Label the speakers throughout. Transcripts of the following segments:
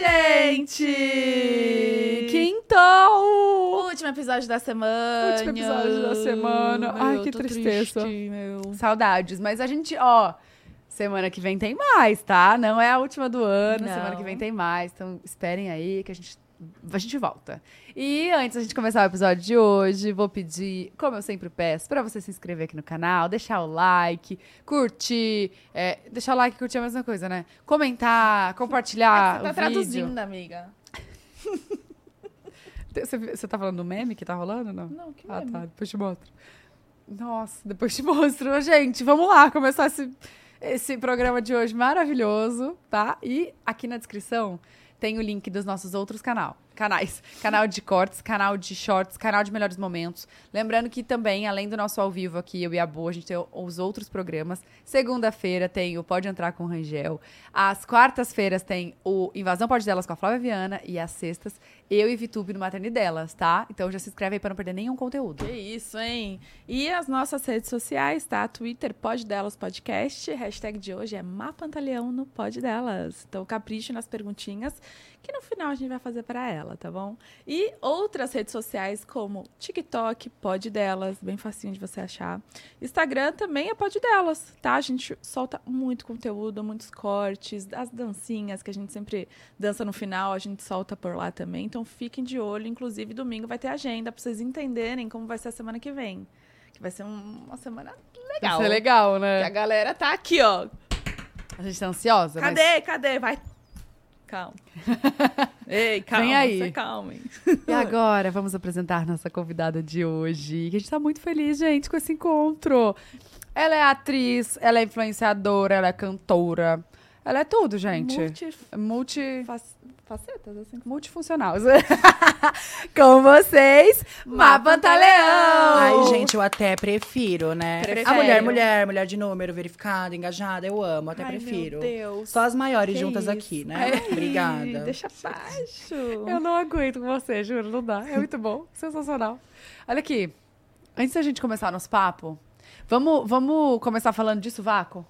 Speaker 1: gente!
Speaker 2: Quintal!
Speaker 1: Último episódio da semana.
Speaker 2: Último episódio da semana. Ai,
Speaker 1: eu
Speaker 2: que
Speaker 1: tô
Speaker 2: tristeza.
Speaker 1: triste, meu.
Speaker 2: Saudades. Mas a gente, ó, semana que vem tem mais, tá? Não é a última do ano,
Speaker 1: Não.
Speaker 2: semana que vem tem mais. Então esperem aí que a gente. A gente volta. E antes da gente começar o episódio de hoje, vou pedir, como eu sempre peço, pra você se inscrever aqui no canal, deixar o like, curtir. é, deixar o like e curtir é a mesma coisa, né? Comentar, compartilhar.
Speaker 1: Você tá
Speaker 2: Ah, o
Speaker 1: traduzindo, amiga.
Speaker 2: Vídeo. Você, você tá falando do meme que tá rolando? Não.
Speaker 1: Não, que
Speaker 2: Ah,
Speaker 1: meme.
Speaker 2: tá. Depois te mostro. Nossa, depois te mostro. Gente, vamos lá começar esse, esse programa de hoje maravilhoso, tá? E aqui na descrição tem o link dos nossos outros canal, canais. Canal de cortes, canal de shorts, canal de melhores momentos. Lembrando que também, além do nosso ao vivo aqui, eu e a Boa, a gente tem o- os outros programas. Segunda-feira tem o Pode Entrar com o Rangel. Às quartas-feiras tem o Invasão Pode Delas com a Flávia Viana. E às sextas, eu e Vitube no Materne Delas, tá? Então já se inscreve aí pra não perder nenhum conteúdo.
Speaker 1: Que isso, hein? E as nossas redes sociais, tá? Twitter, Pod Delas Podcast. Hashtag de hoje é Mapantaleão no Pod Delas. Então, capricho nas perguntinhas, que no final a gente vai fazer pra ela, tá bom? E outras redes sociais como TikTok, Pod Delas, bem facinho de você achar. Instagram também é Pod Delas, tá? A gente solta muito conteúdo, muitos cortes, as dancinhas que a gente sempre dança no final, a gente solta por lá também. Então fiquem de olho, inclusive domingo vai ter agenda pra vocês entenderem como vai ser a semana que vem. Que vai ser um- uma semana legal.
Speaker 2: Isso é legal,
Speaker 1: Que a
Speaker 2: né?
Speaker 1: galera tá aqui, ó.
Speaker 2: A gente tá ansiosa, mas-
Speaker 1: Cadê? Cadê? Vai. Calma. Ei, calma,
Speaker 2: aí.
Speaker 1: se calmem.
Speaker 2: E agora vamos apresentar nossa convidada de hoje. Que a gente tá muito feliz, gente, com esse encontro. Ela é atriz, ela é influenciadora, ela é cantora. Ela é tudo, gente. Multi.
Speaker 1: Multifacetas, assim.
Speaker 2: Multifuncional. Com vocês, Mapantaleão!
Speaker 3: Ai, gente, eu até prefiro, né?
Speaker 1: Prefere.
Speaker 3: A mulher, mulher, mulher de número, verificada, engajada, eu amo, até
Speaker 1: Ai,
Speaker 3: prefiro.
Speaker 1: Meu Deus.
Speaker 3: Só as maiores
Speaker 1: Que
Speaker 3: juntas
Speaker 1: isso. É.
Speaker 3: aqui, né? Obrigada.
Speaker 1: Deixa abaixo.
Speaker 2: Eu não aguento com você, juro, não dá. É muito bom, sensacional. Olha aqui, antes da gente começar nosso papo, vamos, vamos começar falando disso, Vaco?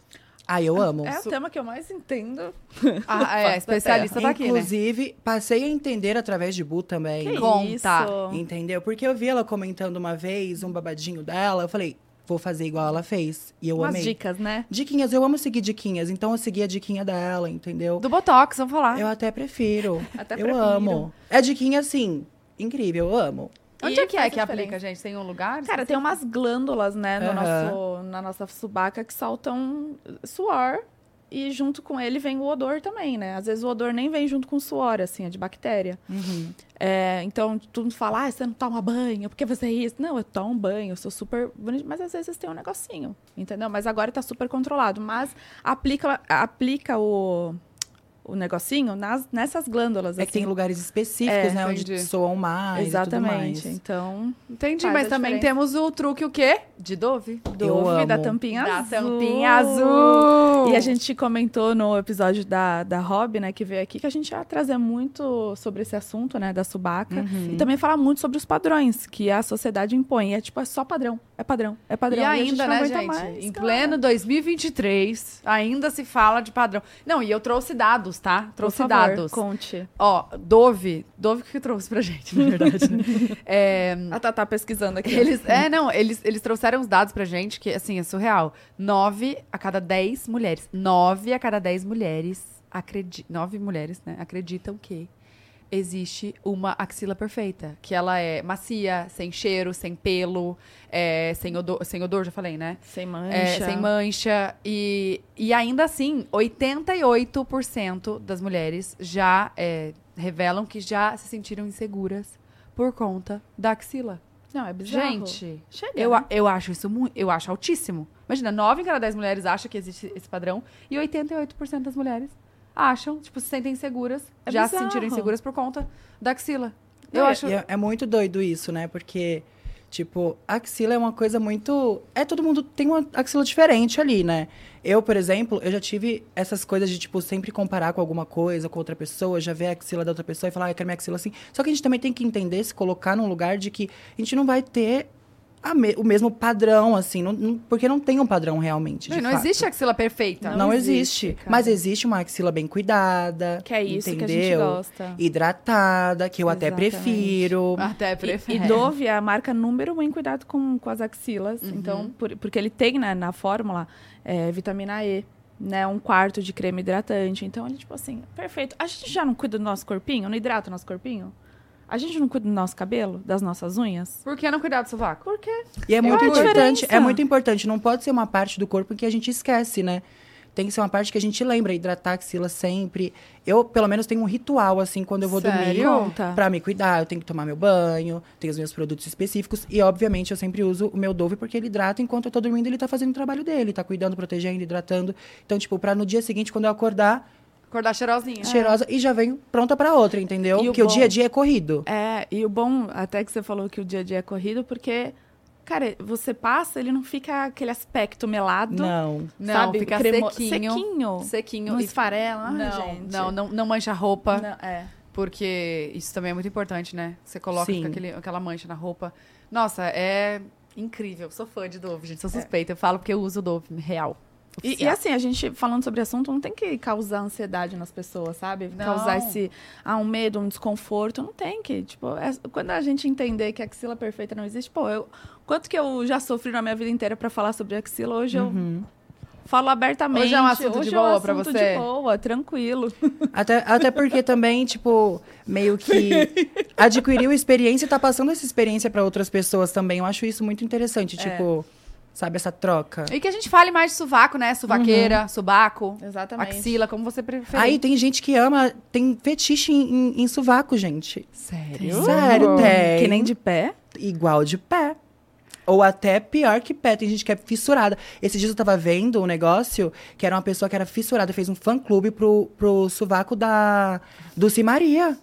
Speaker 3: Ai, eu amo.
Speaker 1: É o tema que eu mais entendo.
Speaker 2: A, é, a especialista tá aqui, né?
Speaker 3: Inclusive, passei a entender através de Bu também. Ah,
Speaker 1: Que
Speaker 2: Conta.
Speaker 1: isso?
Speaker 3: Entendeu? Porque eu vi ela comentando uma vez um babadinho dela, eu falei, vou fazer igual ela fez. E eu
Speaker 1: Umas
Speaker 3: amei.
Speaker 1: dicas, né?
Speaker 3: Diquinhas, eu amo seguir diquinhas, então eu segui a diquinha dela, entendeu?
Speaker 2: Do Botox, vamos falar.
Speaker 3: Eu até prefiro.
Speaker 1: Ah. Até
Speaker 3: eu
Speaker 1: prefiro.
Speaker 3: amo. É diquinha, assim, incrível, eu amo.
Speaker 2: Onde é
Speaker 1: E
Speaker 2: que
Speaker 1: faz
Speaker 2: é que
Speaker 1: diferença.
Speaker 2: aplica, gente? Tem um lugar?
Speaker 1: Cara, tem umas glândulas, né, no
Speaker 3: Aham.
Speaker 1: nosso, na nossa subaca que soltam suor. E junto com ele vem o odor também, né? Às vezes o odor nem vem junto com o suor, assim, é de bactéria.
Speaker 3: Uhum.
Speaker 1: É, então, todo mundo fala, ah, você não toma banho, porque você é isso. Não, eu tomo banho, eu sou super bonita. Mas às vezes tem um negocinho, entendeu? Mas agora tá super controlado. Mas aplica, aplica o, o negocinho nas, nessas glândulas,
Speaker 3: É que
Speaker 1: assim.
Speaker 3: tem lugares específicos,
Speaker 1: É,
Speaker 3: né?
Speaker 2: entendi.
Speaker 3: Onde soam mais
Speaker 1: Exatamente.
Speaker 3: e tudo mais.
Speaker 1: Então,
Speaker 2: Entendi,
Speaker 1: Faz
Speaker 2: mas
Speaker 1: a
Speaker 2: também
Speaker 1: diferença.
Speaker 2: temos o truque o quê? De Dove.
Speaker 1: Dove da
Speaker 3: amo.
Speaker 1: tampinha
Speaker 2: da
Speaker 1: azul.
Speaker 2: tampinha azul.
Speaker 1: E a gente comentou no episódio da, da Rob, né, que veio aqui, que a gente ia trazer muito sobre esse assunto, né, da subaca.
Speaker 2: Uhum.
Speaker 1: E também falar muito sobre os padrões que a sociedade impõe. E é tipo, é só padrão, é padrão, é padrão.
Speaker 2: E
Speaker 1: a gente
Speaker 2: ainda,
Speaker 1: não
Speaker 2: né,
Speaker 1: aguenta
Speaker 2: gente?
Speaker 1: mais,
Speaker 2: em
Speaker 1: cara.
Speaker 2: pleno 2023, ainda se fala de padrão. Não, e eu trouxe dados, tá?
Speaker 1: Por
Speaker 2: Trouxe
Speaker 1: favor,
Speaker 2: dados.
Speaker 1: conte.
Speaker 2: Ó, Dove, Dove que trouxe pra gente, na verdade. né? é,
Speaker 1: A Tatá pesquisando aqui.
Speaker 2: Eles, é, não, eles, eles trouxeram os dados pra gente, que assim, é surreal. Nove a cada dez mulheres. Nove a cada dez mulheres acreditam. Nove mulheres, né? Acreditam que existe uma axila perfeita. Que ela é macia, sem cheiro, sem pelo, é, sem, odor, sem odor, já falei, né?
Speaker 1: Sem
Speaker 2: É,
Speaker 1: mancha.
Speaker 2: sem mancha. E, e ainda assim, 88% das mulheres já é, revelam que já se sentiram inseguras por conta da axila.
Speaker 1: Não, é bizarro.
Speaker 2: Gente.
Speaker 1: Chega,
Speaker 2: Eu,
Speaker 1: né?
Speaker 2: a- eu acho isso muito. Eu acho altíssimo. Imagina, 9 em cada 10 mulheres acham que existe esse padrão e 88% das mulheres acham, tipo, se sentem inseguras.
Speaker 1: É
Speaker 2: já se
Speaker 1: bizarro.
Speaker 2: sentiram inseguras por conta da axila.
Speaker 3: É,
Speaker 2: Eu acho.
Speaker 3: e é, é muito doido isso, né? Porque, tipo, axila é uma coisa muito. É, todo mundo tem uma axila diferente ali, né? Eu, por exemplo, eu já tive essas coisas de, tipo, sempre comparar com alguma coisa, com outra pessoa, já ver a axila da outra pessoa e falar, ah, eu quero minha axila assim. Só que a gente também tem que entender, se colocar num lugar de que a gente não vai ter a me- o mesmo padrão, assim, não- não- porque não tem um padrão realmente.
Speaker 2: Não,
Speaker 3: de
Speaker 2: não
Speaker 3: fato.
Speaker 2: existe axila perfeita.
Speaker 3: Não,
Speaker 1: Não
Speaker 3: existe.
Speaker 2: existe, cara.
Speaker 3: mas existe uma axila bem cuidada.
Speaker 1: Que é isso
Speaker 3: entendeu?
Speaker 1: que a gente gosta.
Speaker 3: Hidratada, que eu até
Speaker 1: Exatamente.
Speaker 3: prefiro.
Speaker 2: Até
Speaker 1: E,
Speaker 2: prefere.
Speaker 1: e Dove é a marca número um em cuidado com, com as axilas.
Speaker 2: Uhum.
Speaker 1: Então, por- porque ele tem né, na fórmula é, vitamina E, né? Um quarto de creme hidratante. Então, ele, tipo assim, perfeito. A gente já não cuida do nosso corpinho? Não hidrata o nosso corpinho? A gente não cuida do nosso cabelo? Das nossas unhas?
Speaker 2: Por que não cuidar do sovaco?
Speaker 1: Por quê?
Speaker 3: E é muito
Speaker 1: a
Speaker 3: importante,
Speaker 1: diferença.
Speaker 3: é muito importante. Não pode ser uma parte do corpo que a gente esquece, né? Tem que ser uma parte que a gente lembra, hidratar a axila sempre. Eu, pelo menos, tenho um ritual, assim, quando eu vou
Speaker 2: Sério?
Speaker 3: dormir.
Speaker 1: É, Conta.
Speaker 3: Pra me cuidar, eu tenho que tomar meu banho, tenho os meus produtos específicos. E, obviamente, eu sempre uso o meu Dove, porque ele hidrata. Enquanto eu tô dormindo, ele tá fazendo o trabalho dele. Tá cuidando, protegendo, hidratando. Então, tipo, pra no dia seguinte, quando eu acordar,
Speaker 2: Acordar cheirosinha.
Speaker 3: É. cheirosa, e já venho pronta pra outra, entendeu?
Speaker 1: E o
Speaker 3: Porque o
Speaker 1: bom-
Speaker 3: dia a dia é corrido.
Speaker 1: É, e o bom, até que você falou que o dia a dia é corrido, porque, cara, você passa, ele não fica aquele aspecto melado.
Speaker 3: Não.
Speaker 2: Não,
Speaker 1: sabe?
Speaker 2: fica
Speaker 1: Cremo-
Speaker 2: sequinho.
Speaker 1: Sequinho.
Speaker 2: Sequinho.
Speaker 1: Não
Speaker 2: e-
Speaker 1: esfarela, ai,
Speaker 2: não,
Speaker 1: gente.
Speaker 2: não, não, não mancha a roupa.
Speaker 1: Não, é.
Speaker 2: Porque isso também é muito importante, né? Você coloca
Speaker 3: Sim.
Speaker 2: fica aquele- aquela mancha na roupa. Nossa, é incrível. É. Sou fã de Dove, gente. Sou suspeita. Eu falo porque eu uso Dove real.
Speaker 1: E, e assim, a gente falando sobre assunto não tem que causar ansiedade nas pessoas, sabe?
Speaker 2: Não.
Speaker 1: Causar esse ah, um medo, um desconforto. Não tem que. Tipo, é- quando a gente entender que a axila perfeita não existe, pô, eu, quanto que eu já sofri na minha vida inteira pra falar sobre axila, hoje eu falo abertamente.
Speaker 2: Uhum. Hoje é um assunto de
Speaker 1: Hoje é um
Speaker 2: boa pra
Speaker 1: assunto
Speaker 2: você?
Speaker 1: de boa, tranquilo.
Speaker 3: Até, até porque também, tipo, meio que adquiriu experiência e tá passando essa experiência pra outras pessoas também. Eu acho isso muito interessante,
Speaker 1: É.
Speaker 3: tipo, sabe, essa troca.
Speaker 2: assim, E que a gente fale mais de sovaco, né? Suvaqueira, sobaco,
Speaker 1: Exatamente.
Speaker 2: axila, como você preferir.
Speaker 3: Aí tem gente que ama, tem fetiche em, em, em sovaco, gente.
Speaker 2: Sério?
Speaker 3: Sério, tem.
Speaker 1: Que nem de pé.
Speaker 3: Igual de pé. Ou até pior que pé, tem gente que é fissurada. Esses dias eu tava vendo um negócio que era uma pessoa que era fissurada, fez um fã-clube pro, pro sovaco da Dulce Maria.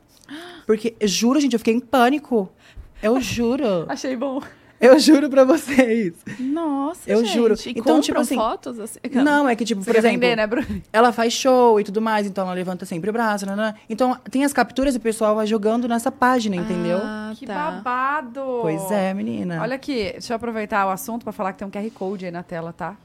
Speaker 3: Porque, juro, gente, eu fiquei em pânico. Eu juro.
Speaker 1: Achei bom.
Speaker 3: Eu juro pra vocês.
Speaker 1: Nossa,
Speaker 3: Eu
Speaker 1: gente.
Speaker 3: juro.
Speaker 1: E
Speaker 3: Então,
Speaker 1: compram
Speaker 3: tipo assim,
Speaker 1: fotos assim.
Speaker 3: Não, é que, tipo,
Speaker 2: Você
Speaker 3: por
Speaker 2: quer
Speaker 3: exemplo,
Speaker 2: vender, né, Bruno?
Speaker 3: ela faz show e tudo mais, então ela levanta sempre o braço. nananã. Então tem as capturas e o pessoal vai jogando nessa página, entendeu?
Speaker 1: Ah,
Speaker 2: Que
Speaker 1: tá.
Speaker 2: babado!
Speaker 3: Pois é, menina.
Speaker 2: Olha aqui, deixa eu aproveitar o assunto pra falar que tem um QR Code aí na tela, tá?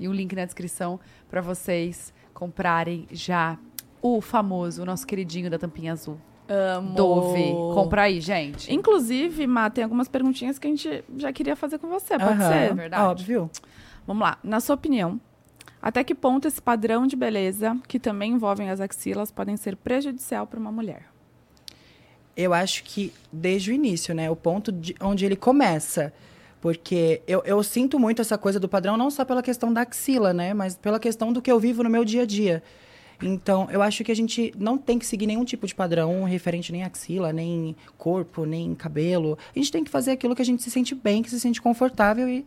Speaker 2: E um link na descrição pra vocês comprarem já o famoso, o nosso queridinho da tampinha azul.
Speaker 1: Amo.
Speaker 2: Dove. Compra aí, gente.
Speaker 1: Inclusive, Má, tem algumas perguntinhas que a gente já queria fazer com você, pode
Speaker 3: Aham,
Speaker 1: ser?
Speaker 2: é Verdade.
Speaker 3: Óbvio.
Speaker 1: Vamos lá. Na sua opinião, até que ponto esse padrão de beleza, que também envolvem as axilas, podem ser prejudicial para uma mulher?
Speaker 3: Eu acho que desde o início, né? O ponto de onde ele começa. Porque eu, eu sinto muito essa coisa do padrão, não só pela questão da axila, né? Mas pela questão do que eu vivo no meu dia a dia. Então, eu acho que a gente não tem que seguir nenhum tipo de padrão referente nem à axila, nem corpo, nem cabelo. A gente tem que fazer aquilo que a gente se sente bem, que se sente confortável e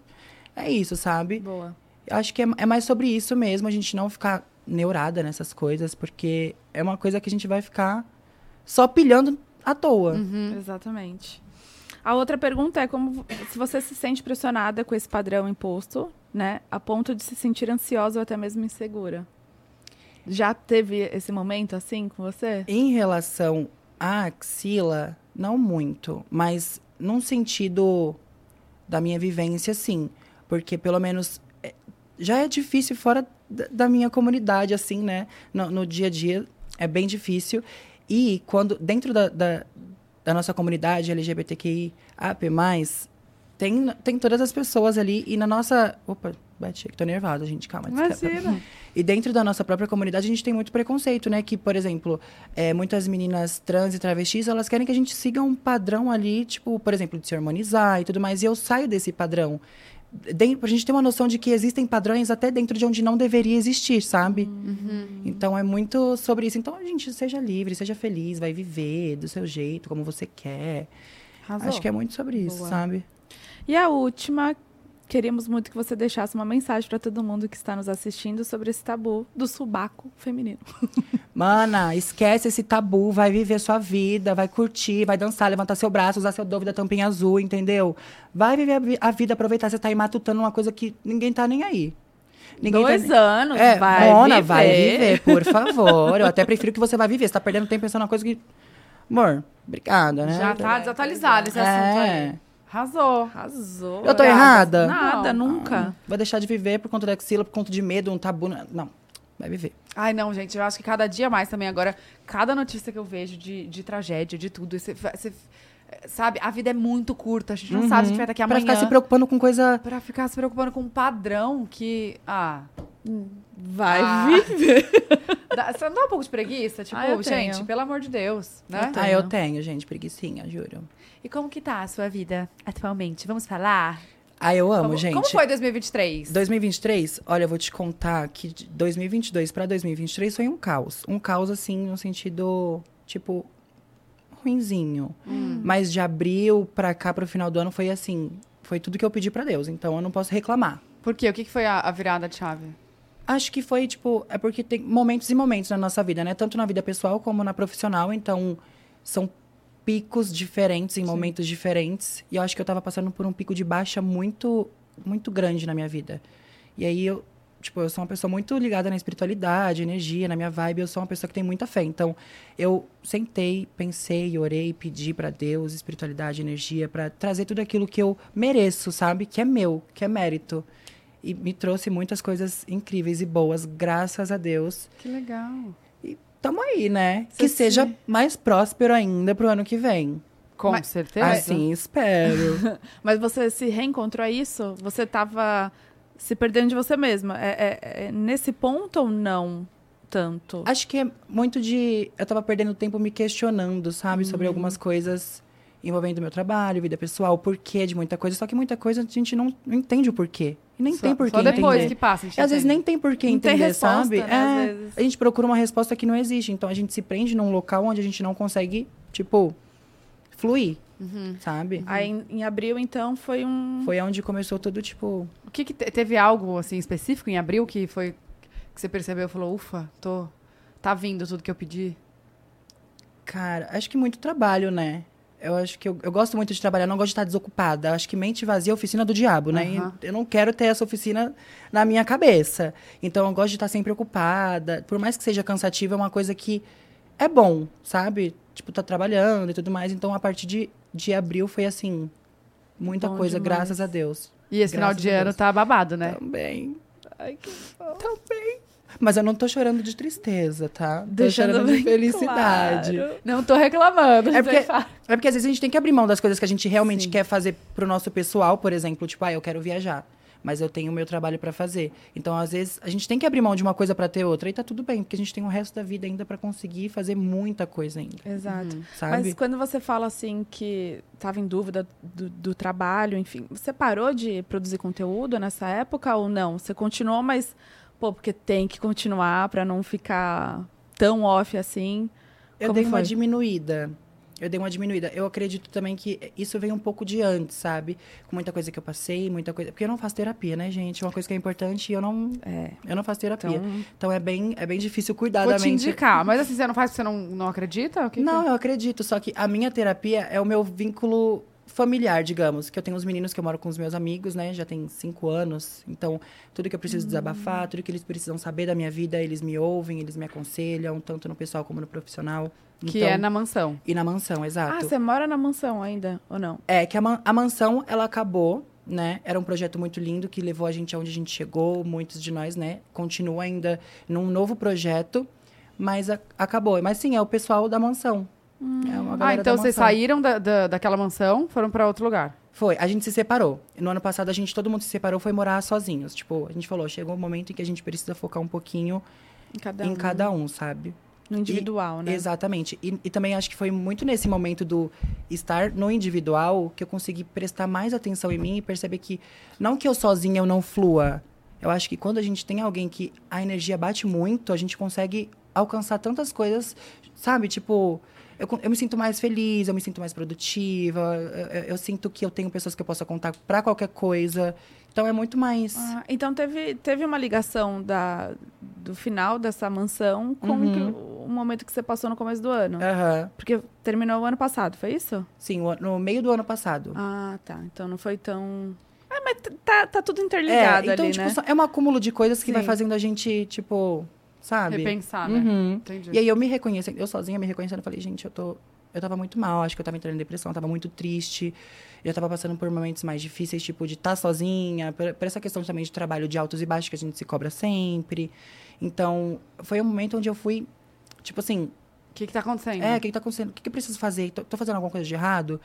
Speaker 3: é isso, sabe?
Speaker 1: Boa.
Speaker 3: Eu acho que é, é mais sobre isso mesmo, a gente não ficar neurada nessas coisas, porque é uma coisa que a gente vai ficar só pilhando à toa.
Speaker 1: Hum. Exatamente. A outra pergunta é como vo- se você se sente pressionada com esse padrão imposto, né? A ponto de se sentir ansiosa ou até mesmo insegura. Já teve esse momento assim com você?
Speaker 3: Em relação à axila, não muito, mas num sentido da minha vivência, sim. Porque pelo menos é, já é difícil fora da, da minha comunidade, assim, né? No, no dia a dia é bem difícil. E quando dentro da, da, da nossa comunidade LGBTQI, AP, tem, tem todas as pessoas ali e na nossa. Opa, bati aqui, tô nervosa, gente, calma. desculpa. E dentro da nossa própria comunidade, a gente tem muito preconceito, né? Que, por exemplo, é, muitas meninas trans e travestis, elas querem que a gente siga um padrão ali, tipo, por exemplo, de se harmonizar e tudo mais. E eu saio desse padrão. Den- pra gente ter uma noção de que existem padrões até dentro de onde não deveria existir, sabe?
Speaker 2: Hum.
Speaker 3: Então é muito sobre isso. Então, a gente seja livre, seja feliz, vai viver do seu jeito, como você quer. Acho que é muito sobre isso,
Speaker 1: Boa.
Speaker 3: sabe?
Speaker 1: E a última, queríamos muito que você deixasse uma mensagem para todo mundo que está nos assistindo sobre esse tabu do subaco feminino.
Speaker 3: Mana, esquece esse tabu, vai viver sua vida, vai curtir, vai dançar, levantar seu braço, usar seu Dove da tampinha azul, entendeu? Vai viver a vi- a vida, aproveitar, você tá aí matutando uma coisa que ninguém tá nem aí. Ninguém tá
Speaker 1: Dois
Speaker 3: nem-
Speaker 1: anos,
Speaker 3: É,
Speaker 1: vai
Speaker 3: Mona,
Speaker 1: viver.
Speaker 3: vai viver, por favor. Eu até prefiro que você vá viver, você tá
Speaker 1: tá
Speaker 3: perdendo tempo pensando uma coisa que... Amor, obrigada, né?
Speaker 2: Já tá desatualizado esse assunto aí.
Speaker 3: É.
Speaker 2: Arrasou.
Speaker 1: Arrasou.
Speaker 3: Eu tô
Speaker 1: Nada,
Speaker 3: errada?
Speaker 1: Nada,
Speaker 2: Não,
Speaker 1: nunca.
Speaker 3: Vai deixar de viver por conta da axila, por conta de medo, um tabu. na- Não. Vai viver.
Speaker 2: Ai, não, gente, eu acho que cada dia mais também agora, cada notícia que eu vejo de, de tragédia, de tudo, você, fa- você- sabe, a vida é muito curta, a gente não sabe se a gente vai daqui
Speaker 3: Uhum. pra
Speaker 2: amanhã.
Speaker 3: ficar se preocupando com coisa.
Speaker 2: Pra ficar se preocupando com um padrão que. Ah.
Speaker 1: Vai
Speaker 2: Ah.
Speaker 1: viver.
Speaker 2: Dá, você não dá um pouco de preguiça? Tipo,
Speaker 1: Ah, eu
Speaker 2: gente,
Speaker 1: tenho.
Speaker 2: pelo amor de Deus, né?
Speaker 1: Eu tenho.
Speaker 3: Ah, eu tenho, gente, preguicinha, juro.
Speaker 2: E como que tá a sua vida atualmente? Vamos falar?
Speaker 3: Ah, eu amo,
Speaker 2: como,
Speaker 3: gente.
Speaker 2: como foi 2023?
Speaker 3: 2023, olha, eu vou te contar que de 2022 pra 2023 foi um caos. Um caos, assim, no sentido, tipo, ruinzinho. Mas de abril pra cá, pro final do ano, foi assim. Foi tudo que eu pedi pra Deus, então eu não posso reclamar.
Speaker 2: Por quê? O que, que foi a, a virada de chave?
Speaker 3: Acho que foi, tipo, é porque tem momentos e momentos na nossa vida, né? Tanto na vida pessoal como na profissional. Então, são picos diferentes em momentos diferentes. E eu acho que eu tava passando por um pico de baixa muito, muito grande na minha vida. E aí eu, tipo, eu sou uma pessoa muito ligada na espiritualidade, energia, na minha vibe. Eu sou uma pessoa que tem muita fé. Então, eu sentei, pensei, orei, pedi pra Deus, espiritualidade, energia, pra trazer tudo aquilo que eu mereço, sabe? Que é meu, que é mérito. E me trouxe muitas coisas incríveis e boas, graças a Deus.
Speaker 2: Que legal.
Speaker 3: Tamo aí, né?
Speaker 2: Cê
Speaker 3: Que
Speaker 2: se-
Speaker 3: seja mais próspero ainda pro ano que vem.
Speaker 2: Com
Speaker 1: Mas-
Speaker 2: certeza.
Speaker 3: Assim, espero.
Speaker 1: Mas você se reencontrou a isso? Você tava se perdendo de você mesma. É, é- é nesse ponto ou não tanto?
Speaker 3: Acho que é muito de. Eu tava perdendo tempo me questionando, sabe?
Speaker 2: Uhum.
Speaker 3: Sobre algumas coisas envolvendo meu trabalho, vida pessoal, o porquê de muita coisa. Só que muita coisa a gente não, não entende o porquê. E nem
Speaker 2: só,
Speaker 3: tem porquê
Speaker 2: Só depois
Speaker 3: entender.
Speaker 2: que passa. a gente
Speaker 3: E às vezes
Speaker 2: entende.
Speaker 3: nem tem porquê
Speaker 1: Não tem
Speaker 3: entender,
Speaker 1: resposta,
Speaker 3: sabe?
Speaker 1: né,
Speaker 3: É,
Speaker 1: às vezes.
Speaker 3: a gente procura uma resposta que não existe. Então a gente se prende num local onde a gente não consegue, tipo, fluir, sabe?
Speaker 1: Uhum. Aí em, em abril, então, foi um.
Speaker 3: Foi onde começou tudo, tipo.
Speaker 2: O que, que te- teve algo assim específico em abril que foi que você percebeu e falou, ufa, tô tá vindo tudo que eu pedi?
Speaker 3: Cara, acho que muito trabalho, né? Eu acho que eu, eu gosto muito de trabalhar, não gosto de estar desocupada. Eu acho que mente vazia é oficina do diabo, né? E
Speaker 2: Aham.
Speaker 3: eu não quero ter essa oficina na minha cabeça. Então eu gosto de estar sempre ocupada. Por mais que seja cansativo, é uma coisa que é bom, sabe? Tipo, tá trabalhando e tudo mais. Então a partir de, de abril foi assim, muita
Speaker 1: Bom
Speaker 3: coisa,
Speaker 1: demais.
Speaker 3: graças a Deus.
Speaker 2: E esse final
Speaker 3: Graças
Speaker 2: de
Speaker 3: a
Speaker 2: ano
Speaker 3: Deus. Então,
Speaker 2: tá babado, né?
Speaker 3: Também.
Speaker 1: Ai, que
Speaker 3: Mas eu não tô chorando de tristeza, tá?
Speaker 1: Deixando
Speaker 3: tô chorando
Speaker 1: bem
Speaker 3: de felicidade.
Speaker 1: claro.
Speaker 2: Não tô reclamando.
Speaker 3: É porque-
Speaker 2: você fala.
Speaker 3: É porque às vezes a gente tem que abrir mão das coisas que a gente realmente
Speaker 2: Sim.
Speaker 3: quer fazer pro nosso pessoal, por exemplo, tipo, ah, eu quero viajar, mas eu tenho o meu trabalho pra fazer. Então, às vezes, a gente tem que abrir mão de uma coisa pra ter outra e tá tudo bem, porque a gente tem o resto da vida ainda pra conseguir fazer muita coisa ainda,
Speaker 1: Exato. Mas
Speaker 3: Uhum. sabe?
Speaker 1: quando você fala assim que estava em dúvida do, do trabalho, enfim, você parou de produzir conteúdo nessa época ou não? Você continuou, mas pô, porque tem que continuar para não ficar tão off assim.
Speaker 3: Eu
Speaker 1: como
Speaker 3: dei uma
Speaker 1: foi?
Speaker 3: diminuída. Eu dei uma diminuída. Eu acredito também que isso veio um pouco de antes, sabe? Com muita coisa que eu passei, muita coisa. Porque eu não faço terapia, né, gente? Uma coisa que é importante e eu não.
Speaker 1: É.
Speaker 3: Eu não faço terapia.
Speaker 1: Então,
Speaker 3: Então, é, bem, é bem difícil cuidar
Speaker 2: Vou
Speaker 3: da
Speaker 2: te
Speaker 3: mente. né?
Speaker 2: indicar. Mas assim, você não faz porque você não, não acredita? O que é? que-
Speaker 3: Não, eu acredito, só que a minha terapia é o meu vínculo familiar, digamos. Que eu tenho os meninos que eu moro com os meus amigos, né? Já tem cinco anos. Então, tudo que eu
Speaker 2: Hum.
Speaker 3: preciso desabafar, tudo que eles precisam saber da minha vida, eles me ouvem, eles me aconselham, tanto no pessoal como no profissional.
Speaker 2: Que
Speaker 3: Então-
Speaker 2: é na mansão.
Speaker 3: E na mansão, exato.
Speaker 1: ah, você mora na mansão ainda ou não?
Speaker 3: É, que a, man- a mansão, ela acabou, né? Era um projeto muito lindo que levou a gente aonde a gente chegou, muitos de nós, né? Continua ainda num novo projeto, mas a- acabou. Mas sim, é o pessoal da mansão. É uma
Speaker 2: Ah,
Speaker 3: galera
Speaker 2: então
Speaker 3: da
Speaker 2: vocês
Speaker 3: mansão.
Speaker 2: saíram da, da- daquela mansão, foram pra outro lugar.
Speaker 3: Foi, a gente se separou. No ano passado, a gente, todo mundo se separou, foi morar sozinhos. Tipo, a gente falou, chegou um momento em que a gente precisa focar um pouquinho
Speaker 1: Em cada
Speaker 3: em
Speaker 1: um,
Speaker 3: cada um, sabe?
Speaker 1: no individual, né?
Speaker 3: Exatamente. E, e também acho que foi muito nesse momento do estar no individual que eu consegui prestar mais atenção em mim e perceber que, não que eu sozinha eu não flua. Eu acho que quando a gente tem alguém que a energia bate muito, a gente consegue alcançar tantas coisas, sabe? Tipo, eu, con- eu me sinto mais feliz, eu me sinto mais produtiva, eu, eu- eu sinto que eu tenho pessoas que eu possa contar pra qualquer coisa. Então é muito mais.
Speaker 1: Ah, então teve, teve uma ligação da, do final dessa mansão com o que-
Speaker 3: Uhum.
Speaker 1: o momento que você passou no começo do ano.
Speaker 3: Aham.
Speaker 1: Porque terminou o ano passado, foi isso?
Speaker 3: Sim, o an- no meio do ano passado.
Speaker 1: Ah, tá. Então não foi tão. Ah, mas t- tá, tá tudo interligado
Speaker 3: é, então,
Speaker 1: ali,
Speaker 3: tipo,
Speaker 1: né?
Speaker 3: só- é um acúmulo de coisas que vai
Speaker 1: Sim.
Speaker 3: fazendo a gente, tipo, sabe?
Speaker 2: Repensar, né?
Speaker 3: Uhum.
Speaker 2: Entendi.
Speaker 3: E aí eu me reconhecendo, eu sozinha me reconhecendo, eu falei, gente, eu tô. eu tava muito mal, acho que eu tava entrando em depressão, tava muito triste. Eu tava passando por momentos mais difíceis, tipo, de estar sozinha, por, por essa questão também de trabalho de altos e baixos que a gente se cobra sempre. Então, foi um momento onde eu fui, tipo assim,
Speaker 2: O que que tá acontecendo?
Speaker 3: é, o que, que tá acontecendo? O que, que eu preciso fazer? Tô, tô fazendo alguma coisa de errado?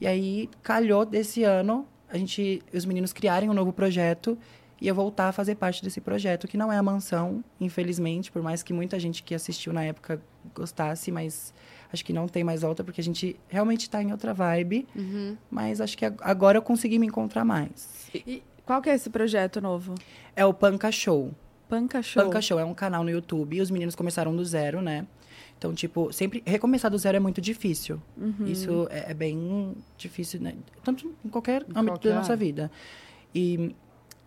Speaker 3: E aí, calhou desse ano, a gente, os meninos criarem um novo projeto e eu voltar a fazer parte desse projeto, que não é a mansão, infelizmente, por mais que muita gente que assistiu na época gostasse, mas acho que não tem mais volta, porque a gente realmente tá em outra vibe,
Speaker 2: Uhum.
Speaker 3: mas acho que ag- agora eu consegui me encontrar mais.
Speaker 1: Qual que é esse projeto novo?
Speaker 3: É o Panca Show.
Speaker 1: Panca Show.
Speaker 3: Panca Show é um canal no YouTube e os meninos começaram do zero, né? Então, tipo, sempre recomeçar do zero é muito difícil.
Speaker 1: Uhum.
Speaker 3: Isso é, é bem difícil, né? Tanto em qualquer âmbito
Speaker 2: qualquer
Speaker 3: da nossa
Speaker 2: área.
Speaker 3: vida. E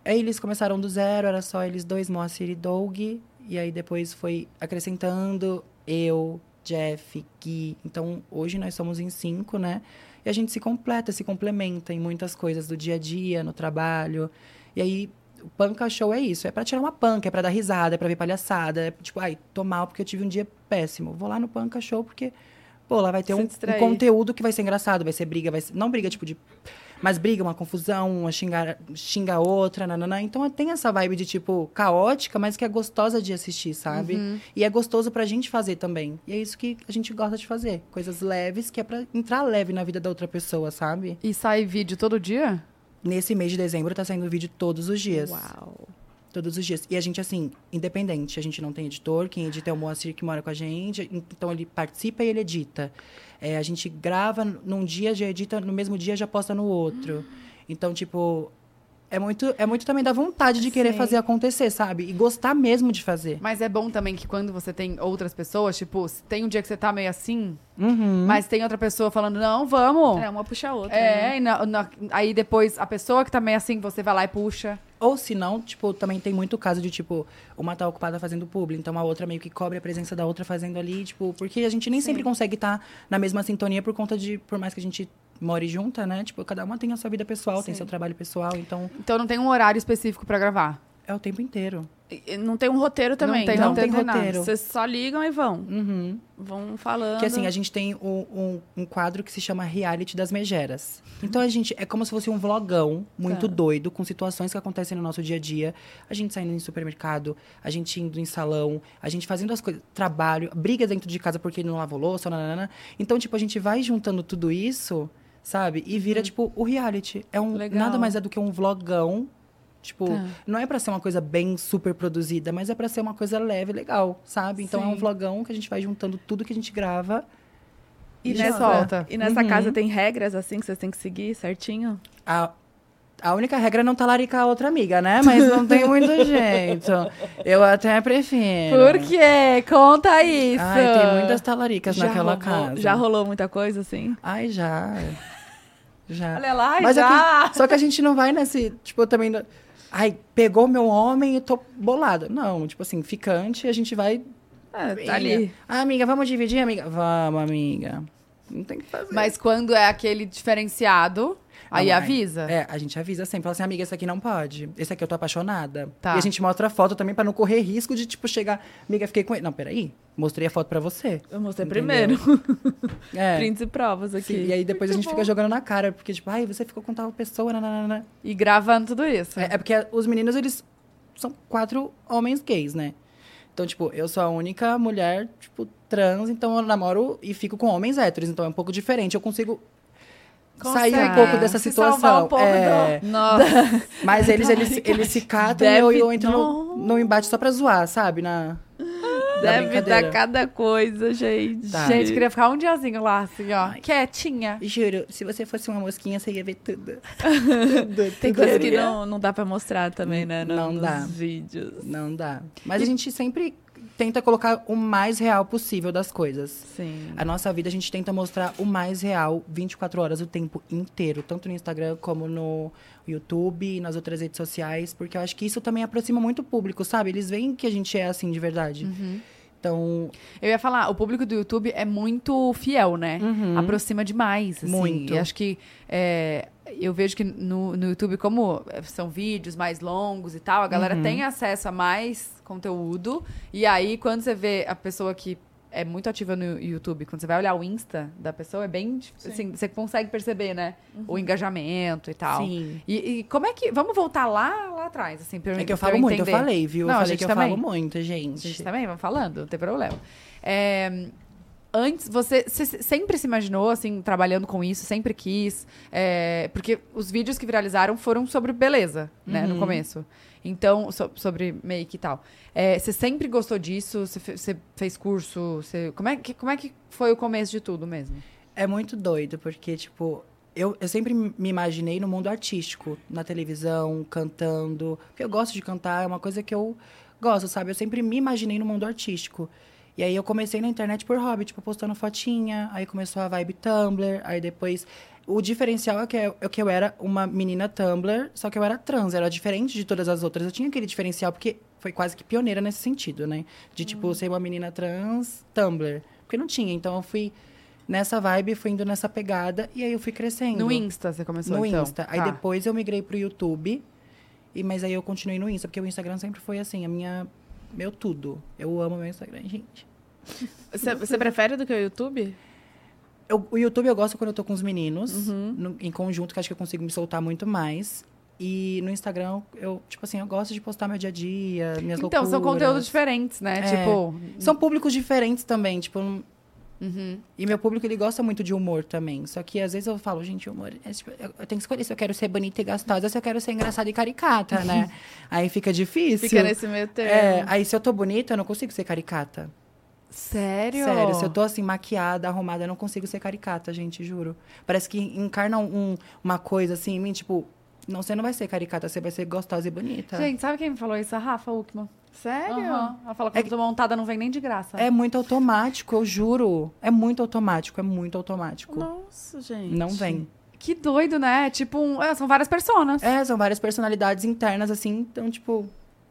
Speaker 3: aí eles começaram do zero, era só eles dois, Moacir e Doug. E aí depois foi acrescentando eu, Jeff, Gui. Então, hoje nós somos em cinco, né? E a gente se completa, se complementa em muitas coisas do dia a dia, no trabalho. E aí, o panca show é isso. É pra tirar uma panca, é pra dar risada, é pra ver palhaçada. É tipo, ai, tô mal porque eu tive um dia péssimo. Vou lá no panca show porque, pô, lá vai ter
Speaker 1: Se
Speaker 3: um, um
Speaker 1: distrair.
Speaker 3: conteúdo que vai ser engraçado. Vai ser briga, vai ser... Não briga, tipo, de... Mas briga, uma confusão, uma xingar, xinga a outra, nananã. Então, tem essa vibe de, tipo, caótica, mas que é gostosa de assistir, sabe?
Speaker 2: Uhum.
Speaker 3: E é gostoso pra gente fazer também. E é isso que a gente gosta de fazer. Coisas leves, que é pra entrar leve na vida da outra pessoa, sabe?
Speaker 2: E sai vídeo todo dia?
Speaker 3: Nesse mês de dezembro tá saindo vídeo todos os dias.
Speaker 1: Uau.
Speaker 3: Todos os dias. E a gente, assim, independente. A gente não tem editor. Quem edita é o Moacir que mora com a gente. Então ele participa e ele edita. É, a gente grava num dia, já edita no mesmo dia, já posta no outro. Então, tipo. É muito, é muito também da vontade de querer
Speaker 1: Sim.
Speaker 3: fazer acontecer, sabe? E gostar mesmo de fazer.
Speaker 2: Mas é bom também que quando você tem outras pessoas, tipo, se tem um dia que você tá meio assim,
Speaker 3: Uhum.
Speaker 2: mas tem outra pessoa falando, não, vamos.
Speaker 1: É, uma puxa a outra. né?
Speaker 2: É, e na- na- aí depois a pessoa que tá meio assim, você vai lá e puxa.
Speaker 3: Ou se não, tipo, também tem muito caso de, tipo, uma tá ocupada fazendo publi, então a outra meio que cobre a presença da outra fazendo ali, tipo, porque a gente nem sempre consegue estar na mesma sintonia por conta de, por mais que a gente more junta, né? Tipo, cada uma tem a sua vida pessoal, tem
Speaker 1: Sim.
Speaker 3: seu trabalho pessoal, então
Speaker 2: Então não tem um horário específico pra gravar.
Speaker 3: é o tempo inteiro.
Speaker 1: E- e Não tem um roteiro também.
Speaker 2: tem
Speaker 1: então.
Speaker 3: não tem
Speaker 2: tem nada.
Speaker 3: roteiro.
Speaker 1: Vocês só ligam e vão.
Speaker 3: Uhum.
Speaker 1: Vão falando.
Speaker 3: Que assim, a gente tem um, um, um quadro que se chama Reality das Megeras. Então a gente é como se fosse um vlogão muito
Speaker 2: Tá.
Speaker 3: doido, com situações que acontecem no nosso dia a dia. A gente saindo em supermercado, a gente indo em salão, a gente fazendo as coisas, trabalho, briga dentro de casa porque não lavou louça, nananana. Então, tipo, a gente vai juntando tudo isso, sabe? E vira,
Speaker 2: Uhum.
Speaker 3: tipo, o reality. É um,
Speaker 1: Legal.
Speaker 3: nada mais é do que um vlogão. Tipo,
Speaker 2: Tá.
Speaker 3: não é pra ser uma coisa bem super produzida, mas é pra ser uma coisa leve, legal, sabe? Então é um
Speaker 2: Sim.
Speaker 3: vlogão que a gente vai juntando tudo que a gente grava
Speaker 1: e
Speaker 2: já
Speaker 1: nessa,
Speaker 2: solta.
Speaker 1: E nessa
Speaker 3: Uhum.
Speaker 1: casa tem regras assim que vocês têm que seguir certinho?
Speaker 3: A, a única regra é não talaricar a outra amiga, né? Mas não tem muito jeito. Eu até prefiro.
Speaker 2: quê? Conta isso!
Speaker 3: Ai, tem muitas talaricas naquela
Speaker 1: rolou,
Speaker 3: casa.
Speaker 1: Já rolou muita coisa assim?
Speaker 3: Ai, já. Já.
Speaker 2: Olha lá,
Speaker 3: Mas é que-
Speaker 2: já!
Speaker 3: só que a gente não vai nesse, tipo, eu também... não- Ai, pegou meu homem e tô bolada. Não, tipo assim, ficante, a gente vai...
Speaker 1: Ah, tá ali.
Speaker 3: Ah, amiga, vamos dividir, amiga? Vamos, amiga. Não tem o que fazer.
Speaker 2: Mas quando é aquele diferenciado, aí
Speaker 3: Não,
Speaker 2: avisa.
Speaker 3: É, a gente avisa sempre. Fala assim, amiga, esse aqui não pode. Esse aqui eu tô apaixonada.
Speaker 2: Tá.
Speaker 3: E a gente mostra a foto também pra não correr risco de, tipo, chegar... Amiga, fiquei com ele. Não, peraí. Mostrei a foto pra você.
Speaker 1: Eu mostrei
Speaker 3: Entendeu?
Speaker 1: primeiro.
Speaker 3: É.
Speaker 1: Prints e provas aqui.
Speaker 3: E aí depois a gente fica jogando na cara. Porque, tipo, ai, você ficou com tal pessoa, nananana.
Speaker 2: E gravando tudo isso.
Speaker 3: É, é porque os meninos, eles são quatro homens gays, né? Então, tipo, eu sou a única mulher, tipo, trans. Então, eu namoro e fico com homens héteros. Então, é um pouco diferente. Eu consigo... Sair um
Speaker 2: Consegue
Speaker 3: pouco dessa
Speaker 2: se
Speaker 3: situação.
Speaker 2: salvar um pouco
Speaker 3: é...
Speaker 2: Nossa,
Speaker 3: Mas eles, eles, eles se catam e
Speaker 1: Deve- Ah,
Speaker 3: eu, eu entro no, no embate só pra zoar, sabe? Na, na
Speaker 1: Deve
Speaker 3: brincadeira.
Speaker 1: dar cada coisa, gente.
Speaker 3: Tá.
Speaker 2: gente, queria ficar um diazinho lá, assim, ó.
Speaker 3: Ai.
Speaker 2: Quietinha.
Speaker 3: Juro, se você fosse uma mosquinha, você ia ver tudo.
Speaker 1: Tem coisa que é.
Speaker 3: Queria.
Speaker 1: não, não dá pra mostrar também, né? no-
Speaker 3: Não
Speaker 1: nos
Speaker 3: dá.
Speaker 1: vídeos.
Speaker 3: Não dá. Mas a gente sempre tenta colocar o mais real possível das coisas.
Speaker 1: Sim.
Speaker 3: A nossa vida, a gente tenta mostrar o mais real 24 horas, o tempo inteiro. Tanto no Instagram, como no YouTube, nas outras redes sociais. Porque eu acho que isso também aproxima muito o público, sabe? Eles veem que a gente é assim de verdade.
Speaker 1: Uhum.
Speaker 3: Então,
Speaker 2: Eu ia falar, o público do YouTube é muito fiel, né?
Speaker 3: Uhum.
Speaker 2: Aproxima demais. Assim.
Speaker 3: Muito.
Speaker 2: E acho que é, eu vejo que no, no YouTube, como é, são vídeos mais longos e tal, a galera tem acesso a mais conteúdo. E aí, quando você vê a pessoa que é muito ativa no YouTube. Quando você vai olhar o Insta da pessoa, é bem. tipo,
Speaker 1: Sim. Uhum.
Speaker 2: assim, você consegue perceber, né? O engajamento e tal.
Speaker 3: Sim.
Speaker 2: E, e como é que. Vamos voltar lá, lá atrás, assim, pra,
Speaker 3: É que eu
Speaker 2: pra
Speaker 3: falo muito, eu
Speaker 2: entender.
Speaker 3: falei, viu?
Speaker 2: Não,
Speaker 3: eu
Speaker 2: a
Speaker 3: falei
Speaker 2: gente
Speaker 3: que eu
Speaker 2: também.
Speaker 3: falo muito, gente.
Speaker 2: A gente também vai falando, não tem problema. É, antes, você, você se- sempre se imaginou, assim, trabalhando com isso, sempre quis. é, porque os vídeos que viralizaram foram sobre beleza, né,
Speaker 3: Uhum.
Speaker 2: no começo. Então, so- sobre make e tal. É, você sempre gostou disso? Você, fe- você fez curso? Você, como, é que, como é que foi o começo de tudo mesmo?
Speaker 3: É muito doido, porque, tipo, eu, eu sempre me imaginei no mundo artístico, na televisão, cantando. Porque eu gosto de cantar, é uma coisa que eu gosto, sabe? Eu sempre me imaginei no mundo artístico. E aí eu comecei na internet por hobby, tipo, postando fotinha, aí começou a vibe Tumblr, aí depois. O diferencial é que eu, é que eu era uma menina Tumblr, só que eu era trans, era diferente de todas as outras. Eu tinha aquele diferencial, porque foi quase que pioneira nesse sentido, né? De, tipo, ser uma menina trans Tumblr. Porque não tinha, então eu fui nessa vibe, fui indo nessa pegada e aí eu fui crescendo.
Speaker 2: No Insta você começou,
Speaker 3: No
Speaker 2: então?
Speaker 3: Insta. Aí
Speaker 2: Tá.
Speaker 3: depois eu migrei pro YouTube. E mas aí eu continuei no Insta, porque o Instagram sempre foi assim, a minha meu tudo. Eu amo meu Instagram, gente.
Speaker 1: Você você prefere do que o YouTube?
Speaker 3: Eu- o YouTube eu gosto quando eu tô com os meninos,
Speaker 2: Uhum.
Speaker 3: no- em conjunto, que eu acho que eu consigo me soltar muito mais. E no Instagram, eu, tipo assim, eu gosto de postar meu dia a dia, minhas
Speaker 2: Então,
Speaker 3: loucuras.
Speaker 2: são conteúdos diferentes, né?
Speaker 3: É.
Speaker 2: Tipo,
Speaker 3: São públicos diferentes também, tipo. não-
Speaker 1: Uhum.
Speaker 3: E meu público, ele gosta muito de humor também. Só que às vezes eu falo, gente, humor. é, tipo, eu, eu tenho que escolher se eu quero ser bonita e gostosa ou se eu quero ser engraçada e caricata, né? aí fica difícil.
Speaker 1: Fica nesse meio termo.
Speaker 3: É, aí se eu tô bonita, eu não consigo ser caricata.
Speaker 2: sério?
Speaker 3: Sério, se eu tô assim, maquiada, arrumada, eu não consigo ser caricata, gente, juro. Parece que encarna um- uma coisa assim em mim, tipo, não, você não vai ser caricata, você vai ser gostosa e bonita.
Speaker 2: Gente, sabe quem me falou isso? A Rafa Uckman.
Speaker 1: Tá. Sério?
Speaker 2: Aham. Ela fala que
Speaker 3: É
Speaker 2: quando tô montada não vem nem de graça.
Speaker 3: É muito automático, eu juro. É muito automático, é muito automático.
Speaker 1: Nossa, gente.
Speaker 3: Não vem.
Speaker 2: Que doido, né? Tipo, um- é, são várias personas.
Speaker 3: É, são várias personalidades internas, assim, então, tipo,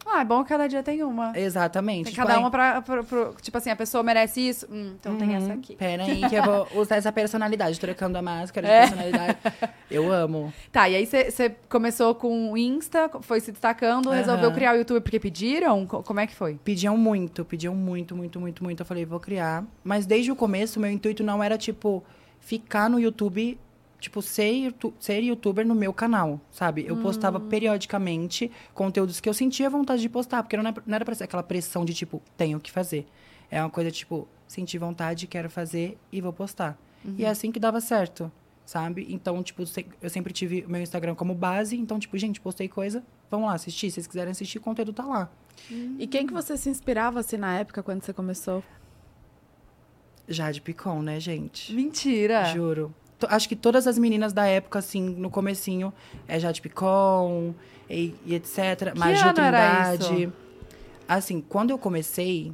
Speaker 2: Ah, é bom que cada dia tem uma.
Speaker 3: exatamente.
Speaker 2: Tem
Speaker 3: Tipo,
Speaker 2: cada
Speaker 3: ai,
Speaker 2: uma pra, pro- pro- Tipo assim, a pessoa merece isso. Hum, então tem
Speaker 3: Uhum.
Speaker 2: essa aqui.
Speaker 3: Pera aí, que eu vou usar essa personalidade, trocando a máscara de
Speaker 2: É.
Speaker 3: personalidade. Eu amo.
Speaker 2: Tá, e aí você começou com o Insta, foi se destacando,
Speaker 3: Aham.
Speaker 2: resolveu criar o YouTube porque pediram? Co- Como é que foi?
Speaker 3: Pediam muito, pediam muito, muito, muito, muito. Eu falei, vou criar. Mas desde o começo, meu intuito não era, tipo, ficar no YouTube, tipo, ser, youtu- ser youtuber no meu canal, sabe? Eu postava periodicamente conteúdos que eu sentia vontade de postar, porque não era, não era pra ser aquela pressão de, tipo, tenho que fazer. É uma coisa, tipo, senti vontade, quero fazer e vou postar. E é assim que dava certo, sabe? Então, tipo, se- eu sempre tive o meu Instagram como base. Então, tipo, gente, postei coisa, vamos lá assistir. Se vocês quiserem assistir, o conteúdo tá lá.
Speaker 1: E quem que você se inspirava assim na época quando você começou?
Speaker 3: Jade Picon, né, gente?
Speaker 2: Mentira!
Speaker 3: Juro. To- Acho que todas as meninas da época, assim, no comecinho, é Jade Picon e, e etc.
Speaker 2: Que
Speaker 3: Maju
Speaker 2: ano era
Speaker 3: Trindade. Assim, quando eu comecei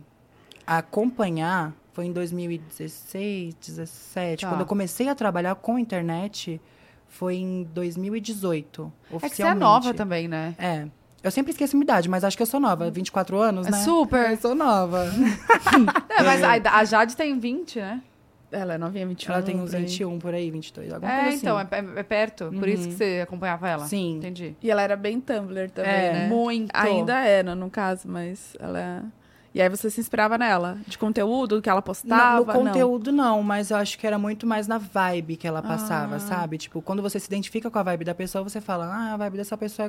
Speaker 3: a acompanhar, foi em 2016, 2017.
Speaker 2: Tá.
Speaker 3: Quando eu comecei a trabalhar com internet, foi em 2018, oficialmente.
Speaker 2: É que você é nova também, né?
Speaker 3: É. Eu sempre esqueço minha idade, mas acho que eu sou nova. 24 anos,
Speaker 2: É
Speaker 3: né?
Speaker 2: super.
Speaker 3: Eu sou nova.
Speaker 2: É, mas a, a Jade tem 20, né?
Speaker 1: Ela é novinha, 21.
Speaker 3: Ela tem uns
Speaker 1: por aí.
Speaker 3: 21 por aí, 22, alguma
Speaker 2: É,
Speaker 3: coisa assim.
Speaker 2: então, é, é- é perto. Por isso que você acompanhava ela.
Speaker 3: Sim.
Speaker 2: Entendi.
Speaker 1: E ela era bem Tumblr também,
Speaker 3: É,
Speaker 1: né?
Speaker 2: Muito.
Speaker 1: Ainda era, no caso, mas ela... é. E aí você se inspirava nela? De conteúdo, do que ela
Speaker 3: Não,
Speaker 1: postava?
Speaker 3: no conteúdo não. mas eu acho que era muito mais na vibe que ela passava,
Speaker 1: Ah.
Speaker 3: sabe? Tipo, quando você se identifica com a vibe da pessoa, você fala, ah, a vibe dessa pessoa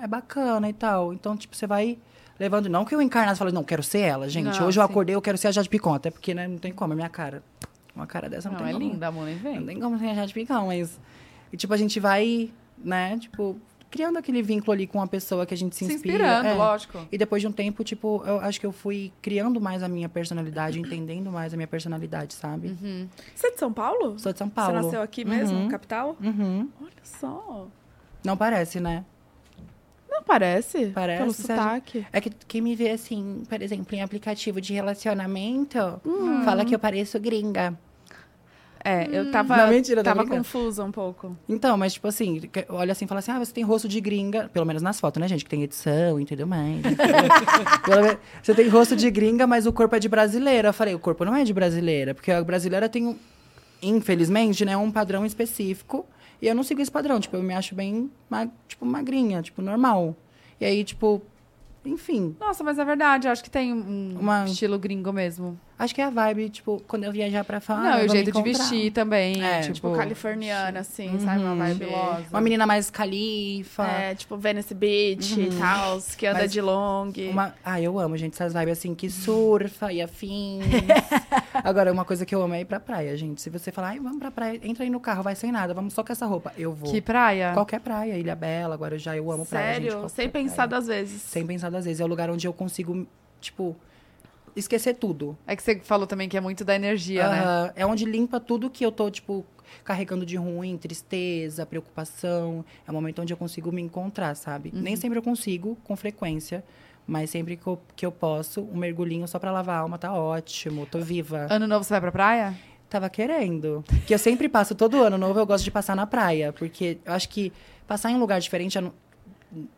Speaker 3: é, é bacana e tal. Então, tipo, você vai levando. Não que eu encarnasse falando, não, quero ser ela, gente.
Speaker 2: Não,
Speaker 3: Hoje eu
Speaker 2: sim.
Speaker 3: acordei, eu quero ser a Jade Picon. Até porque, né, não tem como, é minha cara. Uma cara dessa não,
Speaker 2: Não,
Speaker 3: tem
Speaker 2: é
Speaker 3: como.
Speaker 2: linda, amor, nem vem.
Speaker 3: Não tem como ser a Jade Picon, mas. E, tipo, a gente vai, né, tipo, criando aquele vínculo ali com a pessoa que a gente se,
Speaker 2: se
Speaker 3: inspira.
Speaker 2: inspirando,
Speaker 3: é.
Speaker 2: lógico.
Speaker 3: E depois de um tempo, tipo, eu acho que eu fui criando mais a minha personalidade, entendendo mais a minha personalidade, sabe?
Speaker 1: Você é de São Paulo?
Speaker 3: Sou de São Paulo.
Speaker 1: Você nasceu aqui mesmo,
Speaker 3: Uhum.
Speaker 1: capital?
Speaker 3: Uhum.
Speaker 1: Olha só.
Speaker 3: Não parece, né?
Speaker 1: Não parece?
Speaker 3: Parece,
Speaker 1: Pelo
Speaker 3: Sérgio.
Speaker 1: sotaque.
Speaker 3: É que quem me vê assim, por exemplo, em aplicativo de relacionamento,
Speaker 1: Uhum.
Speaker 3: fala que eu pareço gringa.
Speaker 1: É, eu tava,
Speaker 3: Não, mentira, tô
Speaker 1: tava
Speaker 3: brincando.
Speaker 1: confusa um pouco.
Speaker 3: Então, mas tipo assim, que- olha assim e fala assim: ah, você tem rosto de gringa. Pelo menos nas fotos, né, gente? Que tem edição, entendeu? Mas. Pelo menos- você tem rosto de gringa, mas o corpo é de brasileira. Eu falei: o corpo não é de brasileira, porque a brasileira tem, um- infelizmente, né, um padrão específico. E eu não sigo esse padrão. Tipo, eu me acho bem, ma- tipo, magrinha, tipo, normal. E aí, tipo, enfim.
Speaker 2: Nossa, mas é verdade, eu acho que tem um
Speaker 3: Uma-
Speaker 2: estilo gringo mesmo.
Speaker 3: Acho que é a vibe, tipo, quando eu viajar pra fora.
Speaker 2: não,
Speaker 3: eu
Speaker 2: e o
Speaker 3: vou me
Speaker 2: jeito de
Speaker 3: encontrar.
Speaker 2: vestir também.
Speaker 3: É,
Speaker 2: tipo,
Speaker 3: tipo,
Speaker 1: Tipo, californiana, assim, sabe? Uma
Speaker 3: Uhum.
Speaker 1: vibe...
Speaker 3: Uma menina mais califa.
Speaker 1: É, tipo Venice Beach e tal, que anda
Speaker 3: Uhum. Mas
Speaker 1: de long.
Speaker 3: Uma... Ah, eu amo, gente, essas vibes assim, que surfa e afins. Agora, uma coisa que eu amo é ir pra praia, gente. Se você falar, ai, vamos pra praia, entra aí no carro, vai sem nada, vamos só com essa roupa. Eu vou.
Speaker 2: Que praia.
Speaker 3: Qualquer praia, Ilha Bela, Guarujá, eu amo praia, gente.
Speaker 1: Sério?
Speaker 3: qualquer
Speaker 1: Sem
Speaker 3: praia.
Speaker 1: pensar duas vezes.
Speaker 3: Sem pensar às vezes. É o lugar onde eu consigo, tipo, esquecer tudo.
Speaker 2: É que você falou também que é muito da energia, né?
Speaker 3: Aham, É onde limpa tudo que eu tô, tipo, carregando de ruim, tristeza, preocupação. É o momento onde eu consigo me encontrar, sabe? Nem sempre eu consigo, com frequência. Mas sempre que eu, que eu posso, um mergulhinho só pra lavar a alma tá ótimo, tô viva.
Speaker 2: Ano novo você vai pra praia?
Speaker 3: Tava querendo. Que eu sempre passo, todo ano novo eu gosto de passar na praia. Porque eu acho que passar em um lugar diferente, eu não-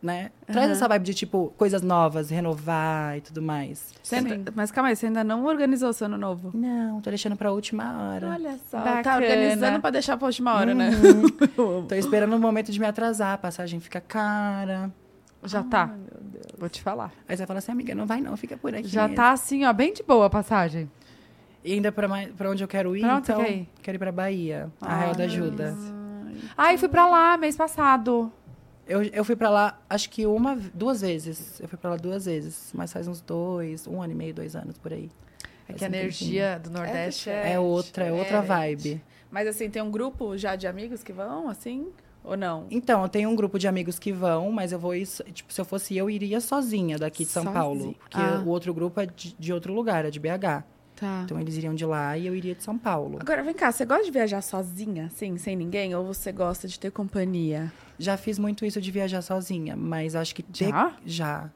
Speaker 3: né? Traz essa vibe de, tipo, coisas novas, renovar e tudo mais.
Speaker 1: Você ainda-
Speaker 2: Sim.
Speaker 1: Mas calma aí, você ainda não organizou o seu ano novo?
Speaker 3: Não, tô deixando pra última hora.
Speaker 1: Olha só, tá
Speaker 2: Bacana.
Speaker 1: organizando pra deixar pra última hora, né?
Speaker 3: Tô esperando o momento de me atrasar, a passagem fica cara.
Speaker 2: Já tá. Vou te falar.
Speaker 3: Aí você fala assim, amiga, não vai não, fica por aqui.
Speaker 2: Já
Speaker 3: mesmo.
Speaker 2: tá assim, ó, bem de boa a passagem.
Speaker 3: E ainda pra, mais, pra onde eu quero ir,
Speaker 2: Pra onde você
Speaker 3: então.
Speaker 2: quer ir? Ah,
Speaker 3: Quero ir pra Bahia, Arraial da Ajuda.
Speaker 2: Ai, Ah, fui pra lá mês passado.
Speaker 3: Eu, eu fui pra lá, acho que uma, duas vezes. Eu fui pra lá duas vezes, mas faz uns dois, um ano e meio, dois anos por aí.
Speaker 2: É
Speaker 3: Faz
Speaker 2: que a
Speaker 3: um tempinho.
Speaker 2: energia do Nordeste é.
Speaker 3: É outra, é outra vibe.
Speaker 1: Mas assim, tem um grupo já de amigos que vão, assim? Ou não?
Speaker 3: Então, eu tenho um grupo de amigos que vão, mas eu vou ir. so- Tipo, se eu fosse eu, iria sozinha daqui de São
Speaker 2: Sozinha.
Speaker 3: Paulo. Porque
Speaker 2: Ah.
Speaker 3: o outro grupo é de, de outro lugar, é de BH.
Speaker 2: Tá.
Speaker 3: Então eles iriam de lá e eu iria de São Paulo.
Speaker 1: Agora, vem cá, você gosta de viajar sozinha, assim, sem ninguém? Ou você gosta de ter companhia?
Speaker 3: Já fiz muito isso de viajar sozinha, mas acho que ter.
Speaker 2: Já?
Speaker 3: Já.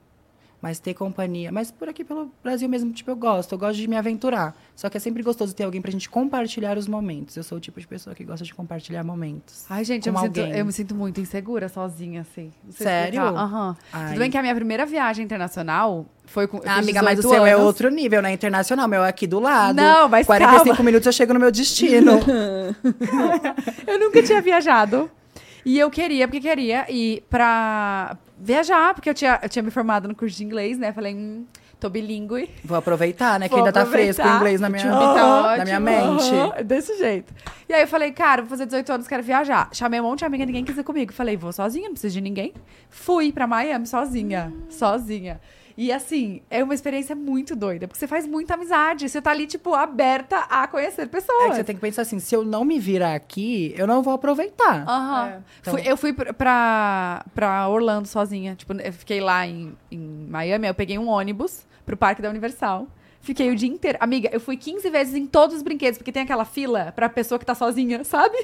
Speaker 3: Mas ter companhia. Mas por aqui pelo Brasil mesmo, tipo, eu gosto. Eu gosto de me aventurar. Só que é sempre gostoso ter alguém pra gente compartilhar os momentos. Eu sou o tipo de pessoa que gosta de compartilhar momentos.
Speaker 2: Ai, gente, eu me,
Speaker 3: Com
Speaker 2: sinto,
Speaker 3: alguém.
Speaker 2: eu me sinto muito insegura sozinha, assim. Não sei
Speaker 3: Sério?
Speaker 2: explicar. Aham.
Speaker 3: Ai.
Speaker 2: Tudo bem que a minha primeira viagem internacional foi com. eu
Speaker 3: Ah,
Speaker 2: fiz
Speaker 3: amiga, mas o
Speaker 2: 18
Speaker 3: seu é
Speaker 2: anos.
Speaker 3: outro nível, né? Internacional. Meu é aqui do lado.
Speaker 2: Não, mas
Speaker 3: 45
Speaker 2: calma.
Speaker 3: minutos eu chego no meu destino.
Speaker 2: Eu nunca tinha viajado. E eu queria, porque queria ir pra viajar, porque eu tinha, eu tinha me formado no curso de inglês, né? Falei, hum, tô bilíngue.
Speaker 3: Vou aproveitar, né? Que
Speaker 2: Vou
Speaker 3: ainda tá
Speaker 2: aproveitar,
Speaker 3: fresco o inglês na minha,
Speaker 2: Tipo, tá
Speaker 3: na minha
Speaker 2: ótimo,
Speaker 3: mente.
Speaker 2: aham, desse jeito. E aí eu falei, cara, vou fazer 18 anos, quero viajar. Chamei um monte de amiga, ninguém quis ir comigo. Falei, vou sozinha, não preciso de ninguém. Fui pra Miami sozinha, sozinha. E assim, é uma experiência muito doida, porque você faz muita amizade. Você tá ali, tipo, aberta a conhecer pessoas.
Speaker 3: É que você tem que pensar assim, se eu não me virar aqui, eu não vou aproveitar.
Speaker 2: Aham.
Speaker 1: É.
Speaker 2: Fui- eu fui pra- pra, pra Orlando sozinha. Tipo, eu fiquei lá em, em Miami, aí eu peguei um ônibus pro Parque da Universal. Fiquei o dia inteiro. Amiga, eu fui 15 vezes em todos os brinquedos, porque tem aquela fila pra pessoa que tá sozinha, sabe?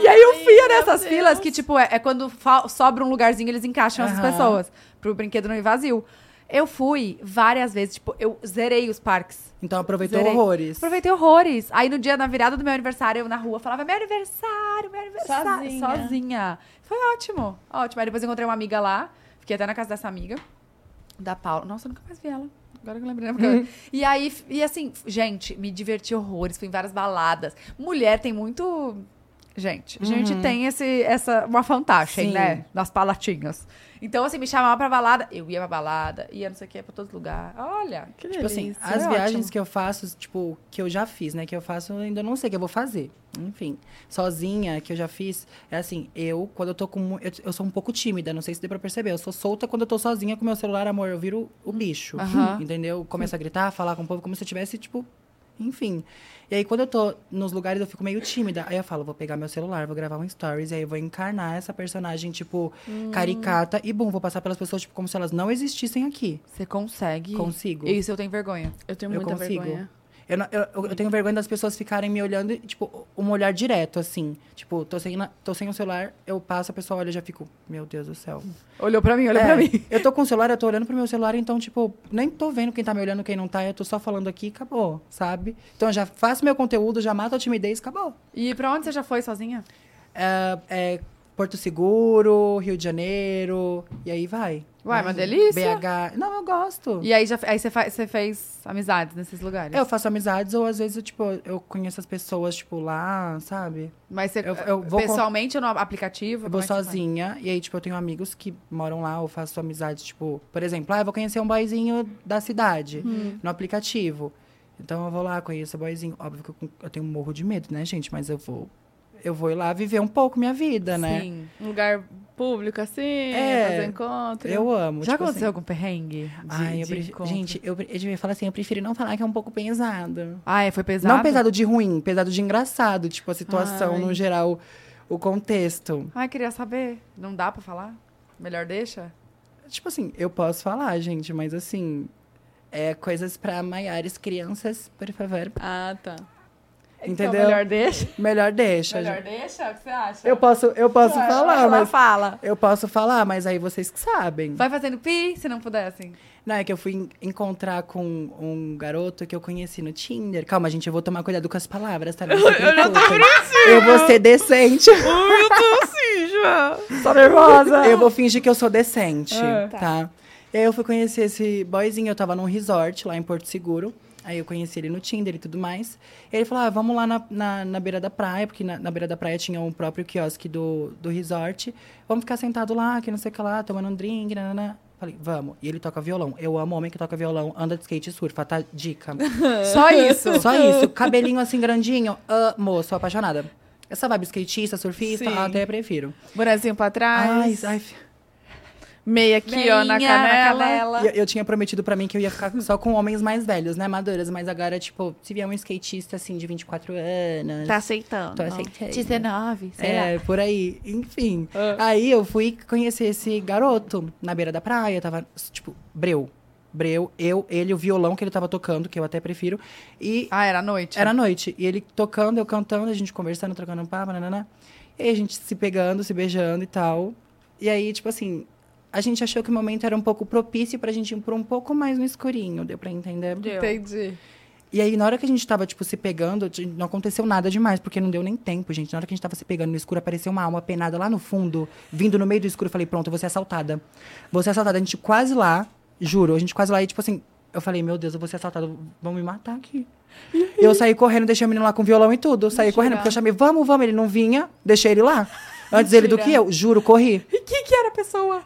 Speaker 2: e aí eu fui nessas
Speaker 1: Deus.
Speaker 2: filas que, tipo, é, é quando fa- sobra um lugarzinho, eles encaixam essas
Speaker 3: Aham.
Speaker 2: pessoas pro brinquedo não ir vazio. Eu fui várias vezes, tipo, eu zerei os parques.
Speaker 3: Então aproveitou
Speaker 2: Zerei.
Speaker 3: horrores.
Speaker 2: Aproveitei horrores. Aí no dia, na virada do meu aniversário, eu na rua falava: meu aniversário, meu aniversário.
Speaker 1: Sozinha.
Speaker 2: Sozinha. Foi ótimo. Ótimo. Aí depois eu encontrei uma amiga lá. Fiquei até na casa dessa amiga, da Paula. Nossa, eu nunca mais vi ela. Agora que eu lembrei. né? Porque- e aí, f- e assim, f- gente, me diverti horrores. Fui em várias baladas. Mulher tem muito. Gente, a gente tem esse, essa, uma fantástica,
Speaker 3: Sim.
Speaker 2: né? Nas palatinhas. Então, assim, me chamava pra balada. Eu ia pra balada, ia não sei o que, pra todo lugar. Olha.
Speaker 1: Que
Speaker 3: Tipo assim,
Speaker 2: Delícia,
Speaker 3: as
Speaker 2: é
Speaker 3: viagens
Speaker 2: ótimo.
Speaker 3: que eu faço, tipo, que eu já fiz, né? Que eu faço, eu ainda não sei que eu vou fazer. Enfim, sozinha, que eu já fiz, é assim, eu, quando eu tô com. mu- Eu, eu sou um pouco tímida, não sei se deu pra perceber. Eu sou solta quando eu tô sozinha com meu celular, amor, eu viro o bicho.
Speaker 2: Aham.
Speaker 3: Entendeu? Começo a gritar, falar com o povo como se eu tivesse, tipo. Enfim. E aí, quando eu tô nos lugares, eu fico meio tímida. Aí eu falo, vou pegar meu celular, vou gravar um stories, e aí eu vou encarnar essa personagem, tipo,
Speaker 2: Hum.
Speaker 3: caricata, e bom, vou passar pelas pessoas, tipo, como se elas não existissem aqui.
Speaker 2: Você consegue.
Speaker 3: Consigo.
Speaker 2: Isso eu tenho vergonha.
Speaker 1: Eu tenho
Speaker 3: Eu
Speaker 1: muita
Speaker 3: consigo.
Speaker 1: vergonha.
Speaker 3: Eu, não- eu- eu- eu tenho vergonha das pessoas ficarem me olhando, e, tipo, um olhar direto, assim. Tipo, tô sem, na- tô sem o celular, eu passo, a pessoa olha e já fico, meu Deus do céu.
Speaker 2: Olhou pra mim, olhou
Speaker 3: É,
Speaker 2: pra mim.
Speaker 3: Eu tô com o celular, eu tô olhando pro meu celular, então, tipo, nem tô vendo quem tá me olhando, quem não tá, eu tô só falando aqui e acabou, sabe? Então, eu já faço meu conteúdo, já mato a timidez, acabou.
Speaker 2: E pra onde você já foi sozinha?
Speaker 3: É, é Porto Seguro, Rio de Janeiro, e aí vai.
Speaker 2: Uai, uma delícia.
Speaker 3: BH. Não, eu gosto.
Speaker 2: E aí, já, aí você, fa- você fez amizades nesses lugares.
Speaker 3: Eu faço amizades ou às vezes, eu, tipo, eu conheço as pessoas, tipo, lá, sabe?
Speaker 2: Mas você,
Speaker 3: eu- eu vou com-
Speaker 2: pessoalmente ou no aplicativo?
Speaker 3: Eu
Speaker 2: Como
Speaker 3: vou
Speaker 2: é que você faz?
Speaker 3: sozinha, e aí, tipo, eu tenho amigos que moram lá, eu faço amizade, tipo, por exemplo, ah, eu vou conhecer um boyzinho da cidade,
Speaker 2: Uhum.
Speaker 3: no aplicativo. Então eu vou lá, conheço o boyzinho. Óbvio que eu, com- eu tenho um morro de medo, né, gente? Mas eu vou. Eu vou ir lá viver um pouco minha vida, né?
Speaker 2: Sim.
Speaker 1: Um lugar público, assim,
Speaker 3: É.
Speaker 1: fazer encontro.
Speaker 3: Eu amo.
Speaker 2: Então, Já
Speaker 3: tipo
Speaker 2: aconteceu
Speaker 3: assim.
Speaker 2: algum perrengue? De,
Speaker 3: Ai, eu
Speaker 2: de
Speaker 3: prefiro-
Speaker 2: encontro?
Speaker 3: gente, eu, pre- eu devia falar assim, eu prefiro não falar que é um pouco pesado.
Speaker 2: Ah, é, foi pesado?
Speaker 3: Não pesado de ruim, pesado de engraçado, tipo, a situação
Speaker 2: Ai.
Speaker 3: no geral, o contexto.
Speaker 2: Ai, queria saber. Não dá pra falar? Melhor deixa?
Speaker 3: Tipo assim, eu posso falar, gente, mas assim, é coisas pra maiores crianças, por favor.
Speaker 1: Ah, tá.
Speaker 3: Entendeu?
Speaker 1: Então, melhor deixa.
Speaker 3: Melhor deixa. gente.
Speaker 2: deixa? O que você acha?
Speaker 3: Eu posso, eu posso falar, mas
Speaker 2: fala.
Speaker 3: eu posso falar, mas aí vocês que sabem.
Speaker 2: Vai fazendo pi, se não puder, assim.
Speaker 3: Não, é que eu fui en- encontrar com um garoto que eu conheci no Tinder. Calma, gente, eu vou tomar cuidado com as palavras, tá? Eu, não tô Eu vou ser decente.
Speaker 1: eu tô assim, João.
Speaker 3: Tô nervosa. Eu vou fingir que eu sou decente, tá. E aí eu fui conhecer esse boyzinho, eu tava num resort lá em Porto Seguro. Aí eu conheci ele no Tinder e tudo mais. Ele falou, ah, vamos lá na, na, na beira da praia, porque na, na beira da praia tinha um próprio quiosque do, do resort. Vamos ficar sentado lá, que não sei o que lá, tomando um drink, nananã. Falei, vamos. E ele toca violão. Eu amo homem que toca violão, anda de skate e surfa, tá? Dica.
Speaker 2: Só isso.
Speaker 3: Só isso. Cabelinho assim grandinho, amo, sou apaixonada. Essa vibe skatista, surfista,
Speaker 1: Sim.
Speaker 3: até prefiro.
Speaker 1: Bonezinho pra
Speaker 3: Ai,
Speaker 1: trás.
Speaker 3: ai, fi-
Speaker 1: Meia aqui, ó, na
Speaker 2: Meinha,
Speaker 1: canela.
Speaker 3: E Eu, eu tinha prometido pra mim que eu ia ficar só com homens mais velhos, né, maduras. Mas agora, tipo, se vier um skatista, assim, de 24 anos...
Speaker 1: Tá aceitando.
Speaker 3: Tô aceitando.
Speaker 2: 19,
Speaker 3: É, por aí. Enfim.
Speaker 1: Ah.
Speaker 3: Aí eu fui conhecer esse garoto na beira da praia. Tava, tipo, breu. Breu, eu, ele, o violão que ele tava tocando, que eu até prefiro. E
Speaker 2: Ah, era à noite.
Speaker 3: era noite. E ele tocando, eu cantando, a gente conversando, trocando um papo, nananã. E aí a gente se pegando, se beijando e tal. E aí, tipo assim, a gente achou que o momento era um pouco propício pra gente ir por um pouco mais no escurinho, deu pra entender?
Speaker 1: Deu.
Speaker 2: Entendi.
Speaker 3: E aí, na hora que a gente tava, tipo, se pegando, t- não aconteceu nada demais, porque não deu nem tempo, gente. Na hora que a gente tava se pegando no escuro, apareceu uma alma penada lá no fundo, vindo no meio do escuro. Eu falei, pronto, eu vou ser assaltada. Vou ser assaltada. A gente quase lá, juro, a gente quase lá. E, tipo assim, eu falei, meu Deus, eu vou ser assaltada, vão me matar aqui. eu saí correndo, deixei o menino lá com violão e tudo. Eu Saí correndo, porque eu chamei, vamos, vamos. Ele não vinha, deixei ele lá. Antes ele do que eu, juro, corri.
Speaker 2: E quem que era a pessoa?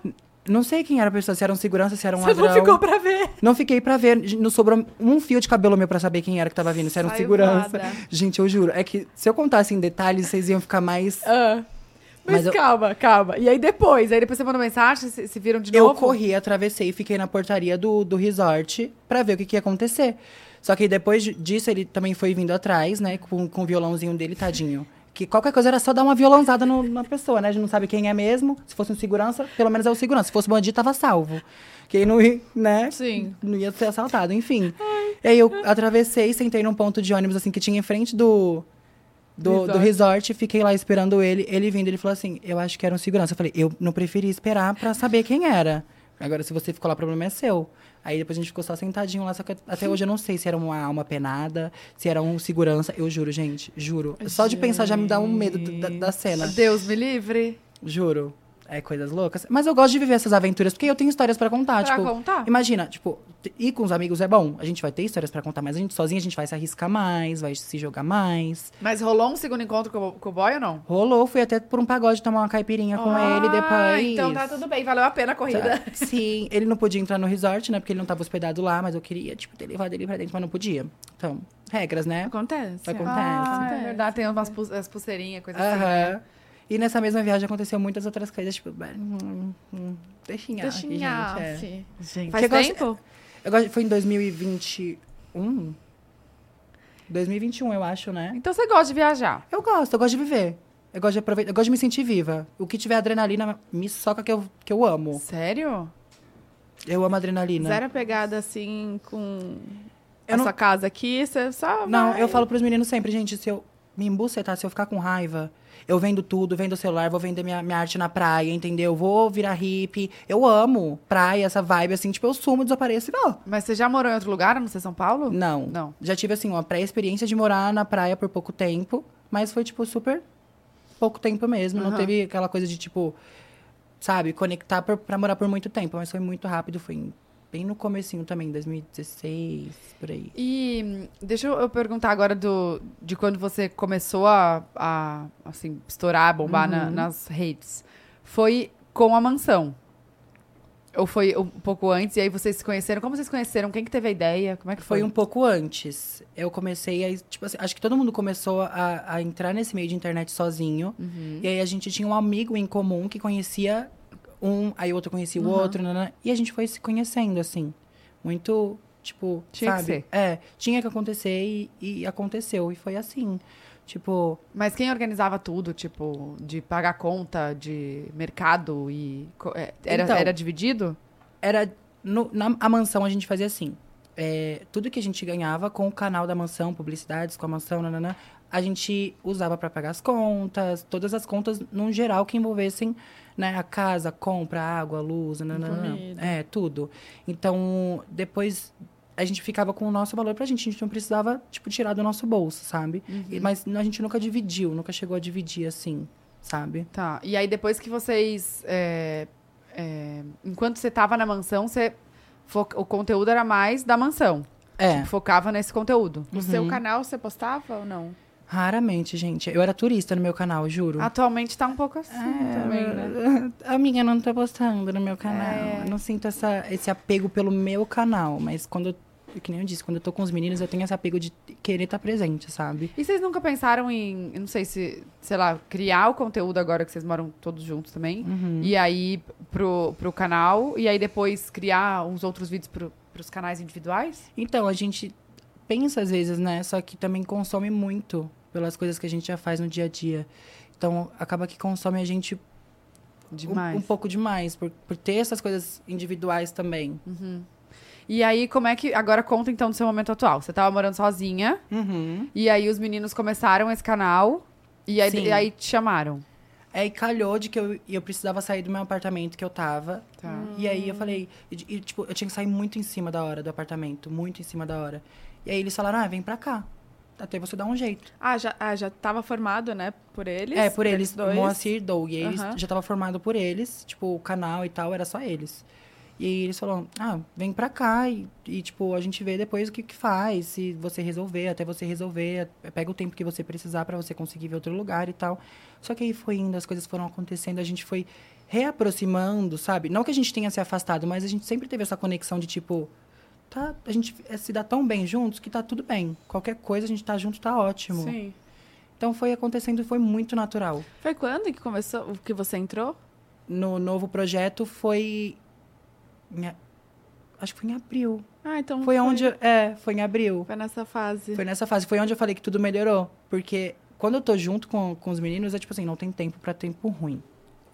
Speaker 3: Não sei quem era a pessoa, se era um segurança, se era um
Speaker 2: Você
Speaker 3: ladrão.
Speaker 2: não ficou pra ver.
Speaker 3: Não fiquei pra ver. Não sobrou um fio de cabelo meu pra saber quem era que tava vindo. Se era um
Speaker 1: Saiu
Speaker 3: segurança.
Speaker 1: voada.
Speaker 3: Gente, eu juro. É que se eu contasse em detalhes, vocês iam ficar mais...
Speaker 2: Ah. Mas,
Speaker 3: Mas eu-
Speaker 2: calma, calma. E aí depois? Aí depois você mandou mensagem, se, se viram de
Speaker 3: Eu
Speaker 2: novo?
Speaker 3: corri, atravessei e fiquei na portaria do, do resort pra ver o que, que ia acontecer. Só que depois de- disso, ele também foi vindo atrás, né? Com, com o violãozinho dele, tadinho. Que qualquer coisa era só dar uma violãozada no- na pessoa, né? A gente não sabe quem é mesmo. Se fosse um segurança, pelo menos é o segurança. Se fosse bandido, tava salvo. Quem não ia, né?
Speaker 1: Sim.
Speaker 3: Não ia ser assaltado, enfim. E aí eu atravessei, sentei num ponto de ônibus, assim, que tinha em frente do, do, do resort, fiquei lá esperando ele. Ele vindo, ele falou assim: Eu acho que era um segurança. Eu falei: Eu não preferi esperar pra saber quem era. Agora, se você ficou lá, o problema é seu. Aí depois a gente ficou só sentadinho lá, só que até hoje eu não sei se era uma alma penada, se era um segurança. Eu juro, gente, juro. Só de pensar já me dá um medo da, da cena.
Speaker 2: Deus me livre.
Speaker 3: Juro. É coisas loucas. Mas eu gosto de viver essas aventuras, porque eu tenho histórias pra contar.
Speaker 2: Pra
Speaker 3: tipo,
Speaker 2: contar?
Speaker 3: Imagina, tipo, t- ir com os amigos é bom. A gente vai ter histórias pra contar, mas a gente sozinha a gente vai se arriscar mais, vai se jogar mais.
Speaker 2: Mas rolou um segundo encontro com, o- com o boy ou não?
Speaker 3: Rolou, fui até por um pagode tomar uma
Speaker 2: É
Speaker 3: caipirinha com ele
Speaker 2: Ah,
Speaker 3: depois.
Speaker 2: então tá tudo bem. Valeu a pena a corrida.
Speaker 3: Tá. Sim, ele não podia entrar no resort, né? Porque ele não tava hospedado lá, mas eu queria, tipo, ter levado ele pra dentro, mas não podia. Então, regras, né?
Speaker 1: Acontece.
Speaker 3: Acontece.
Speaker 2: Ah, é verdade. Tem umas pu- as pulseirinhas, coisa assim.
Speaker 3: Aham. E nessa mesma viagem aconteceu muitas outras coisas, tipo, hum, hum, deixinha.
Speaker 1: Deixa em
Speaker 3: Deixinha.
Speaker 1: off.
Speaker 3: É.
Speaker 2: Gente.
Speaker 1: Faz
Speaker 3: Que eu gosto-
Speaker 1: tempo?
Speaker 3: Eu gosto- Foi em 2021? 2021, eu acho, né?
Speaker 2: Então você gosta de viajar.
Speaker 3: Eu gosto, eu gosto de viver. Eu gosto de aproveitar, eu gosto de me sentir viva. O que tiver adrenalina, me soca que eu, que eu amo.
Speaker 2: Sério?
Speaker 3: Eu amo adrenalina.
Speaker 1: Zero a pegada assim com
Speaker 3: Eu
Speaker 1: a
Speaker 3: não-
Speaker 1: sua casa aqui, você só.
Speaker 3: Não,
Speaker 1: vai.
Speaker 3: eu falo pros meninos sempre, gente, se eu me embucetar, se eu ficar com raiva, eu vendo tudo, vendo o celular, vou vender minha, minha arte na praia, entendeu? Vou virar hippie. Eu amo praia, essa vibe, assim, tipo, eu sumo, desapareço e vou.
Speaker 2: Mas você já morou em outro lugar, a não ser São Paulo?
Speaker 3: Não.
Speaker 2: Não.
Speaker 3: Já tive, assim, uma pré-experiência de morar na praia por pouco tempo, mas foi, tipo, super pouco tempo mesmo. Não
Speaker 2: Aham.
Speaker 3: teve aquela coisa de, tipo, sabe, conectar pra, pra morar por muito tempo. Mas foi muito rápido, foi em- bem no comecinho também, 2016, por aí.
Speaker 2: E hum, deixa eu eu perguntar agora do, de quando você começou a, a, assim, estourar, bombar
Speaker 3: Uhum.
Speaker 2: na- nas redes. Foi com a mansão? Ou foi um pouco antes e aí vocês se conheceram? Como vocês se conheceram? Quem que teve a ideia? Como é que foi?
Speaker 3: Foi um pouco antes. Eu comecei a. Tipo assim, acho que todo mundo começou a, a entrar nesse meio de internet sozinho.
Speaker 2: Uhum.
Speaker 3: E aí a gente tinha um amigo em comum que conhecia um, aí o outro conhecia o
Speaker 2: Uhum.
Speaker 3: outro, nanã, e a gente foi se conhecendo, assim. Muito, tipo,
Speaker 2: Tinha que
Speaker 3: sabe?
Speaker 2: ser.
Speaker 3: É, tinha que acontecer e, e aconteceu. E foi assim. Tipo,
Speaker 2: Mas quem organizava tudo, tipo, de pagar conta, de mercado e... co- é, Era,
Speaker 3: Então.
Speaker 2: era dividido?
Speaker 3: era. no- na a mansão a gente fazia assim. é, tudo que a gente ganhava com o canal da mansão, publicidades com a mansão, nananã, a gente usava pra pagar as contas, todas as contas, num geral, que envolvessem né, a casa, a compra, a água, a luz, nananã,
Speaker 1: Comida.
Speaker 3: é, tudo. Então, depois a gente ficava com o nosso valor pra gente, a gente não precisava, tipo, tirar do nosso bolso, sabe? E- Mas a gente nunca dividiu, nunca chegou a dividir assim, sabe?
Speaker 2: Tá. E aí depois que vocês. é, é, enquanto você tava na mansão, você. fo- O conteúdo era mais da mansão.
Speaker 3: É. Uhum.
Speaker 2: Focava nesse conteúdo.
Speaker 1: No seu canal você postava ou não?
Speaker 3: Raramente, gente. Eu era turista no meu canal, juro.
Speaker 2: Atualmente tá um pouco assim
Speaker 3: É,
Speaker 2: também, né?
Speaker 3: A minha não tá postando no meu canal.
Speaker 2: É.
Speaker 3: Eu não sinto essa, esse apego pelo meu canal, mas quando eu, que nem eu disse, quando eu tô com os meninos, eu tenho esse apego de querer estar presente, sabe?
Speaker 2: E vocês nunca pensaram em, eu não sei se, sei lá, criar o conteúdo agora que vocês moram todos juntos também?
Speaker 3: Uhum.
Speaker 2: E aí pro, pro canal, e aí depois criar uns outros vídeos pro, pros canais individuais?
Speaker 3: Então, a gente pensa às vezes, né? Só que também consome muito pelas coisas que a gente já faz no dia a dia. Então, acaba que consome a gente um-
Speaker 2: Demais.
Speaker 3: Um, pouco demais, por, por ter essas coisas individuais também.
Speaker 2: E aí, como é que. Agora conta então do seu momento atual. Você tava morando sozinha.
Speaker 3: Uhum.
Speaker 2: E aí os meninos começaram esse canal e aí,
Speaker 3: Sim.
Speaker 2: e aí te chamaram.
Speaker 3: Aí calhou de que eu, eu precisava sair do meu apartamento que eu tava.
Speaker 2: Tá.
Speaker 3: E aí eu falei, e, e, tipo, eu tinha que sair muito em cima da hora do apartamento, muito em cima da hora. E aí eles falaram, ah, vem pra cá. Até você dar um jeito.
Speaker 1: Ah, já, ah, já tava formado, né? Por eles?
Speaker 3: é, por eles,
Speaker 1: dois.
Speaker 3: Moacir Doug. E eles
Speaker 1: Aham.
Speaker 3: já tava formado por eles, tipo, o canal e tal, era só eles. E aí eles falaram, ah, vem pra cá e, e, tipo, a gente vê depois o que, que faz, se você resolver, até você resolver, eh, pega o tempo que você precisar pra você conseguir ver outro lugar e tal. Só que aí foi indo, as coisas foram acontecendo, a gente foi reaproximando, sabe? Não que a gente tenha se afastado, mas a gente sempre teve essa conexão de tipo, tá, a gente eh, se dá tão bem juntos que tá tudo bem. Qualquer coisa a gente tá junto tá ótimo.
Speaker 1: Sim.
Speaker 3: Então foi acontecendo, foi muito natural.
Speaker 1: Foi quando que começou, que você entrou?
Speaker 3: No novo projeto foi em a- acho que foi em abril.
Speaker 1: Ah, então
Speaker 3: Foi onde é, foi em abril.
Speaker 1: Foi nessa fase.
Speaker 3: Foi nessa fase, foi onde eu falei que tudo melhorou. Porque quando eu tô junto com, com os meninos, é tipo assim, não tem tempo pra tempo ruim.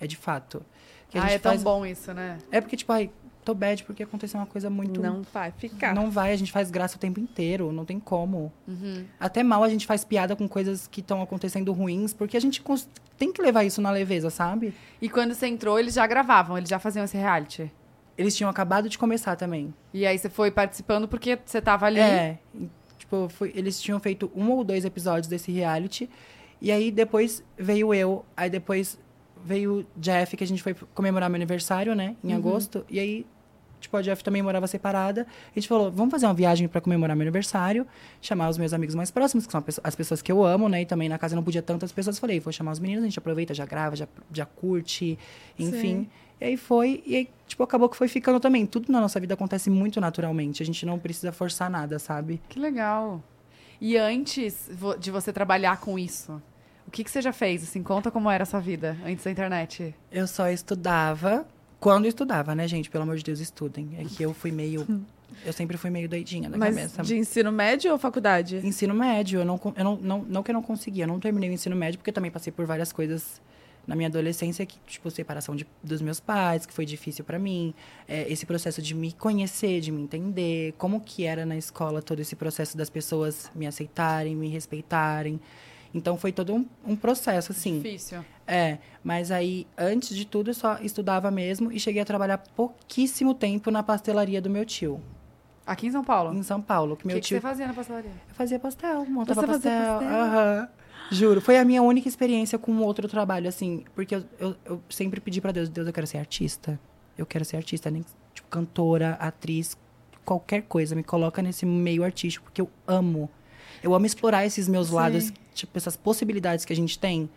Speaker 3: É de fato. Que a
Speaker 2: Ah,
Speaker 3: gente
Speaker 2: é tão
Speaker 3: faz-
Speaker 2: bom isso, né?
Speaker 3: É porque, tipo, ai, tô bad porque aconteceu uma coisa muito.
Speaker 1: Não vai ficar.
Speaker 3: Não vai, a gente faz graça o tempo inteiro, não tem como.
Speaker 2: Uhum.
Speaker 3: Até mal a gente faz piada com coisas que estão acontecendo ruins, porque a gente cons- tem que levar isso na leveza, sabe?
Speaker 2: E quando você entrou, eles já gravavam, eles já faziam esse reality.
Speaker 3: Eles tinham acabado de começar também.
Speaker 2: E aí você foi participando porque você tava ali.
Speaker 3: É. e, Tipo, foi- eles tinham feito um ou dois episódios desse reality. E aí depois veio eu, aí depois veio o Jeff, que a gente foi comemorar meu aniversário, né?
Speaker 2: Uhum.
Speaker 3: Em agosto. E aí, tipo, a Jeff também morava separada. A gente falou, vamos fazer uma viagem pra comemorar meu aniversário, chamar os meus amigos mais próximos, que são a pesso- as pessoas que eu amo, né? E também na casa não podia tantas pessoas. Falei, vou chamar os meninos, a gente aproveita, já grava, já, já curte, enfim.
Speaker 1: Sim.
Speaker 3: E aí foi, e aí, tipo, acabou que foi ficando também. Tudo na nossa vida acontece muito naturalmente. A gente não precisa forçar nada, sabe?
Speaker 2: Que legal. E antes vo- de você trabalhar com isso, o que, que você já fez? Assim, conta como era a sua vida antes da internet.
Speaker 3: Eu só estudava quando estudava, né, gente? Pelo amor de Deus, estudem. É que eu fui meio. Eu sempre fui meio doidinha da
Speaker 1: Mas
Speaker 3: cabeça.
Speaker 1: de ensino médio ou faculdade?
Speaker 3: Ensino médio, eu não, con- eu não, não, não que eu não conseguia, eu não terminei o ensino médio, porque eu também passei por várias coisas na minha adolescência, que, tipo, separação de, dos meus pais, que foi difícil pra mim, é, esse processo de me conhecer, de me entender, como que era na escola todo esse processo das pessoas me aceitarem, me respeitarem. Então foi todo um, um processo, assim.
Speaker 2: Difícil.
Speaker 3: É, mas aí, antes de tudo, eu só estudava mesmo e cheguei a trabalhar pouquíssimo tempo na pastelaria do meu tio,
Speaker 2: Aqui em São Paulo.
Speaker 3: em São Paulo. Que
Speaker 2: O
Speaker 3: meu
Speaker 2: que, que
Speaker 3: tio
Speaker 2: você fazia na pastelaria?
Speaker 3: eu fazia pastel, montava
Speaker 1: Você fazia
Speaker 3: pastel.
Speaker 1: pastel?
Speaker 3: aham. Juro, foi a minha única experiência com outro trabalho, assim, porque eu, eu, eu sempre pedi pra Deus, Deus, eu quero ser artista. Eu quero ser artista, nem tipo, cantora, atriz, qualquer coisa. Me coloca nesse meio artístico, porque eu amo. Eu amo explorar esses meus
Speaker 2: Sim.
Speaker 3: lados, tipo, essas possibilidades que a gente tem.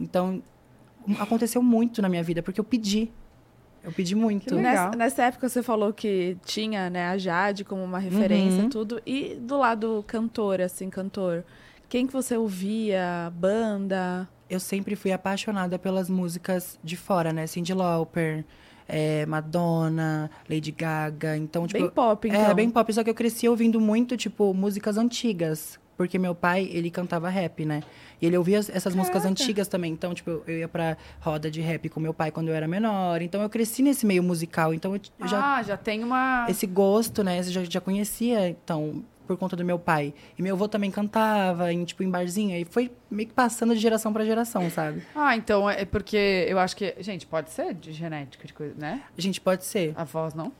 Speaker 3: Então, aconteceu muito na minha vida, porque eu pedi. Eu pedi muito.
Speaker 2: legal.
Speaker 1: Nessa, nessa época você falou que tinha, né, a Jade como uma referência,
Speaker 3: Uhum.
Speaker 1: tudo. E do lado cantor, assim, cantor, quem que você ouvia? Banda?
Speaker 3: eu sempre fui apaixonada pelas músicas de fora, né? Cindy Lauper, eh, Madonna, Lady Gaga. Então, tipo.
Speaker 1: bem pop, então.
Speaker 3: É, bem pop. Só que eu cresci ouvindo muito, tipo, músicas antigas. Porque meu pai, ele cantava rap, né? E ele ouvia as- essas músicas antigas também. Então, tipo, eu- eu ia pra roda de rap com meu pai quando eu era menor. Então, eu cresci nesse meio musical. Então, eu t- eu já
Speaker 2: Ah, já tem uma.
Speaker 3: esse gosto, né? Eu já, já conhecia, então, por conta do meu pai. E meu avô também cantava, em, tipo, em barzinha. E foi meio que passando de geração pra geração, sabe?
Speaker 2: Ah, então é porque eu acho que. Gente, pode ser de genética, de coisa, né?
Speaker 3: Gente, pode ser.
Speaker 2: A voz não?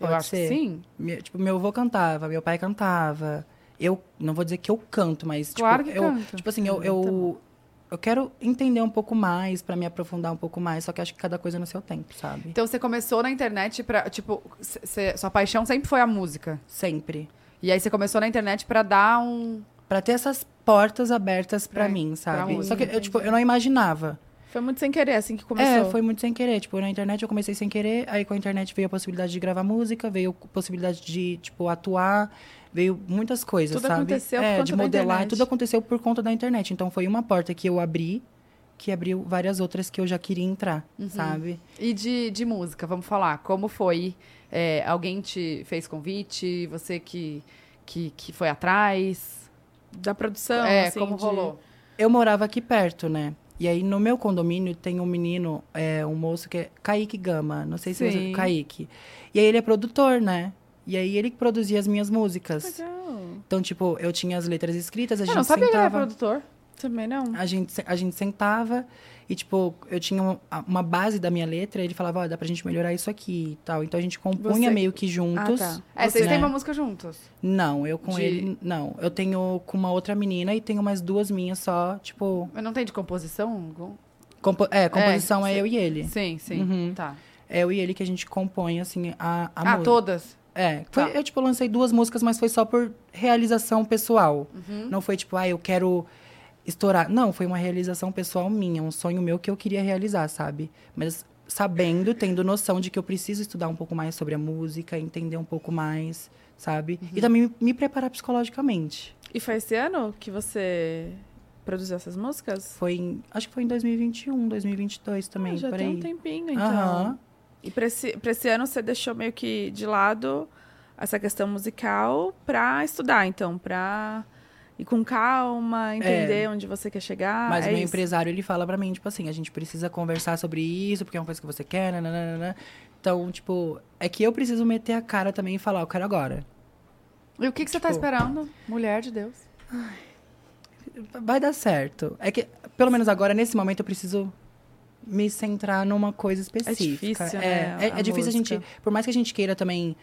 Speaker 3: Pode
Speaker 2: eu acho que
Speaker 3: ser.
Speaker 2: sim.
Speaker 3: Me- tipo, meu avô cantava, meu pai cantava. Eu não vou dizer que eu canto, mas,
Speaker 2: Claro
Speaker 3: tipo,
Speaker 2: que
Speaker 3: eu,
Speaker 2: canta.
Speaker 3: tipo assim, eu, eu, eu quero entender um pouco mais, pra me aprofundar um pouco mais. Só que acho que cada coisa é no seu tempo, sabe?
Speaker 2: Então você começou na internet pra. Tipo, cê- cê- sua paixão sempre foi a música.
Speaker 3: Sempre.
Speaker 2: E aí você começou na internet pra dar um.
Speaker 3: Pra ter essas portas abertas pra,
Speaker 2: É, Pra-
Speaker 3: mim, sabe?
Speaker 2: música,
Speaker 3: Só que eu, tipo, eu não imaginava.
Speaker 1: Foi muito sem querer, assim, que começou.
Speaker 3: É, foi muito sem querer. Tipo, na internet eu comecei sem querer, aí com a internet veio a possibilidade de gravar música, veio a possibilidade de, tipo, atuar, veio muitas coisas,
Speaker 1: Tudo
Speaker 3: sabe?
Speaker 1: aconteceu por
Speaker 3: é,
Speaker 1: conta
Speaker 3: de
Speaker 1: da
Speaker 3: modelar,
Speaker 1: internet.
Speaker 3: tudo aconteceu por conta da internet. Então foi uma porta que eu abri, que abriu várias outras que eu já queria entrar,
Speaker 1: Uhum.
Speaker 3: sabe?
Speaker 2: E de, de música, vamos falar. Como foi? É, alguém te fez convite? Você que, que, que foi atrás?
Speaker 1: Da produção,
Speaker 2: é,
Speaker 1: assim,
Speaker 2: como
Speaker 1: de-
Speaker 2: rolou?
Speaker 3: Eu morava aqui perto, né? E aí, no meu condomínio, tem um menino, é, um moço que é Kaique Gama. Não sei se
Speaker 2: Sim.
Speaker 3: você... Kaique. E aí, ele é produtor, né? E aí, ele que produzia as minhas músicas.
Speaker 1: Legal.
Speaker 3: Então, tipo, eu tinha as letras escritas, a
Speaker 2: Eu
Speaker 3: gente
Speaker 2: não sabia que ele era
Speaker 3: sentava...
Speaker 2: produtor.
Speaker 1: Também não.
Speaker 3: A gente, se- a gente sentava e, tipo, eu tinha um- a- uma base da minha letra, ele falava, ó, dá pra gente melhorar isso aqui e tal. Então a gente compunha
Speaker 1: Você-
Speaker 3: meio que juntos.
Speaker 1: Ah, tá.
Speaker 2: É, vocês
Speaker 3: Né?
Speaker 2: têm uma música juntos.
Speaker 3: Não, eu com
Speaker 2: De-
Speaker 3: ele. Não. Eu tenho com uma outra menina e tenho mais duas minhas só, tipo.
Speaker 2: Mas não tem de composição? algum?
Speaker 3: compo- é, composição é,
Speaker 2: sim.
Speaker 3: eu e ele.
Speaker 2: Sim, sim.
Speaker 3: Uhum.
Speaker 2: Tá.
Speaker 3: É eu e ele que a gente compõe, assim, a, a
Speaker 2: ah,
Speaker 3: música.
Speaker 2: todas?
Speaker 3: É,
Speaker 2: Tá.
Speaker 3: foi- eu, tipo, lancei duas músicas, mas foi só por realização pessoal.
Speaker 2: Uhum.
Speaker 3: Não foi tipo, ah, eu quero estourar. Não, foi uma realização pessoal minha, um sonho meu que eu queria realizar, sabe? Mas sabendo, tendo noção de que eu preciso estudar um pouco mais sobre a música, entender um pouco mais, sabe?
Speaker 1: Uhum.
Speaker 3: E também me- me preparar psicologicamente.
Speaker 1: E foi esse ano que você produziu essas músicas?
Speaker 3: Foi em, acho que foi em 2021, 2022 também,
Speaker 1: Ah, já
Speaker 3: por
Speaker 1: tem um
Speaker 3: aí.
Speaker 1: tempinho, então.
Speaker 3: Aham.
Speaker 1: E pra esse, pra esse ano você deixou meio que de lado essa questão musical pra estudar, então, pra ir com
Speaker 3: É.
Speaker 1: calma, entender onde você quer chegar.
Speaker 3: Mas
Speaker 1: é
Speaker 3: o meu
Speaker 1: isso.
Speaker 3: empresário, ele fala pra mim, tipo assim, a gente precisa conversar sobre isso, porque é uma coisa que você quer, nananana. Então, tipo, é que eu preciso meter a cara também e falar, eu quero agora.
Speaker 2: E o que, que você tá
Speaker 3: Tipo-
Speaker 2: esperando? Mulher de Deus.
Speaker 3: Vai dar certo. É que, pelo menos agora, nesse momento, eu preciso me centrar numa coisa específica.
Speaker 1: É difícil,
Speaker 3: é,
Speaker 1: né,
Speaker 3: é,
Speaker 1: a
Speaker 3: é difícil
Speaker 1: música.
Speaker 3: a gente. Por mais que a gente queira também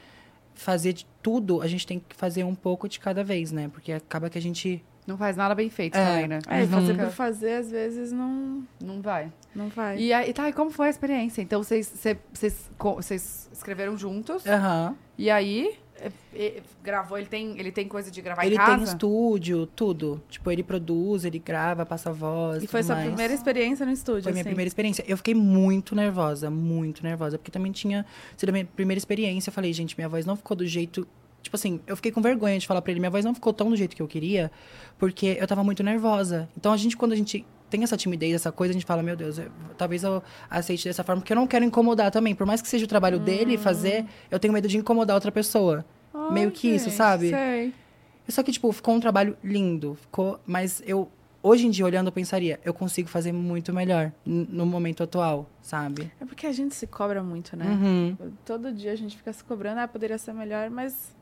Speaker 3: fazer de tudo, a gente tem que fazer um pouco de cada vez, né? Porque acaba que a gente.
Speaker 2: Não faz nada bem feito
Speaker 3: É.
Speaker 2: também, né?
Speaker 1: É, e fazer por fazer, às vezes, não,
Speaker 2: Não vai.
Speaker 1: não vai.
Speaker 2: E aí, tá, e como foi a experiência? Então, vocês, cê- vocês, co- vocês escreveram juntos,
Speaker 3: Aham.
Speaker 2: e aí, é, é, gravou, ele tem, ele tem coisa de gravar
Speaker 3: Ele
Speaker 2: em casa?
Speaker 3: tem estúdio, tudo. Tipo, ele produz, ele grava, passa a voz.
Speaker 1: E foi
Speaker 3: tudo
Speaker 1: sua
Speaker 3: mais.
Speaker 1: primeira experiência no estúdio,
Speaker 3: Foi minha
Speaker 1: assim.
Speaker 3: primeira experiência. Eu fiquei muito nervosa, muito nervosa, porque também tinha sido a minha primeira experiência. Eu falei, gente, minha voz não ficou do jeito. Tipo assim, eu fiquei com vergonha de falar pra ele, minha voz não ficou tão do jeito que eu queria, porque eu tava muito nervosa. Então a gente, quando a gente tem essa timidez, essa coisa, a gente fala, meu Deus, eu- talvez eu aceite dessa forma, porque eu não quero incomodar também. Por mais que seja o trabalho dele fazer, eu tenho medo de incomodar outra pessoa.
Speaker 2: Ai,
Speaker 3: meio que isso,
Speaker 2: gente,
Speaker 3: sabe?
Speaker 2: Sei.
Speaker 3: Só que, tipo, ficou um trabalho lindo. Ficou, mas eu, hoje em dia, olhando, eu pensaria, eu consigo fazer muito melhor n- no momento atual, sabe?
Speaker 1: É porque a gente se cobra muito, né?
Speaker 3: Uhum.
Speaker 1: Todo dia a gente fica se cobrando, ah, poderia ser melhor, mas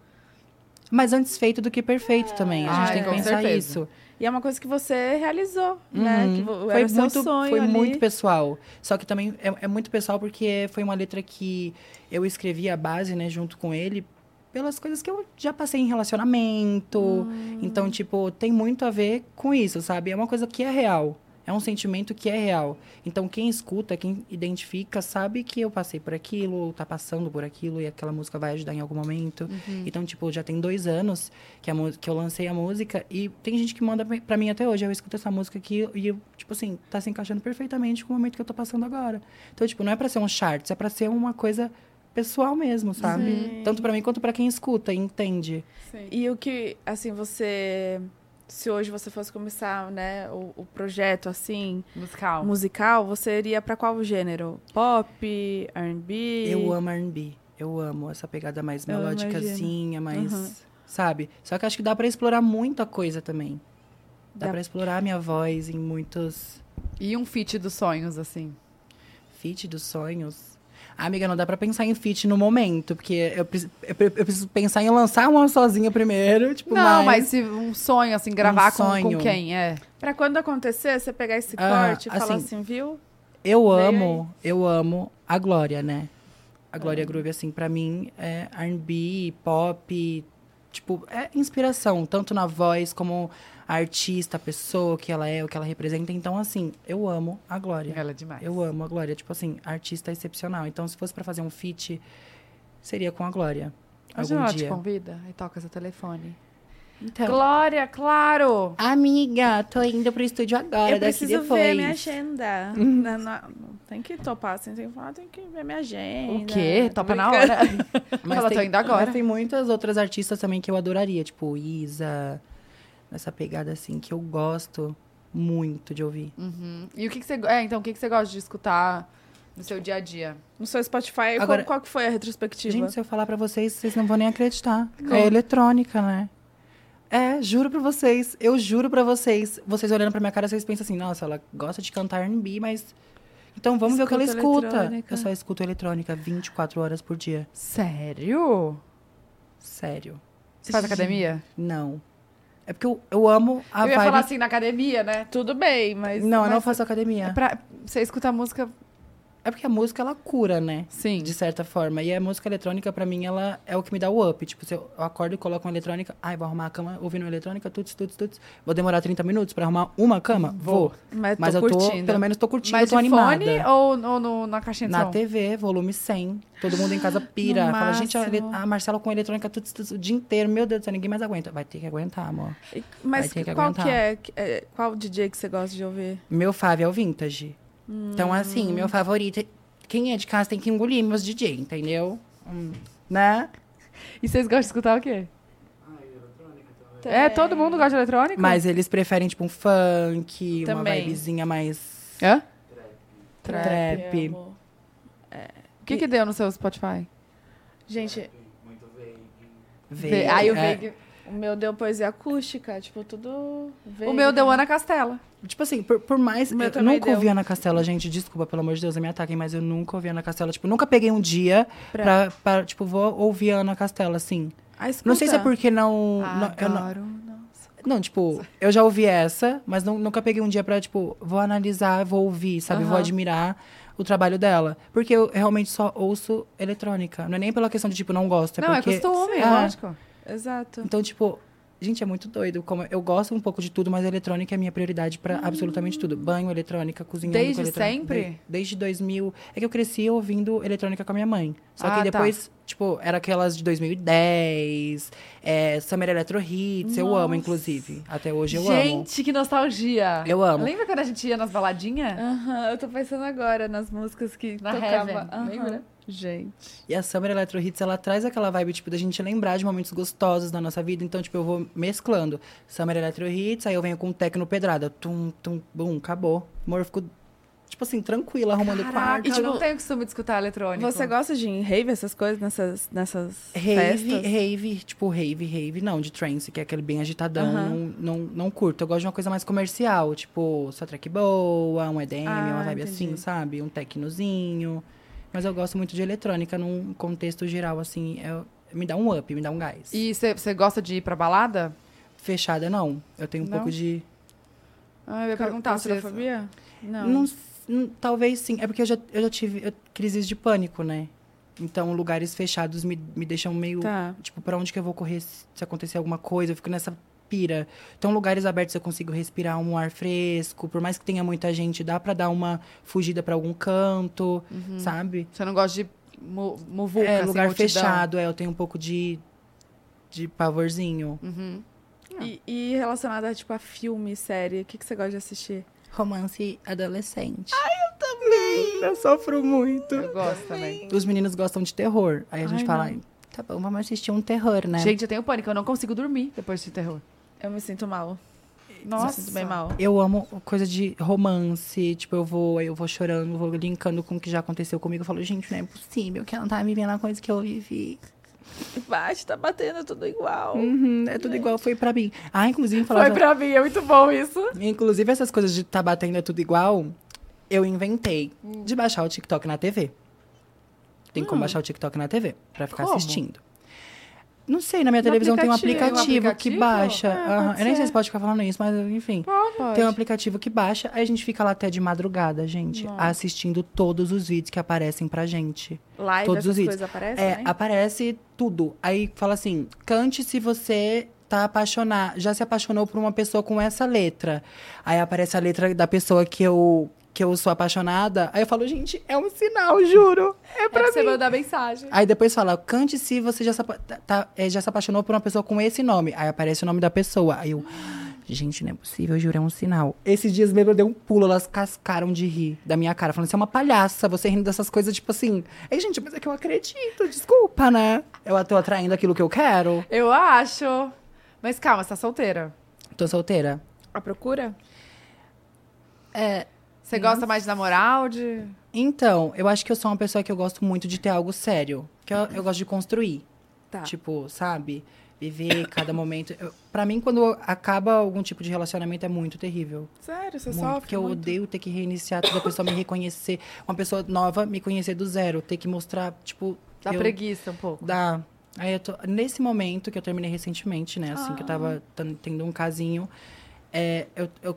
Speaker 3: Mas antes feito do que perfeito
Speaker 1: É.
Speaker 3: também. A gente
Speaker 2: Ah,
Speaker 3: tem que
Speaker 2: com
Speaker 3: pensar
Speaker 2: certeza.
Speaker 3: isso.
Speaker 1: E é uma coisa que você realizou, né?
Speaker 3: Uhum.
Speaker 1: Que vo-
Speaker 3: foi
Speaker 1: era seu
Speaker 3: muito,
Speaker 1: sonho
Speaker 3: foi
Speaker 1: ali.
Speaker 3: muito pessoal. Só que também é, é muito pessoal porque foi uma letra que eu escrevi a base, né, junto com ele, pelas coisas que eu já passei em relacionamento.
Speaker 1: Hum.
Speaker 3: Então, tipo, tem muito a ver com isso, sabe? É uma coisa que é real. É um sentimento que é real. Então, quem escuta, quem identifica, sabe que eu passei por aquilo, ou tá passando por aquilo, e aquela música vai ajudar em algum momento. Então, tipo, já tem dois anos que, a mu- que eu lancei a música e tem gente que manda pra mim até hoje. Eu escuto essa música aqui e, eu, tipo assim, tá se encaixando perfeitamente com o momento que eu tô passando agora. Então, tipo, não é pra ser um charts, é pra ser uma coisa pessoal mesmo,
Speaker 2: Hum.
Speaker 3: sabe? Tanto pra mim quanto pra quem escuta e entende.
Speaker 2: Sim.
Speaker 1: E o que, assim, você. Se hoje você fosse começar, né, o, o projeto, assim,
Speaker 2: Musical.
Speaker 1: musical, você iria pra qual gênero? Pop, R&B?
Speaker 3: Eu amo R&B. Eu amo essa pegada mais
Speaker 1: Eu
Speaker 3: melodicazinha, mais...
Speaker 1: Uhum.
Speaker 3: Sabe? Só que acho que dá pra explorar muita coisa também. Dá,
Speaker 1: Dá.
Speaker 3: pra explorar minha voz em muitos...
Speaker 2: E um feat dos sonhos, assim.
Speaker 3: Fit dos sonhos? Ah, amiga, não dá pra pensar em fit no momento, porque eu, preci- eu pre- eu preciso pensar em lançar uma sozinha primeiro, tipo,
Speaker 2: Não, mas se um sonho, assim, gravar com- Com,
Speaker 3: sonho.
Speaker 2: quem? É.
Speaker 1: Pra quando acontecer, você pegar esse
Speaker 3: Ah,
Speaker 1: corte e falar
Speaker 3: assim,
Speaker 1: assim, viu?
Speaker 3: Eu
Speaker 1: Veio
Speaker 3: amo, eu amo a Glória, né? A Glória Groove, assim, pra mim é R&B, pop, tipo, é inspiração, tanto na voz como a artista, a pessoa que ela é, o que ela representa. Então, assim, eu amo a Glória.
Speaker 2: Ela é demais.
Speaker 3: Eu amo a Glória, tipo assim, artista excepcional. Então, se fosse pra fazer um feat, seria com a Glória.
Speaker 2: Hoje
Speaker 1: é
Speaker 3: algum
Speaker 2: ela
Speaker 3: dia.
Speaker 2: te convida e toca seu telefone.
Speaker 3: Então,
Speaker 2: Glória, claro!
Speaker 3: Amiga, tô indo pro estúdio agora,
Speaker 1: eu
Speaker 3: daqui
Speaker 1: preciso
Speaker 3: depois. Uhum.
Speaker 1: ver minha agenda. Na- na- tem que topar, assim, tem que falar, tem que ver minha agenda.
Speaker 2: O quê?
Speaker 1: Tô
Speaker 2: Topa na
Speaker 1: brincando.
Speaker 2: hora. Ela tô indo agora.
Speaker 3: mas tem muitas outras artistas também que eu adoraria, tipo Isa, essa pegada assim que eu gosto muito de ouvir.
Speaker 2: Uhum. E o que, que você. go- É, então, o que, que você gosta de escutar no seu dia a dia?
Speaker 1: No seu Spotify, qual-
Speaker 3: Agora-
Speaker 1: qual, que foi a retrospectiva?
Speaker 3: Gente, se eu falar pra vocês, vocês não vão nem acreditar. É eletrônica, né? É, juro pra vocês, eu juro pra vocês. Vocês olhando pra minha cara, vocês pensam assim, nossa, ela gosta de cantar R&B, mas então vamos ver o que ela
Speaker 1: Escuta
Speaker 3: escuta.
Speaker 1: eletrônica.
Speaker 3: Eu só escuto eletrônica 24 horas por dia,
Speaker 2: Sério?
Speaker 3: sério.
Speaker 2: Você faz academia?
Speaker 3: Não. É porque eu, eu amo a
Speaker 2: eu ia
Speaker 3: vibe.
Speaker 2: falar assim, na academia, né?
Speaker 1: Tudo bem, mas...
Speaker 3: não, eu não
Speaker 1: mas-
Speaker 3: faço academia. É,
Speaker 2: Pra, você escuta a música.
Speaker 3: porque a música ela cura, né?
Speaker 2: Sim.
Speaker 3: De certa forma. E a música eletrônica, pra mim, ela é o que me dá o up. Tipo, se eu eu acordo e coloco uma eletrônica, ai, vou arrumar a cama ouvindo eletrônica, tuts, tuts, tuts. Vou demorar 30 minutos pra arrumar uma cama? Vou.
Speaker 1: Mas,
Speaker 3: Mas
Speaker 1: tô
Speaker 3: eu tô,
Speaker 1: curtindo.
Speaker 3: pelo menos tô curtindo,
Speaker 2: Mas
Speaker 3: tô
Speaker 2: de
Speaker 3: animada.
Speaker 2: fone ou, ou no- na caixinha de
Speaker 3: Na
Speaker 2: som?
Speaker 3: TV, volume 100. Todo mundo em casa pira.
Speaker 1: No
Speaker 3: Fala, gente, a, ele-
Speaker 1: máximo.
Speaker 3: a Marcela com eletrônica tuts, tuts, o dia inteiro. Meu Deus do céu, ninguém mais aguenta. Vai ter que aguentar, amor.
Speaker 1: E- Mas
Speaker 3: Vai ter que
Speaker 1: qual
Speaker 3: aguentar.
Speaker 1: que é, que- é, Qual DJ que você gosta de ouvir?
Speaker 3: Meu Fábio é o vintage. Então, assim, meu favorito. Quem é de casa tem que engolir meus DJ, entendeu? Hum. Né?
Speaker 2: E vocês gostam de escutar o quê? É, todo mundo gosta de eletrônica?
Speaker 3: Mas eles preferem, tipo, um funk, uma
Speaker 1: Também.
Speaker 3: vibezinha mais.
Speaker 2: Hã?
Speaker 1: Trap.
Speaker 3: Trap.
Speaker 1: amo.
Speaker 2: O que que deu no seu Spotify?
Speaker 1: Gente,
Speaker 3: Veio,
Speaker 2: Aí o
Speaker 3: é.
Speaker 2: Veig-
Speaker 1: o meu deu poesia acústica, tipo, tudo...
Speaker 2: O
Speaker 1: veio.
Speaker 2: meu deu Ana Castela.
Speaker 3: Tipo assim, por, por mais.
Speaker 1: O meu
Speaker 3: Eu
Speaker 1: também
Speaker 3: nunca
Speaker 1: deu.
Speaker 3: ouvi Ana Castela, gente. Desculpa, pelo amor de Deus, não me ataquem, mas eu nunca ouvi Ana Castela. Tipo, nunca peguei um dia
Speaker 1: Pra-
Speaker 3: pra, pra, tipo, vou ouvir a Ana Castela, assim.
Speaker 1: Ah, escuta.
Speaker 3: Não sei se é porque não.
Speaker 2: Ah,
Speaker 3: não- eu não-
Speaker 2: Adoro. não.
Speaker 3: Não, tipo, eu já ouvi essa, mas não- nunca peguei um dia pra, tipo, vou analisar, vou ouvir, sabe? Vou
Speaker 2: Aham.
Speaker 3: admirar o trabalho dela. Porque eu realmente só ouço eletrônica. Não é nem pela questão de, tipo, não gosto. É
Speaker 2: Não,
Speaker 3: porque...
Speaker 2: é costume,
Speaker 3: É.
Speaker 2: lógico.
Speaker 1: Exato.
Speaker 3: Então, tipo, gente, é muito doido. Como eu gosto um pouco de tudo, mas a eletrônica é a minha prioridade pra absolutamente tudo. Banho, eletrônica, cozinhando
Speaker 2: Desde
Speaker 3: com eletrônica.
Speaker 2: sempre?
Speaker 3: De- desde 2000. É que eu cresci ouvindo eletrônica com a minha mãe. Só
Speaker 2: Ah, tá.
Speaker 3: que depois, tipo, era aquelas de 2010, é, Summer Electro Hits. Eu amo,
Speaker 1: Nossa.
Speaker 3: inclusive. Até hoje eu amo.
Speaker 2: gente, que nostalgia.
Speaker 3: Eu amo.
Speaker 2: Lembra quando a gente ia nas baladinhas?
Speaker 1: Aham, eu tô pensando agora nas músicas que
Speaker 2: Na
Speaker 1: tocava.
Speaker 2: Heaven,
Speaker 1: Aham.
Speaker 2: lembra?
Speaker 1: Gente.
Speaker 3: E a Summer Electro Hits, ela traz aquela vibe, tipo, da gente lembrar de momentos gostosos da nossa vida. Então, tipo, eu vou mesclando. Summer Electro Hits, aí eu venho com Tecno Pedrada. Tum, tum, bum, acabou. Amor, eu fico, tipo assim, tranquila, arrumando o quarto.
Speaker 2: Ah, Caraca, tipo, eu não tenho costume de escutar eletrônico.
Speaker 1: Você gosta de rave, essas coisas, nessas, nessas
Speaker 3: Rave,
Speaker 1: festas?
Speaker 3: rave, tipo rave, rave, não, de trance, que é aquele bem agitadão,
Speaker 1: Aham.
Speaker 3: não, não, não curto. Eu gosto de uma coisa mais comercial, tipo, só track boa, um EDM,
Speaker 1: Ah,
Speaker 3: uma vibe
Speaker 1: entendi.
Speaker 3: assim, sabe? Um tecnozinho. Mas eu gosto muito de eletrônica num contexto geral, assim, é- me dá um up, me dá um gás.
Speaker 2: E você- você gosta de ir pra balada?
Speaker 3: Fechada, não. Eu tenho um
Speaker 2: Não?
Speaker 3: pouco de.
Speaker 2: Ah, eu ia perguntar se...
Speaker 1: Claustrofobia? Não.
Speaker 3: Não s- não- talvez sim. É porque eu já, eu já tive eu- crises de pânico, né? Então, lugares fechados me, me deixam meio.
Speaker 2: Tá.
Speaker 3: Tipo, pra onde que eu vou correr se se acontecer alguma coisa? Eu fico nessa pira. Então, lugares abertos eu consigo respirar um ar fresco. Por mais que tenha muita gente, dá pra dar uma fugida pra algum canto, sabe?
Speaker 2: Você não gosta de mu- muvuca,
Speaker 3: é,
Speaker 2: Uhum. assim,
Speaker 3: lugar
Speaker 2: multidão?
Speaker 3: fechado, é, eu tenho um pouco de, de pavorzinho.
Speaker 2: Uhum.
Speaker 1: E, e relacionada, tipo, a filme, série, o que, que você gosta de assistir?
Speaker 3: Romance adolescente. Ai, eu também! Eu sofro muito.
Speaker 2: Eu gosto também.
Speaker 3: Os meninos gostam de terror. Aí a gente
Speaker 1: Ai,
Speaker 3: fala,
Speaker 1: não.
Speaker 3: tá bom, vamos assistir um terror, né?
Speaker 2: Gente, eu tenho pânico, eu não consigo dormir depois de terror.
Speaker 1: Eu me sinto mal. Eu me
Speaker 2: Nossa.
Speaker 1: sinto bem mal.
Speaker 3: Eu amo coisa de romance, tipo, eu vou, aí eu vou chorando, vou linkando com o que já aconteceu comigo. Eu falo, gente, não é possível que ela tá me vendo a coisa que eu vivi.
Speaker 1: Bate, tá batendo tudo igual.
Speaker 3: Uhum, é tudo igual, foi pra mim. Ah, inclusive,
Speaker 2: Foi
Speaker 3: falava,
Speaker 2: pra mim, é muito bom isso.
Speaker 3: inclusive essas coisas de tá batendo é tudo igual, eu inventei
Speaker 2: Hum.
Speaker 3: de baixar o TikTok na TV. Tem como baixar o TikTok na TV, pra ficar
Speaker 2: Como?
Speaker 3: assistindo. Não sei, na minha
Speaker 2: No
Speaker 3: televisão tem um
Speaker 2: aplicativo.
Speaker 3: aplicativo,
Speaker 2: Tem um
Speaker 3: que
Speaker 2: aplicativo?
Speaker 3: baixa.
Speaker 2: É,
Speaker 3: Aham,
Speaker 2: pode
Speaker 3: Eu nem
Speaker 2: ser.
Speaker 3: sei se pode ficar falando isso, mas enfim. Tem um aplicativo que baixa, aí a gente fica lá até de madrugada, gente,
Speaker 1: Nossa.
Speaker 3: assistindo todos os vídeos que aparecem pra gente.
Speaker 1: Live,
Speaker 3: Todos
Speaker 1: essas
Speaker 3: os vídeos.
Speaker 1: coisas aparecem,
Speaker 3: É,
Speaker 1: né?
Speaker 3: aparece tudo. Aí fala assim: cante se você tá apaixonado, já se apaixonou por uma pessoa com essa letra. Aí aparece a letra da pessoa que eu que eu sou apaixonada. Aí eu falo, gente, é um sinal, juro.
Speaker 2: É pra você mandar mensagem.
Speaker 3: Aí depois fala, cante se você já se, apa- tá- tá- é, já se apaixonou por uma pessoa com esse nome. Aí aparece o nome da pessoa. Aí eu, gente, não é possível, eu juro, é um sinal. Esses dias mesmo eu dei um pulo, elas cascaram de rir da minha cara, falando, você é uma palhaça, você rindo dessas coisas, tipo assim. Aí, gente, mas é que eu acredito, desculpa, né? Eu tô atraindo aquilo que eu quero.
Speaker 2: Eu acho. Mas calma, você tá solteira.
Speaker 3: Tô solteira.
Speaker 1: A procura?
Speaker 2: Você gosta mais de namorar ou de.
Speaker 3: Então, eu acho que eu sou uma pessoa que eu gosto muito de ter algo sério. Que eu, eu gosto de construir.
Speaker 1: Tá.
Speaker 3: Tipo, sabe? Viver cada momento. Eu, pra mim, quando acaba algum tipo de relacionamento, é muito terrível.
Speaker 1: Sério, você
Speaker 3: Muito,
Speaker 1: sofre
Speaker 3: porque eu
Speaker 1: muito?
Speaker 3: odeio ter que reiniciar toda a pessoa me reconhecer. Uma pessoa nova me conhecer do zero. Ter que mostrar, tipo.
Speaker 1: Tá
Speaker 2: Dá
Speaker 3: eu,
Speaker 2: preguiça um pouco.
Speaker 3: Dá. Aí eu tô. Nesse momento que eu terminei recentemente, né? Assim, que eu tava
Speaker 2: Ah.
Speaker 3: tan- tendo um casinho. é, eu, eu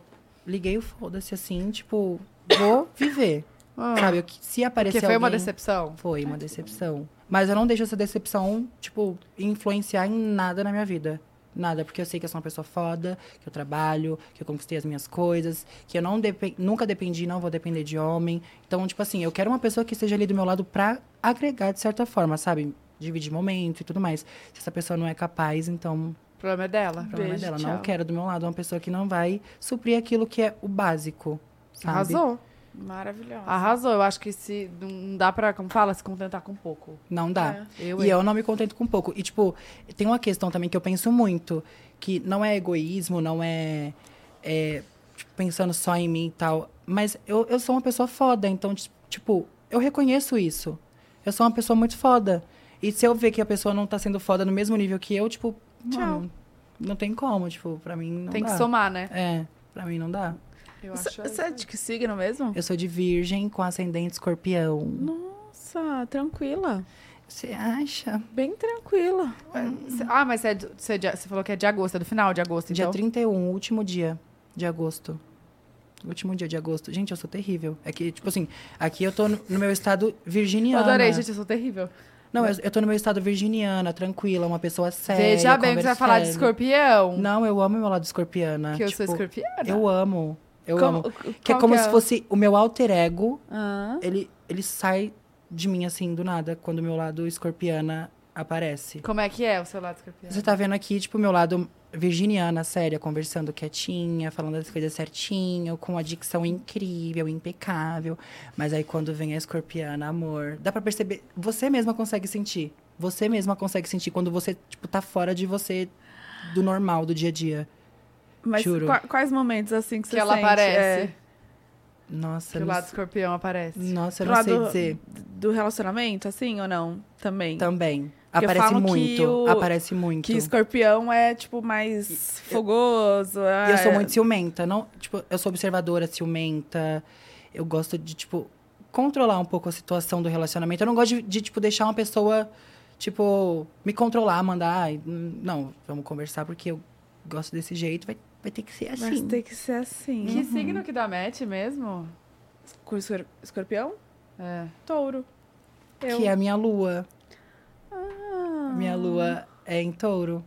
Speaker 3: liguei o foda-se, assim, tipo, vou viver. Sabe? Eu que- se aparecer
Speaker 2: Ah. Porque foi uma
Speaker 3: alguém-
Speaker 2: decepção.
Speaker 3: Foi uma decepção. Mas eu não deixo essa decepção, tipo, influenciar em nada na minha vida. Nada, porque eu sei que eu sou uma pessoa foda, que eu trabalho, que eu conquistei as minhas coisas, que eu não depen- nunca dependi, não vou depender de homem. Então, tipo assim, eu quero uma pessoa que esteja ali do meu lado pra agregar de certa forma, sabe? Dividir momento e tudo mais. Se essa pessoa não é capaz, então
Speaker 2: O problema é dela.
Speaker 3: o problema
Speaker 1: Beijo,
Speaker 3: é dela.
Speaker 1: tchau.
Speaker 3: Não quero do meu lado uma pessoa que não vai suprir aquilo que é o básico. Sabe?
Speaker 2: Arrasou.
Speaker 1: Maravilhosa.
Speaker 2: Arrasou. Eu acho que se não dá pra, como fala, se contentar com pouco.
Speaker 3: Não dá.
Speaker 1: É.
Speaker 2: Eu,
Speaker 3: e
Speaker 2: hein?
Speaker 3: eu não me contento com pouco. E, tipo, tem uma questão também que eu penso muito, que não é egoísmo, não é, é, tipo, pensando só em mim e tal. Mas eu, eu sou uma pessoa foda, então, ti- tipo, eu reconheço isso. Eu sou uma pessoa muito foda. E se eu ver que a pessoa não tá sendo foda no mesmo nível que eu, tipo,
Speaker 2: Tchau.
Speaker 3: mano, não tem como, tipo, pra mim não
Speaker 2: Tem
Speaker 3: dá.
Speaker 2: que somar, né?
Speaker 3: É, pra mim não dá.
Speaker 2: Eu
Speaker 1: Você-
Speaker 2: acho.
Speaker 1: Você é de que signo mesmo?
Speaker 3: Eu sou de virgem com ascendente escorpião.
Speaker 1: Nossa, tranquila.
Speaker 3: Você acha?
Speaker 1: Bem tranquila.
Speaker 2: Ah, mas você, é de- você é de- você falou que é de agosto, é do final de agosto,
Speaker 3: Dia
Speaker 2: então.
Speaker 3: 31, último dia de agosto. Último dia de agosto. Gente, eu sou terrível. É que, tipo assim, aqui eu tô no no meu estado
Speaker 2: Eu
Speaker 3: virginiana.
Speaker 2: adorei, gente, eu sou terrível.
Speaker 3: Não, eu, eu tô no meu estado virginiana, tranquila, uma pessoa séria.
Speaker 2: Veja bem que você vai falar de
Speaker 3: conversa séria.
Speaker 2: escorpião.
Speaker 3: Não, eu amo meu lado escorpiana.
Speaker 2: que eu sou
Speaker 3: Tipo,
Speaker 2: escorpiana.
Speaker 3: Eu amo. Eu
Speaker 1: Como-
Speaker 3: amo.
Speaker 1: o- o-
Speaker 3: Que é
Speaker 1: qual
Speaker 3: como
Speaker 1: que
Speaker 3: se fosse o meu alter ego,
Speaker 1: Ah,
Speaker 3: ele, ele sai de mim assim do nada quando o meu lado escorpiana aparece.
Speaker 2: Como é que é o seu lado escorpião?
Speaker 3: Você tá vendo aqui, tipo, meu lado virginiana, séria, conversando quietinha, falando as coisas certinho, com uma dicção incrível, impecável. Mas aí quando vem a escorpiana, amor, dá pra perceber, você mesma consegue sentir. Você mesma consegue sentir quando você, tipo, tá fora de você do normal, do dia a dia.
Speaker 1: mas
Speaker 3: juro.
Speaker 1: qua- quais momentos assim que você
Speaker 2: Que ela
Speaker 1: sente?
Speaker 2: aparece.
Speaker 3: Nossa,
Speaker 2: Que o
Speaker 3: é. não
Speaker 2: lado
Speaker 3: sei-
Speaker 2: escorpião aparece.
Speaker 3: nossa, eu
Speaker 1: Pro
Speaker 3: não sei
Speaker 1: lado
Speaker 3: dizer.
Speaker 1: do relacionamento, assim, ou não? Também.
Speaker 3: Também.
Speaker 1: Porque
Speaker 3: Aparece
Speaker 1: falam que
Speaker 3: muito.
Speaker 1: o-
Speaker 3: Aparece muito.
Speaker 1: que escorpião é, tipo, mais fogoso.
Speaker 3: E eu sou
Speaker 1: é-
Speaker 3: muito ciumenta. Não, tipo, eu sou observadora, ciumenta. Eu gosto de, tipo, controlar um pouco a situação do relacionamento. Eu não gosto de, de, tipo, deixar uma pessoa, tipo, me controlar, mandar. "Ai, hum, Não, vamos conversar porque eu gosto desse jeito. Vai, vai ter que ser
Speaker 1: Mas
Speaker 3: assim.
Speaker 1: tem que ser assim.
Speaker 3: Uhum.
Speaker 2: Que signo que dá match mesmo?
Speaker 1: Com escor- escorpião?
Speaker 2: É.
Speaker 1: Touro.
Speaker 2: Eu.
Speaker 3: que é a minha lua.
Speaker 2: Ah.
Speaker 3: Minha lua é em touro.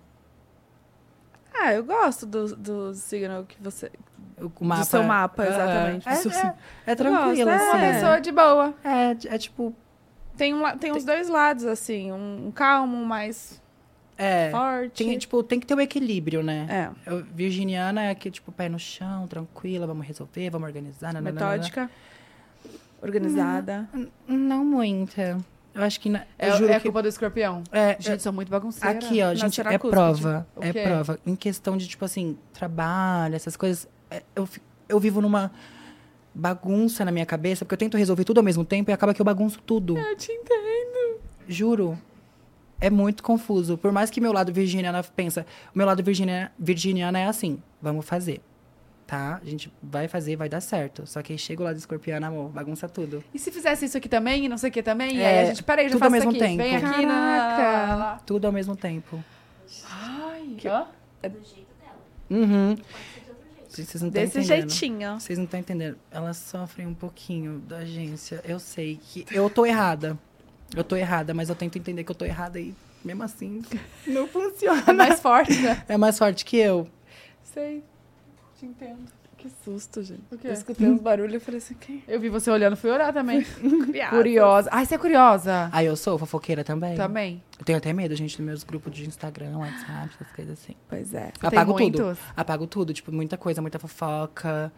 Speaker 1: Ah, eu gosto do, do signo que você.
Speaker 3: O mapa.
Speaker 1: Do seu mapa,
Speaker 3: Aham.
Speaker 1: exatamente.
Speaker 3: É,
Speaker 1: Tipo
Speaker 3: é- é tranquilo,
Speaker 1: Eu gosto,
Speaker 2: Uma
Speaker 1: é.
Speaker 3: assim.
Speaker 2: pessoa de boa.
Speaker 3: É, é tipo...
Speaker 1: Tem, um, la- tem os dois lados, assim. Um, um calmo, um mais
Speaker 3: É,
Speaker 1: forte.
Speaker 3: tem, tipo, tem que ter o equilíbrio, né?
Speaker 1: é,
Speaker 3: Eu- Virginiana é que, tipo, pé no chão, tranquila, vamos resolver, vamos organizar. nananana.
Speaker 1: metódica, Hum, organizada.
Speaker 3: Não muito. Eu acho que. na-
Speaker 2: É,
Speaker 3: eu juro
Speaker 2: é a
Speaker 3: que.
Speaker 2: culpa do escorpião.
Speaker 3: É,
Speaker 2: Gente, sou muito bagunceira.
Speaker 3: aqui, ó,
Speaker 1: Na
Speaker 3: gente, é
Speaker 1: Siracusa,
Speaker 3: prova.
Speaker 2: tipo, o
Speaker 3: É
Speaker 2: quê?
Speaker 3: prova. Em questão de, tipo assim, trabalho, essas coisas. é, Eu, fi- eu vivo numa bagunça na minha cabeça, porque eu tento resolver tudo ao mesmo tempo e acaba que eu bagunço tudo.
Speaker 2: Eu te entendo.
Speaker 3: Juro. É muito confuso. Por mais que meu lado virginiana pensa, o meu lado virginia, virginiana é assim, vamos fazer. Tá? A gente vai fazer, vai dar certo. Só que aí chega o lado escorpiana, amor, bagunça tudo.
Speaker 2: E se fizesse isso aqui também, e não sei o que também? E
Speaker 3: É,
Speaker 2: aí a gente, peraí, já
Speaker 3: tudo
Speaker 2: faço
Speaker 3: ao
Speaker 2: isso
Speaker 3: mesmo
Speaker 2: aqui.
Speaker 3: tempo.
Speaker 2: Vem aqui
Speaker 1: Caraca.
Speaker 2: na...
Speaker 3: Tudo ao mesmo tempo.
Speaker 2: Ai, ó.
Speaker 3: Uhum. Vocês não tão
Speaker 1: Desse
Speaker 3: entendendo.
Speaker 1: jeitinho.
Speaker 3: Vocês não estão entendendo. Elas sofrem um pouquinho da agência. Eu sei que eu tô errada. Eu tô errada, mas eu tento entender que eu tô errada e mesmo assim não
Speaker 2: É
Speaker 3: funciona.
Speaker 2: mais forte, né?
Speaker 3: É mais forte que eu.
Speaker 2: Sei. Te entendo.
Speaker 1: Que susto, gente.
Speaker 2: O quê?
Speaker 1: Eu escutei uns barulhos e falei assim, quem?
Speaker 2: Eu vi você olhando, fui olhar também.
Speaker 1: Criada.
Speaker 2: curiosa. Ai, você é curiosa?
Speaker 3: Aí eu sou fofoqueira também.
Speaker 2: Também.
Speaker 3: Eu tenho até medo, gente, dos meus grupos de Instagram, WhatsApp, essas coisas assim.
Speaker 1: Pois é.
Speaker 2: Você tem
Speaker 3: Apago tudo.
Speaker 2: muitos?
Speaker 3: Apago tudo, tipo, muita coisa, muita fofoca,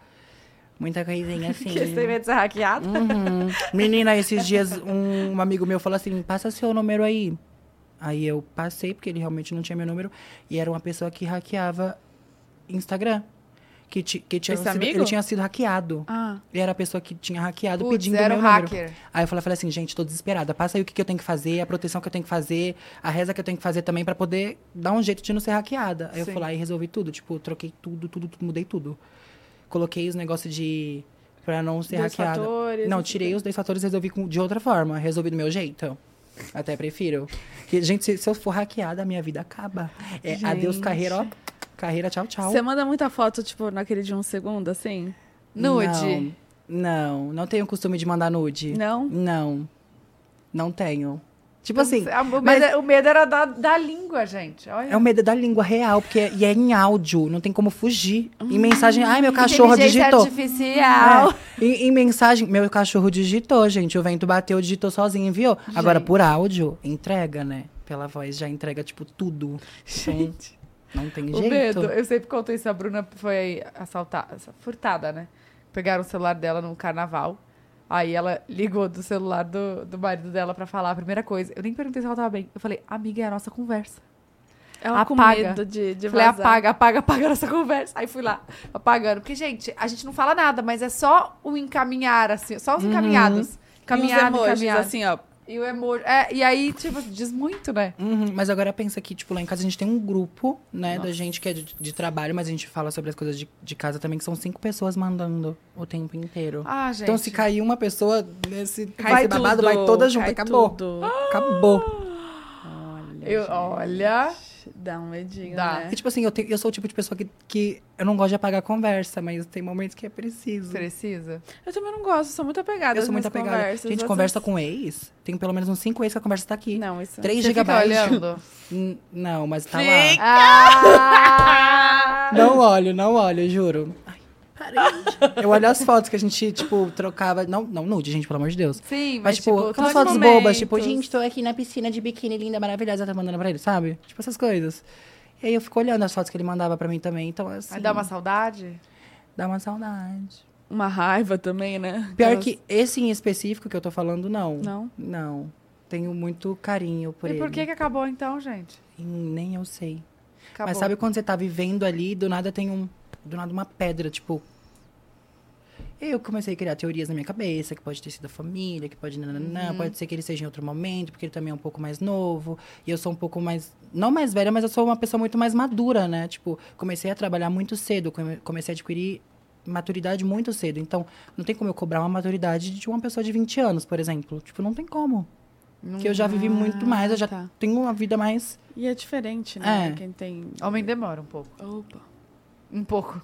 Speaker 3: muita coisinha assim.
Speaker 1: Porque você medo de ser hackeado?
Speaker 3: Uhum. Menina, esses dias um, um amigo meu falou assim: passa seu número aí. Aí eu passei, porque ele realmente não tinha meu número. E era uma pessoa que hackeava Instagram. Que, ti- que tinha
Speaker 1: Esse
Speaker 3: sido-
Speaker 1: amigo?
Speaker 3: Ele tinha sido hackeado.
Speaker 2: Ah,
Speaker 3: Ele era a pessoa que tinha hackeado
Speaker 2: putz,
Speaker 3: tá pedindo
Speaker 2: era
Speaker 3: meu
Speaker 2: o
Speaker 3: número.
Speaker 2: hacker.
Speaker 3: Aí eu falei, falei assim, gente, tô desesperada. Passa aí o que, que eu tenho que fazer, a proteção que eu tenho que fazer, a reza que eu tenho que fazer também pra poder dar um jeito de não ser hackeada. Aí eu
Speaker 2: Sim.
Speaker 3: fui lá e resolvi tudo. Tipo, troquei tudo, tudo, tudo, mudei tudo. Coloquei os negócios de. pra não ser
Speaker 1: Dois
Speaker 3: hackeada.
Speaker 1: fatores,
Speaker 3: não,
Speaker 1: não sei o
Speaker 3: tirei os dois fatores e resolvi com- de outra forma. Resolvi do meu jeito. Até prefiro. Que, gente, se, se eu for hackeada, a minha vida acaba. É, adeus,
Speaker 1: Gente.
Speaker 3: carreira, ó. Carreira, tchau, tchau.
Speaker 1: Você manda muita foto, tipo, naquele de um segundo, assim?
Speaker 2: Nude.
Speaker 3: Não, não, não tenho costume de mandar nude.
Speaker 1: Não?
Speaker 3: Não. Não tenho. Tipo assim,
Speaker 2: Ah, o,
Speaker 3: mas-
Speaker 2: medo, o medo era da, da língua, gente. Olha.
Speaker 3: é o medo da língua real, porque é, e é em áudio, não tem como fugir. Em mensagem, ai, meu cachorro
Speaker 2: Inteligência
Speaker 3: digitou.
Speaker 2: artificial.
Speaker 3: É, em, em mensagem, meu cachorro digitou, gente. O vento bateu, digitou sozinho, enviou. Agora,
Speaker 2: Gente.
Speaker 3: por áudio, entrega, né? Pela voz já entrega, tipo, tudo. É, Gente. Não tem
Speaker 2: O
Speaker 3: jeito.
Speaker 2: medo, eu sempre conto isso, a Bruna foi assaltada, furtada, né? Pegaram o celular dela no carnaval. Aí ela ligou do celular do, do marido dela pra falar a primeira coisa. Eu nem perguntei se ela tava bem. Eu falei, amiga, é a nossa conversa.
Speaker 1: É Ela com
Speaker 2: Apaga.
Speaker 1: medo de, de
Speaker 2: Eu falei,
Speaker 1: vazar.
Speaker 2: apaga, apaga, apaga a nossa conversa. Aí fui lá, apagando. Porque, gente, a gente não fala nada, mas é só o encaminhar, assim, só
Speaker 3: Uhum.
Speaker 2: os encaminhados.
Speaker 1: Caminhada,
Speaker 2: Caminhado,
Speaker 1: e os emojis,
Speaker 2: caminhado.
Speaker 1: assim, ó.
Speaker 2: E o emoji. É, e aí, tipo, diz muito, né?
Speaker 3: Uhum, mas agora pensa que, tipo, lá em casa a gente tem um grupo, né, da gente que é de, de trabalho, mas a gente fala sobre as coisas de, de casa também, que são cinco pessoas mandando o tempo inteiro.
Speaker 2: Ah, gente.
Speaker 3: então, se cair uma pessoa nesse,
Speaker 1: Cai
Speaker 3: nesse
Speaker 1: tudo,
Speaker 3: babado, vai toda junto.
Speaker 1: cai
Speaker 3: acabou.
Speaker 1: tudo.
Speaker 3: Acabou.
Speaker 2: Eu, olha.
Speaker 1: Dá um medinho,
Speaker 2: Dá.
Speaker 1: né?
Speaker 3: E, tipo assim, eu, tenho- eu sou o tipo de pessoa que, que eu não gosto de apagar a conversa, mas tem momentos que é preciso.
Speaker 2: Precisa.
Speaker 1: Eu também não gosto, sou muito apegada
Speaker 3: Eu sou muito
Speaker 1: às minhas
Speaker 3: apegada.
Speaker 1: conversas.
Speaker 3: gente,
Speaker 1: Às
Speaker 3: conversa com ex. Tem pelo menos uns cinco ex que a conversa tá aqui.
Speaker 1: vezes- Não, isso... é
Speaker 3: 3
Speaker 2: Você fica
Speaker 3: gigabytes.
Speaker 2: olhando.
Speaker 3: Hum, Não, mas tá
Speaker 1: Fica.
Speaker 3: lá.
Speaker 2: Ah!
Speaker 3: Não olho, não olho, juro. Ai, parei. Eu olho as fotos que a gente, tipo, trocava. Não, não nude, gente, pelo amor de Deus.
Speaker 2: Sim,
Speaker 3: Mas, tipo,
Speaker 2: todos
Speaker 3: aquelas fotos
Speaker 2: os
Speaker 3: bobas, tipo,
Speaker 1: momentos.
Speaker 3: gente, tô aqui na piscina de biquíni linda, maravilhosa, tá mandando pra ele, sabe? Tipo, essas coisas. E aí eu fico olhando as fotos que ele mandava pra mim também, então assim.
Speaker 2: Aí dá uma saudade?
Speaker 3: dá uma saudade.
Speaker 1: Uma raiva também, né?
Speaker 3: Pior
Speaker 1: Aquelas-
Speaker 3: que esse em específico que eu tô falando, não.
Speaker 1: Não?
Speaker 3: Não. Tenho muito carinho por
Speaker 2: e
Speaker 3: ele.
Speaker 2: por que que acabou então, gente?
Speaker 3: E nem eu sei.
Speaker 2: Acabou.
Speaker 3: Mas sabe quando você tá vivendo ali, do nada tem um. Do nada uma pedra, tipo. Eu comecei a criar teorias na minha cabeça, que pode ter sido a família, que pode. Nananã, Pode ser que ele seja em outro momento, porque ele também é um pouco mais novo. E eu sou um pouco mais. Não mais velha, mas eu sou uma pessoa muito mais madura, né? Tipo, comecei a trabalhar muito cedo, come- comecei a adquirir maturidade muito cedo. Então, não tem como eu cobrar uma maturidade de uma pessoa de 20 anos, por exemplo. Tipo, não tem como. Porque eu já vivi
Speaker 1: Ah,
Speaker 3: muito mais, eu já
Speaker 2: tá.
Speaker 3: tenho uma vida mais.
Speaker 1: E é diferente, né?
Speaker 3: É.
Speaker 1: Quem tem...
Speaker 2: Homem demora um pouco.
Speaker 1: Opa.
Speaker 2: Um pouco.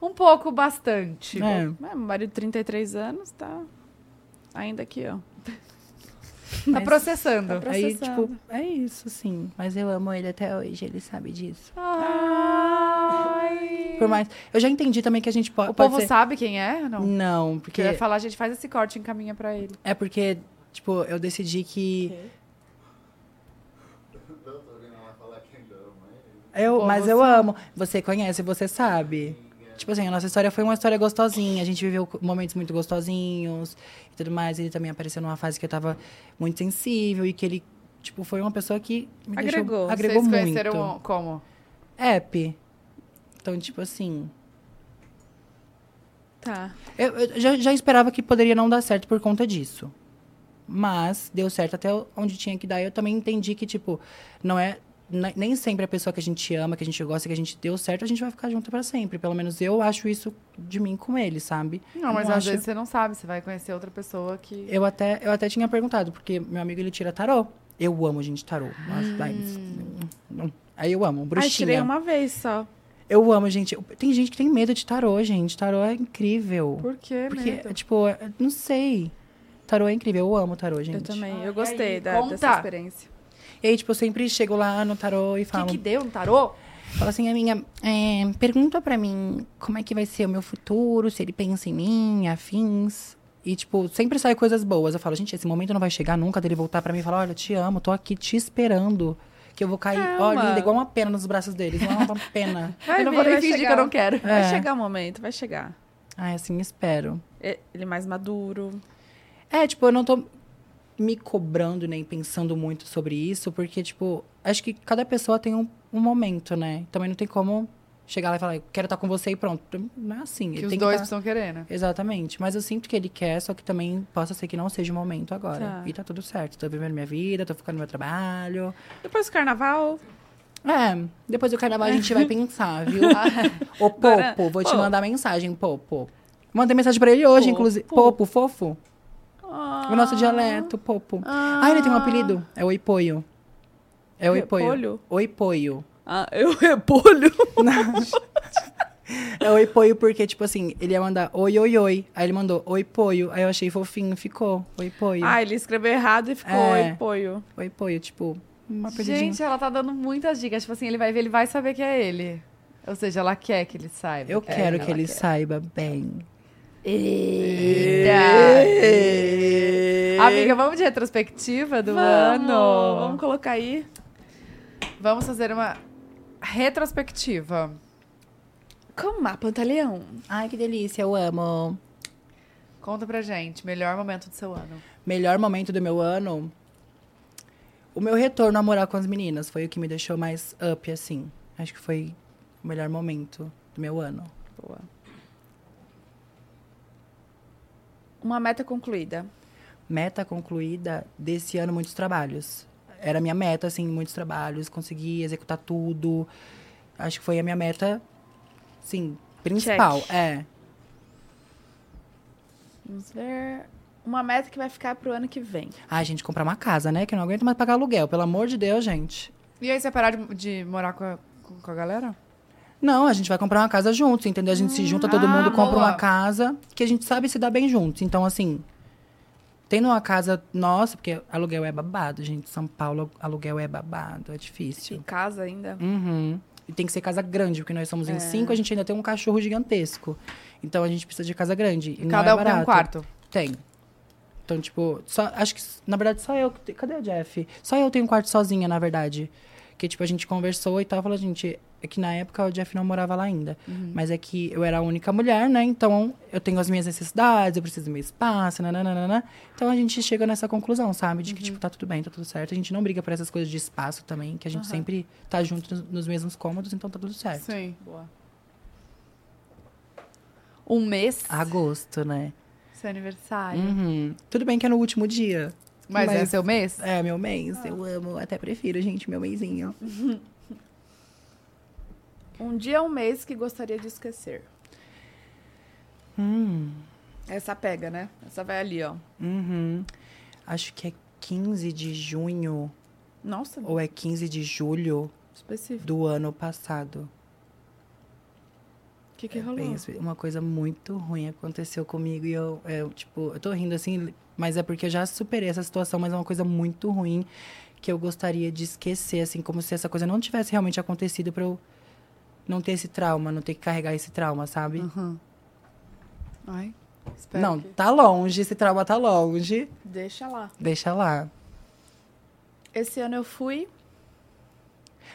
Speaker 2: Um pouco, bastante.
Speaker 3: É.
Speaker 1: tá Mas meu marido, 33 anos, tá ainda aqui, ó.
Speaker 2: Tá
Speaker 3: Mas-
Speaker 2: processando.
Speaker 1: Tá
Speaker 3: Aí,
Speaker 1: Processando.
Speaker 3: tipo, é isso, sim. Mas eu amo ele até hoje, ele sabe disso.
Speaker 2: Ai.
Speaker 3: Por mais. Eu já entendi também que a gente po-
Speaker 2: O
Speaker 3: pode.
Speaker 2: povo
Speaker 3: ser... Hum,
Speaker 2: sabe é quem é? Não.
Speaker 3: Não,
Speaker 2: Porque
Speaker 3: porque.
Speaker 2: eu ia falar, a gente faz esse corte e encaminha pra ele.
Speaker 3: É porque, tipo, eu decidi que. Eu,
Speaker 2: Pô,
Speaker 3: mas
Speaker 2: você-
Speaker 3: eu amo. Você conhece, você sabe. Tipo assim, a nossa história foi uma história gostosinha. A gente viveu co- momentos muito gostosinhos e tudo mais. Ele também apareceu numa fase que eu tava muito sensível e que ele, tipo, foi uma pessoa que me deixou-
Speaker 1: Agregou.
Speaker 3: agregou
Speaker 2: Vocês
Speaker 3: muito.
Speaker 2: conheceram como?
Speaker 3: App. Então, tipo assim.
Speaker 1: Tá.
Speaker 3: Eu, eu já, já esperava que poderia não dar certo por conta disso. Mas deu certo até o- onde tinha que dar. Eu também entendi que, tipo, não é. ne- Nem sempre a pessoa que a gente ama, que a gente gosta, que a gente deu certo, a gente vai ficar junto pra sempre. Pelo menos eu acho isso de mim com ele, sabe?
Speaker 2: Não, mas
Speaker 3: Não
Speaker 2: às
Speaker 3: acho.
Speaker 2: vezes você não sabe, você vai conhecer outra pessoa que.
Speaker 3: Eu até, eu até tinha perguntado, porque meu amigo ele tira tarô. Eu amo, gente, tarô. Nossa,
Speaker 2: Hum.
Speaker 3: ai, isso- Aí eu amo,
Speaker 1: Ai, tirei
Speaker 3: bruxinha.
Speaker 1: uma vez só.
Speaker 3: Eu amo, gente. Tem gente que tem medo de tarô, gente. Tarô é incrível.
Speaker 2: Por
Speaker 1: né?
Speaker 2: quê,
Speaker 3: Porque,
Speaker 2: medo?
Speaker 3: tipo, eu não sei. Tarô é incrível, eu amo tarô, gente.
Speaker 1: Eu também.
Speaker 2: Ai,
Speaker 1: Eu gostei
Speaker 2: aí,
Speaker 1: da, dessa
Speaker 2: conta.
Speaker 1: experiência.
Speaker 3: E aí, tipo, eu sempre chego lá no tarô e
Speaker 2: O
Speaker 3: falo,
Speaker 2: que, que deu no tarô?
Speaker 3: falo assim, amiga, é, pergunta pra mim como é que vai ser o meu futuro, se ele pensa em mim, afins. E, tipo, sempre sai coisas boas. Eu falo, gente, esse momento não vai chegar nunca dele voltar pra mim e falar, olha, eu te amo, tô aqui te esperando. Que eu vou cair, ó,
Speaker 1: Calma.
Speaker 3: linda, igual uma pena nos braços dele. Igual uma pena.
Speaker 1: Vai
Speaker 2: eu não
Speaker 1: vir,
Speaker 2: vou nem
Speaker 1: vai
Speaker 2: fingir
Speaker 1: chegar.
Speaker 2: que eu não quero.
Speaker 1: Vai
Speaker 3: É.
Speaker 1: chegar o momento, vai chegar.
Speaker 3: Ai, assim, espero.
Speaker 1: E- Ele mais maduro.
Speaker 3: É, tipo, eu não tô me cobrando nem pensando muito sobre isso, porque, tipo, acho que cada pessoa tem um, um momento, né? Também não tem como chegar lá e falar, "Eu quero estar com você e pronto. Não é assim. ele
Speaker 2: Que os
Speaker 3: tem
Speaker 2: dois
Speaker 3: que tá...
Speaker 2: precisam querer, né?
Speaker 3: Exatamente. Mas eu sinto que ele quer, só que também possa ser que não seja o momento agora.
Speaker 1: Tá.
Speaker 3: E tá tudo certo. Tô vivendo minha vida, tô focando no meu trabalho.
Speaker 1: Depois do carnaval.
Speaker 3: É, depois do carnaval a gente vai pensar, viu? Ô,
Speaker 1: Agora-
Speaker 3: Popo, vou te
Speaker 1: Pô.
Speaker 3: mandar mensagem, Popo. Mandei mensagem pra ele hoje,
Speaker 1: Popo.
Speaker 3: inclusive. Popo, fofo. O nosso
Speaker 1: Ah.
Speaker 3: dialeto, Popo. Ah, ele tem um apelido. É Oipoio. É Oipoio.
Speaker 1: Ah, Repolho?
Speaker 3: Oipoio.
Speaker 1: Ah, eu repolho.
Speaker 3: É Oipoio porque, tipo assim, ele ia mandar oi, oi, oi. Aí ele mandou Oipoio. Aí eu achei fofinho, ficou. Oipoio.
Speaker 1: Ah, ele escreveu errado e ficou
Speaker 3: É.
Speaker 1: repolho.
Speaker 3: Oipoio, tipo, um apelidinho.
Speaker 2: Gente, ela tá dando muitas dicas. Tipo assim, ele vai ver, ele vai saber que é ele. Ou seja, ela quer que ele saiba.
Speaker 3: eu
Speaker 2: é
Speaker 3: quero que ele
Speaker 2: ela
Speaker 3: saiba bem.
Speaker 2: quer. Amiga, vamos de retrospectiva do
Speaker 1: Vamos,
Speaker 2: ano?
Speaker 1: vamos colocar aí.
Speaker 2: Vamos fazer uma retrospectiva.
Speaker 1: Com uma pantaleão.
Speaker 3: Ai, que delícia, eu amo.
Speaker 2: Conta pra gente, melhor momento do seu ano.
Speaker 3: Melhor momento do meu ano. O meu retorno a morar com as meninas foi o que me deixou mais up, assim. Acho que foi o melhor momento do meu ano.
Speaker 1: Boa. Uma meta concluída.
Speaker 3: meta concluída desse ano muitos trabalhos. Era a minha meta, assim, muitos trabalhos, consegui executar tudo. Acho que foi a minha meta, sim, principal.
Speaker 1: Check.
Speaker 3: É.
Speaker 1: Vamos ver. Uma meta que vai ficar pro ano que vem.
Speaker 3: Ai, Ah, gente, comprar uma casa, né? Que eu não aguento mais pagar aluguel, pelo amor de Deus, gente.
Speaker 2: E aí, você vai parar de, de morar com a, com- com a galera?
Speaker 3: Não, a gente vai comprar uma casa juntos, entendeu? A gente se junta, todo
Speaker 2: ah,
Speaker 3: mundo compra
Speaker 2: boa.
Speaker 3: uma casa que a gente sabe se dar bem juntos. Então, assim, tendo uma casa nossa, porque aluguel é babado, gente. São Paulo, aluguel é babado, é difícil.
Speaker 1: Em casa ainda.
Speaker 3: Uhum. E tem que ser casa grande, porque nós
Speaker 2: É.
Speaker 3: somos em cinco, a gente ainda tem um cachorro gigantesco. Então a gente precisa de casa grande. E não
Speaker 2: Cada
Speaker 3: é
Speaker 2: um tem um
Speaker 3: barato.
Speaker 2: quarto.
Speaker 3: Tem. Então, tipo, só, acho que, na verdade, só eu. que te- Cadê o Jeff? Só eu tenho um quarto sozinha, na verdade. Que, tipo, a gente conversou e tal, falou, gente, é que na época o Jeff não morava lá ainda. Mas é que eu era a única mulher, né? Então eu tenho as minhas necessidades, eu preciso do meu espaço, nananana. Então a gente chega nessa conclusão, sabe? De que, tipo, tá tudo bem, tá tudo certo. A gente não briga por essas coisas de espaço também, que a gente sempre tá junto nos, nos mesmos cômodos, então tá tudo certo.
Speaker 2: Sim. Boa. Um mês,
Speaker 1: Ah.
Speaker 3: Agosto, né?
Speaker 2: seu aniversário.
Speaker 3: Uhum. Tudo bem que é no último dia.
Speaker 2: Mas, é
Speaker 3: Mas-
Speaker 2: seu mês?
Speaker 3: É, meu mês. Eu amo, até prefiro, gente, meu mêsinho.
Speaker 1: Um dia, um mês que gostaria de esquecer.
Speaker 3: Hum.
Speaker 1: Essa pega, né? Essa vai ali, ó.
Speaker 3: Uhum. Acho que é 15 de junho
Speaker 1: Nossa,
Speaker 3: ou é 15 de julho
Speaker 1: específico.
Speaker 3: do ano passado.
Speaker 1: que, que rolou?
Speaker 3: Bem, uma coisa muito ruim aconteceu comigo e eu, eu, tipo, eu tô rindo assim, mas é porque eu já superei essa situação, mas é uma coisa muito ruim que eu gostaria de esquecer, assim, como se essa coisa não tivesse realmente acontecido pra eu não ter esse trauma, não ter que carregar esse trauma, sabe?
Speaker 2: Aham. Ai, espero
Speaker 3: Não,
Speaker 2: que-
Speaker 3: tá longe, esse trauma tá longe.
Speaker 1: Deixa lá.
Speaker 3: Deixa lá.
Speaker 1: Esse ano eu fui.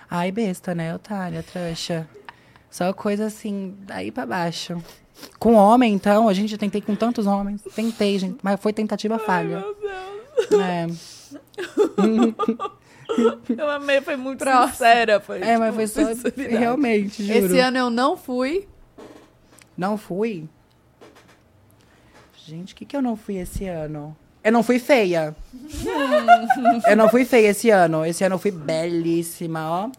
Speaker 3: Ai, besta, né, otária, trouxa. Só coisa assim, daí pra baixo. Com homem, então, a gente eu tentei com tantos homens. Tentei, gente, mas foi tentativa falha. É.
Speaker 1: Eu amei, foi muito
Speaker 2: Próximo.
Speaker 1: sincera. Foi,
Speaker 3: É,
Speaker 1: tipo,
Speaker 3: mas foi só
Speaker 1: sinceridade.
Speaker 3: realmente, juro.
Speaker 2: Esse ano eu não fui.
Speaker 3: Não fui? Gente, o que, que eu não fui esse ano? Eu não fui feia. eu não fui feia esse ano. Esse ano eu fui belíssima, ó.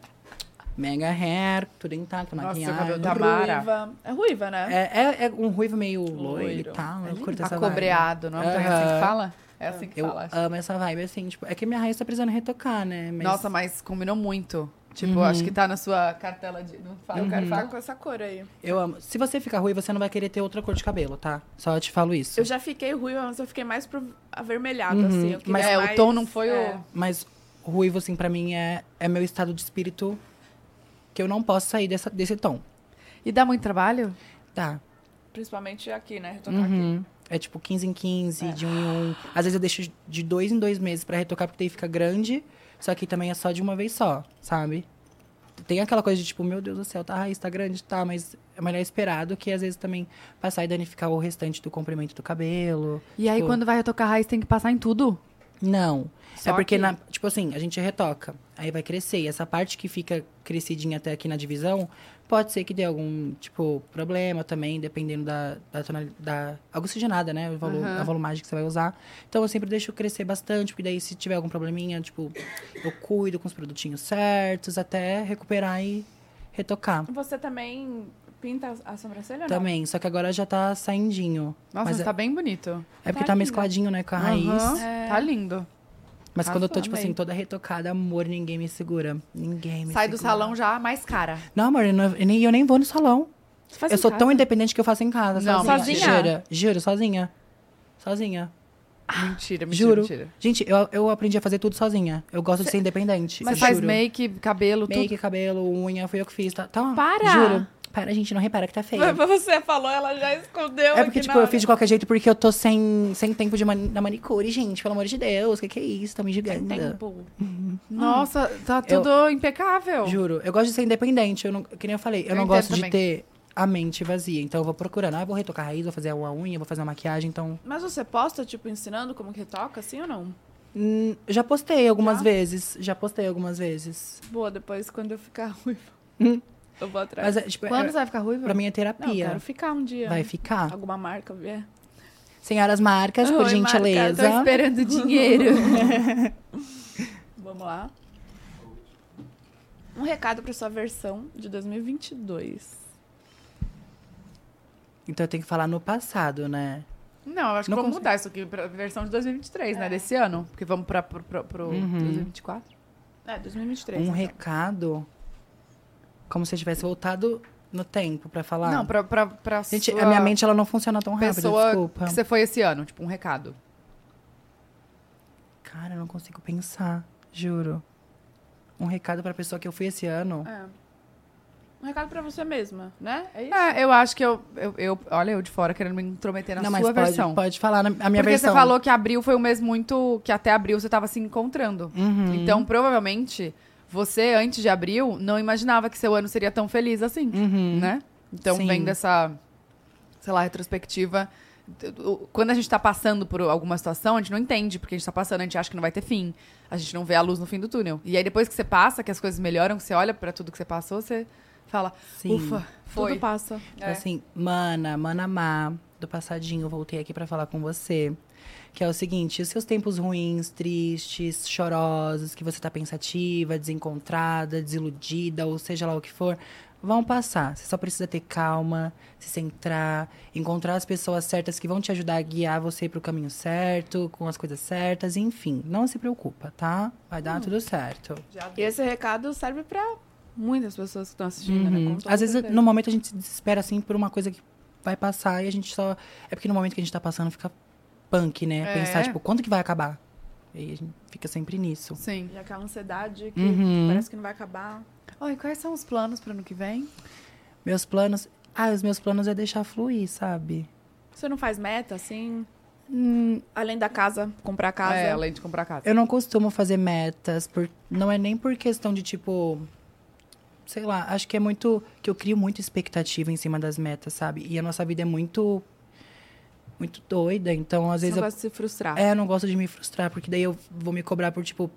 Speaker 3: Mega hair, tudo intacto,
Speaker 2: Nossa,
Speaker 3: maquiagem.
Speaker 2: cabelo tá da Tamara.
Speaker 1: Ruiva. É ruiva, né?
Speaker 3: É, é, é um ruivo meio loiro e
Speaker 1: Loiro.
Speaker 3: tal. Ah,
Speaker 2: É
Speaker 3: Eu curto essa vibe.
Speaker 2: Acobreado, não é Porque é assim que
Speaker 3: Aham.
Speaker 2: fala? É assim que
Speaker 3: Eu
Speaker 2: fala. acho.
Speaker 3: amo essa vibe, assim. Tipo, é que minha raiz tá precisando retocar, né? Mas Uhum.
Speaker 2: Nossa, mas combinou muito. Tipo, acho que tá na sua cartela de. Não fala.
Speaker 1: Eu
Speaker 2: Eu
Speaker 1: quero
Speaker 2: falar.
Speaker 1: ficar com essa cor aí.
Speaker 3: eu amo. Se você ficar ruim, você não vai querer ter outra cor de cabelo, tá? Só te falo isso.
Speaker 1: Eu já fiquei ruiva, mas eu fiquei mais pro avermelhado,
Speaker 3: Uhum,
Speaker 1: assim. Eu queria
Speaker 2: Mas é, o
Speaker 1: mais-
Speaker 2: tom não foi
Speaker 1: é.
Speaker 2: o.
Speaker 3: Mas ruivo, assim, pra mim é, é meu estado de espírito que eu não posso sair dessa, desse tom.
Speaker 2: E dá muito trabalho?
Speaker 3: Tá.
Speaker 1: Principalmente aqui, né? Retocar aqui.
Speaker 3: Uhum. É tipo 15 em 15, de um em um. Às vezes eu deixo de dois em dois meses pra retocar, porque daí fica grande. Só que também é só de uma vez só, sabe? Tem aquela coisa de tipo, meu Deus do céu, tá a raiz, tá grande, tá, mas é melhor esperar do que às vezes também passar e danificar o restante do comprimento do cabelo.
Speaker 2: E aí,
Speaker 3: Tipo,
Speaker 2: quando vai retocar raiz, tem que passar em tudo?
Speaker 3: Não.
Speaker 2: Só
Speaker 3: é porque,
Speaker 2: que-
Speaker 3: na- tipo assim, a gente retoca, aí vai crescer. E essa parte que fica crescidinha até aqui na divisão, pode ser que dê algum, tipo, problema também, dependendo da, da tonalidade. Da a oxigenada, né? O valor,
Speaker 2: Aham.
Speaker 3: A volumagem que você vai usar. Então eu sempre deixo crescer bastante, porque daí se tiver algum probleminha, tipo, eu cuido com os produtinhos certos até recuperar e retocar.
Speaker 1: Você também pinta a sobrancelha ou não?
Speaker 3: Também, só que agora já tá saindinho.
Speaker 2: Nossa,
Speaker 3: Mas
Speaker 2: mas
Speaker 3: é-
Speaker 2: tá bem bonito.
Speaker 3: É porque
Speaker 1: Tá
Speaker 3: tá,
Speaker 1: linda.
Speaker 3: mescladinho, né, com a raiz.
Speaker 2: Aham,
Speaker 1: É.
Speaker 2: Tá lindo.
Speaker 3: Mas quando eu tô,
Speaker 2: Arrasou,
Speaker 3: tipo assim,
Speaker 2: amei.
Speaker 3: toda retocada, amor, ninguém me segura. Ninguém me
Speaker 2: Sai
Speaker 3: segura.
Speaker 2: do salão já mais cara.
Speaker 3: Não, amor, eu, não- eu nem, eu nem vou no salão.
Speaker 1: Você faz
Speaker 3: eu
Speaker 1: em
Speaker 3: sou
Speaker 1: casa?
Speaker 3: tão independente que eu faço em casa.
Speaker 2: Não,
Speaker 3: sozinha.
Speaker 1: mentira.
Speaker 3: Juro, juro, sozinha. Sozinha.
Speaker 2: Mentira, mentira,
Speaker 3: juro.
Speaker 2: mentira.
Speaker 3: Gente, eu, eu aprendi a fazer tudo sozinha. Eu gosto de ser independente.
Speaker 2: Mas
Speaker 3: juro.
Speaker 2: faz make, cabelo,
Speaker 3: Make,
Speaker 2: tudo.
Speaker 3: cabelo, unha, fui eu que fiz. Tá, tá,
Speaker 2: Para!
Speaker 3: Juro. Para, gente, não repara que tá feio.
Speaker 1: Mas Você falou, ela já escondeu.
Speaker 3: É
Speaker 1: aqui
Speaker 3: porque, tipo,
Speaker 1: na
Speaker 3: eu
Speaker 1: hora.
Speaker 3: fiz de qualquer jeito porque eu tô sem, sem tempo de mani- na manicure, gente. Pelo amor de Deus, o que, que é isso? Tá me julgando.
Speaker 1: Tempo.
Speaker 2: Nossa, tá tudo impecável.
Speaker 3: Juro, eu gosto de ser independente. Eu não, que nem eu falei, eu,
Speaker 2: Eu
Speaker 3: não
Speaker 2: entendo
Speaker 3: gosto
Speaker 2: também.
Speaker 3: de ter a mente vazia. Então eu vou procurando. Ah, eu vou retocar a raiz, vou fazer uma unha, vou fazer uma maquiagem. Então,
Speaker 1: Mas você posta, tipo, ensinando como que retoca, assim ou não?
Speaker 3: hum, já postei algumas
Speaker 1: Já?
Speaker 3: vezes. Já postei algumas vezes.
Speaker 1: Boa, depois quando eu ficar ruiva. eu vou atrás.
Speaker 3: Hum. Mas, é, tipo,
Speaker 2: Quando
Speaker 3: é,
Speaker 2: você vai ficar ruiva?
Speaker 3: pra mim é
Speaker 1: Não, eu quero
Speaker 3: terapia.
Speaker 1: ficar um dia.
Speaker 3: Vai ficar.
Speaker 1: Alguma marca vier.
Speaker 3: Senhoras marcas, por
Speaker 1: Oi,
Speaker 3: gentileza.
Speaker 2: Tô Tá esperando dinheiro.
Speaker 1: Vamos lá. Um recado pra sua versão de 2022.
Speaker 3: Então eu tenho que falar no passado, né?
Speaker 2: Não, eu acho que
Speaker 3: Não
Speaker 2: vamos
Speaker 3: consigo.
Speaker 2: mudar isso aqui pra versão de 2023,
Speaker 1: É.
Speaker 2: né? Desse ano. Porque vamos pra, pro, pro, pro
Speaker 3: Uhum.
Speaker 2: 2024.
Speaker 1: É, 2023.
Speaker 3: Um
Speaker 1: então.
Speaker 3: recado. Como se eu tivesse voltado no tempo pra falar.
Speaker 2: Não, pra, pra, pra
Speaker 3: Gente,
Speaker 2: sua
Speaker 3: a minha mente ela não funciona tão rápido,
Speaker 2: pessoa
Speaker 3: desculpa.
Speaker 2: que você foi esse ano. Tipo, um recado.
Speaker 3: Cara, eu não consigo pensar, juro. Um recado pra pessoa que eu fui esse ano.
Speaker 1: É. Um recado pra você mesma, né? É isso?
Speaker 2: É, eu acho que eu, eu, eu- Olha, eu de fora querendo me intrometer na
Speaker 3: não, mas
Speaker 2: sua
Speaker 3: pode,
Speaker 2: versão.
Speaker 3: pode falar na, a minha
Speaker 2: Porque
Speaker 3: versão.
Speaker 2: você falou que abril foi um mês muito. que até abril você tava se encontrando.
Speaker 3: Uhum.
Speaker 2: Então, provavelmente, você, antes de abril, não imaginava que seu ano seria tão feliz assim,
Speaker 3: Uhum.
Speaker 2: né? Então,
Speaker 3: Sim.
Speaker 2: vem dessa, sei lá, retrospectiva. Quando a gente tá passando por alguma situação, a gente não entende porque a gente tá passando, a gente acha que não vai ter fim. A gente não vê a luz no fim do túnel. E aí, depois que você passa, que as coisas melhoram, que você olha pra tudo que você passou, você fala,
Speaker 3: Sim.
Speaker 2: ufa, foi.
Speaker 1: Tudo passa.
Speaker 2: É.
Speaker 3: Assim, mana, mana má, do passadinho, eu voltei aqui pra falar com você. Que é o seguinte, os seus tempos ruins, tristes, chorosos, que você tá pensativa, desencontrada, desiludida, ou seja lá o que for, vão passar. Você só precisa ter calma, se centrar, encontrar as pessoas certas que vão te ajudar a guiar você pro caminho certo, com as coisas certas, enfim. Não se preocupa, tá? Vai dar tudo certo.
Speaker 1: E esse recado serve pra muitas pessoas que estão assistindo, né?
Speaker 3: Uhum.
Speaker 1: Com toda
Speaker 3: Às vezes,
Speaker 1: certeza.
Speaker 3: no momento, a gente se desespera, assim, por uma coisa que vai passar e a gente só... É porque no momento que a gente tá passando, fica punk, né?
Speaker 2: É.
Speaker 3: Pensar, tipo, quando que vai acabar? E aí a gente fica sempre nisso.
Speaker 2: Sim.
Speaker 1: E aquela ansiedade que
Speaker 3: Uhum.
Speaker 1: parece que não vai acabar.
Speaker 2: Oi, quais são os planos para ano que vem?
Speaker 3: Meus planos... Ah, os meus planos é deixar fluir, sabe?
Speaker 1: Você não faz meta, assim?
Speaker 3: Hum,
Speaker 1: Além da casa, comprar casa.
Speaker 2: É, além de comprar casa.
Speaker 3: eu não costumo fazer metas, por... não é nem por questão de, tipo... Sei lá, acho que é muito... Que eu crio muita expectativa em cima das metas, sabe? E a nossa vida é muito... Muito doida, então às
Speaker 1: Você
Speaker 3: vezes
Speaker 1: não
Speaker 3: eu
Speaker 1: gosta de se frustrar.
Speaker 3: É, eu não gosto de me frustrar, porque daí eu vou me cobrar por, tipo,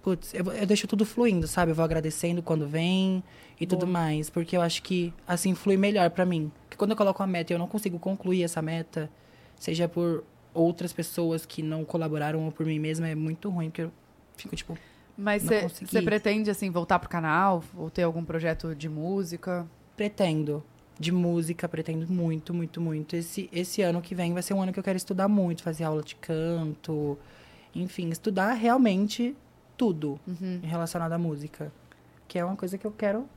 Speaker 3: putz, eu, vou- eu deixo tudo fluindo, sabe? Eu vou agradecendo quando vem e tudo mais, porque eu acho que assim flui melhor pra mim. Porque quando eu coloco uma meta e eu não consigo concluir essa meta, seja por outras pessoas que não colaboraram ou por mim mesma, é muito ruim, porque eu fico, tipo,
Speaker 2: Mas
Speaker 3: Não consegui.
Speaker 2: você pretende, assim, voltar pro canal? Ou ter algum projeto de música?
Speaker 3: pretendo. De música, pretendo muito, muito, muito. Esse, esse ano que vem vai ser um ano que eu quero estudar muito, fazer aula de canto, enfim, estudar realmente tudo relacionado à música. Que é uma coisa que eu quero,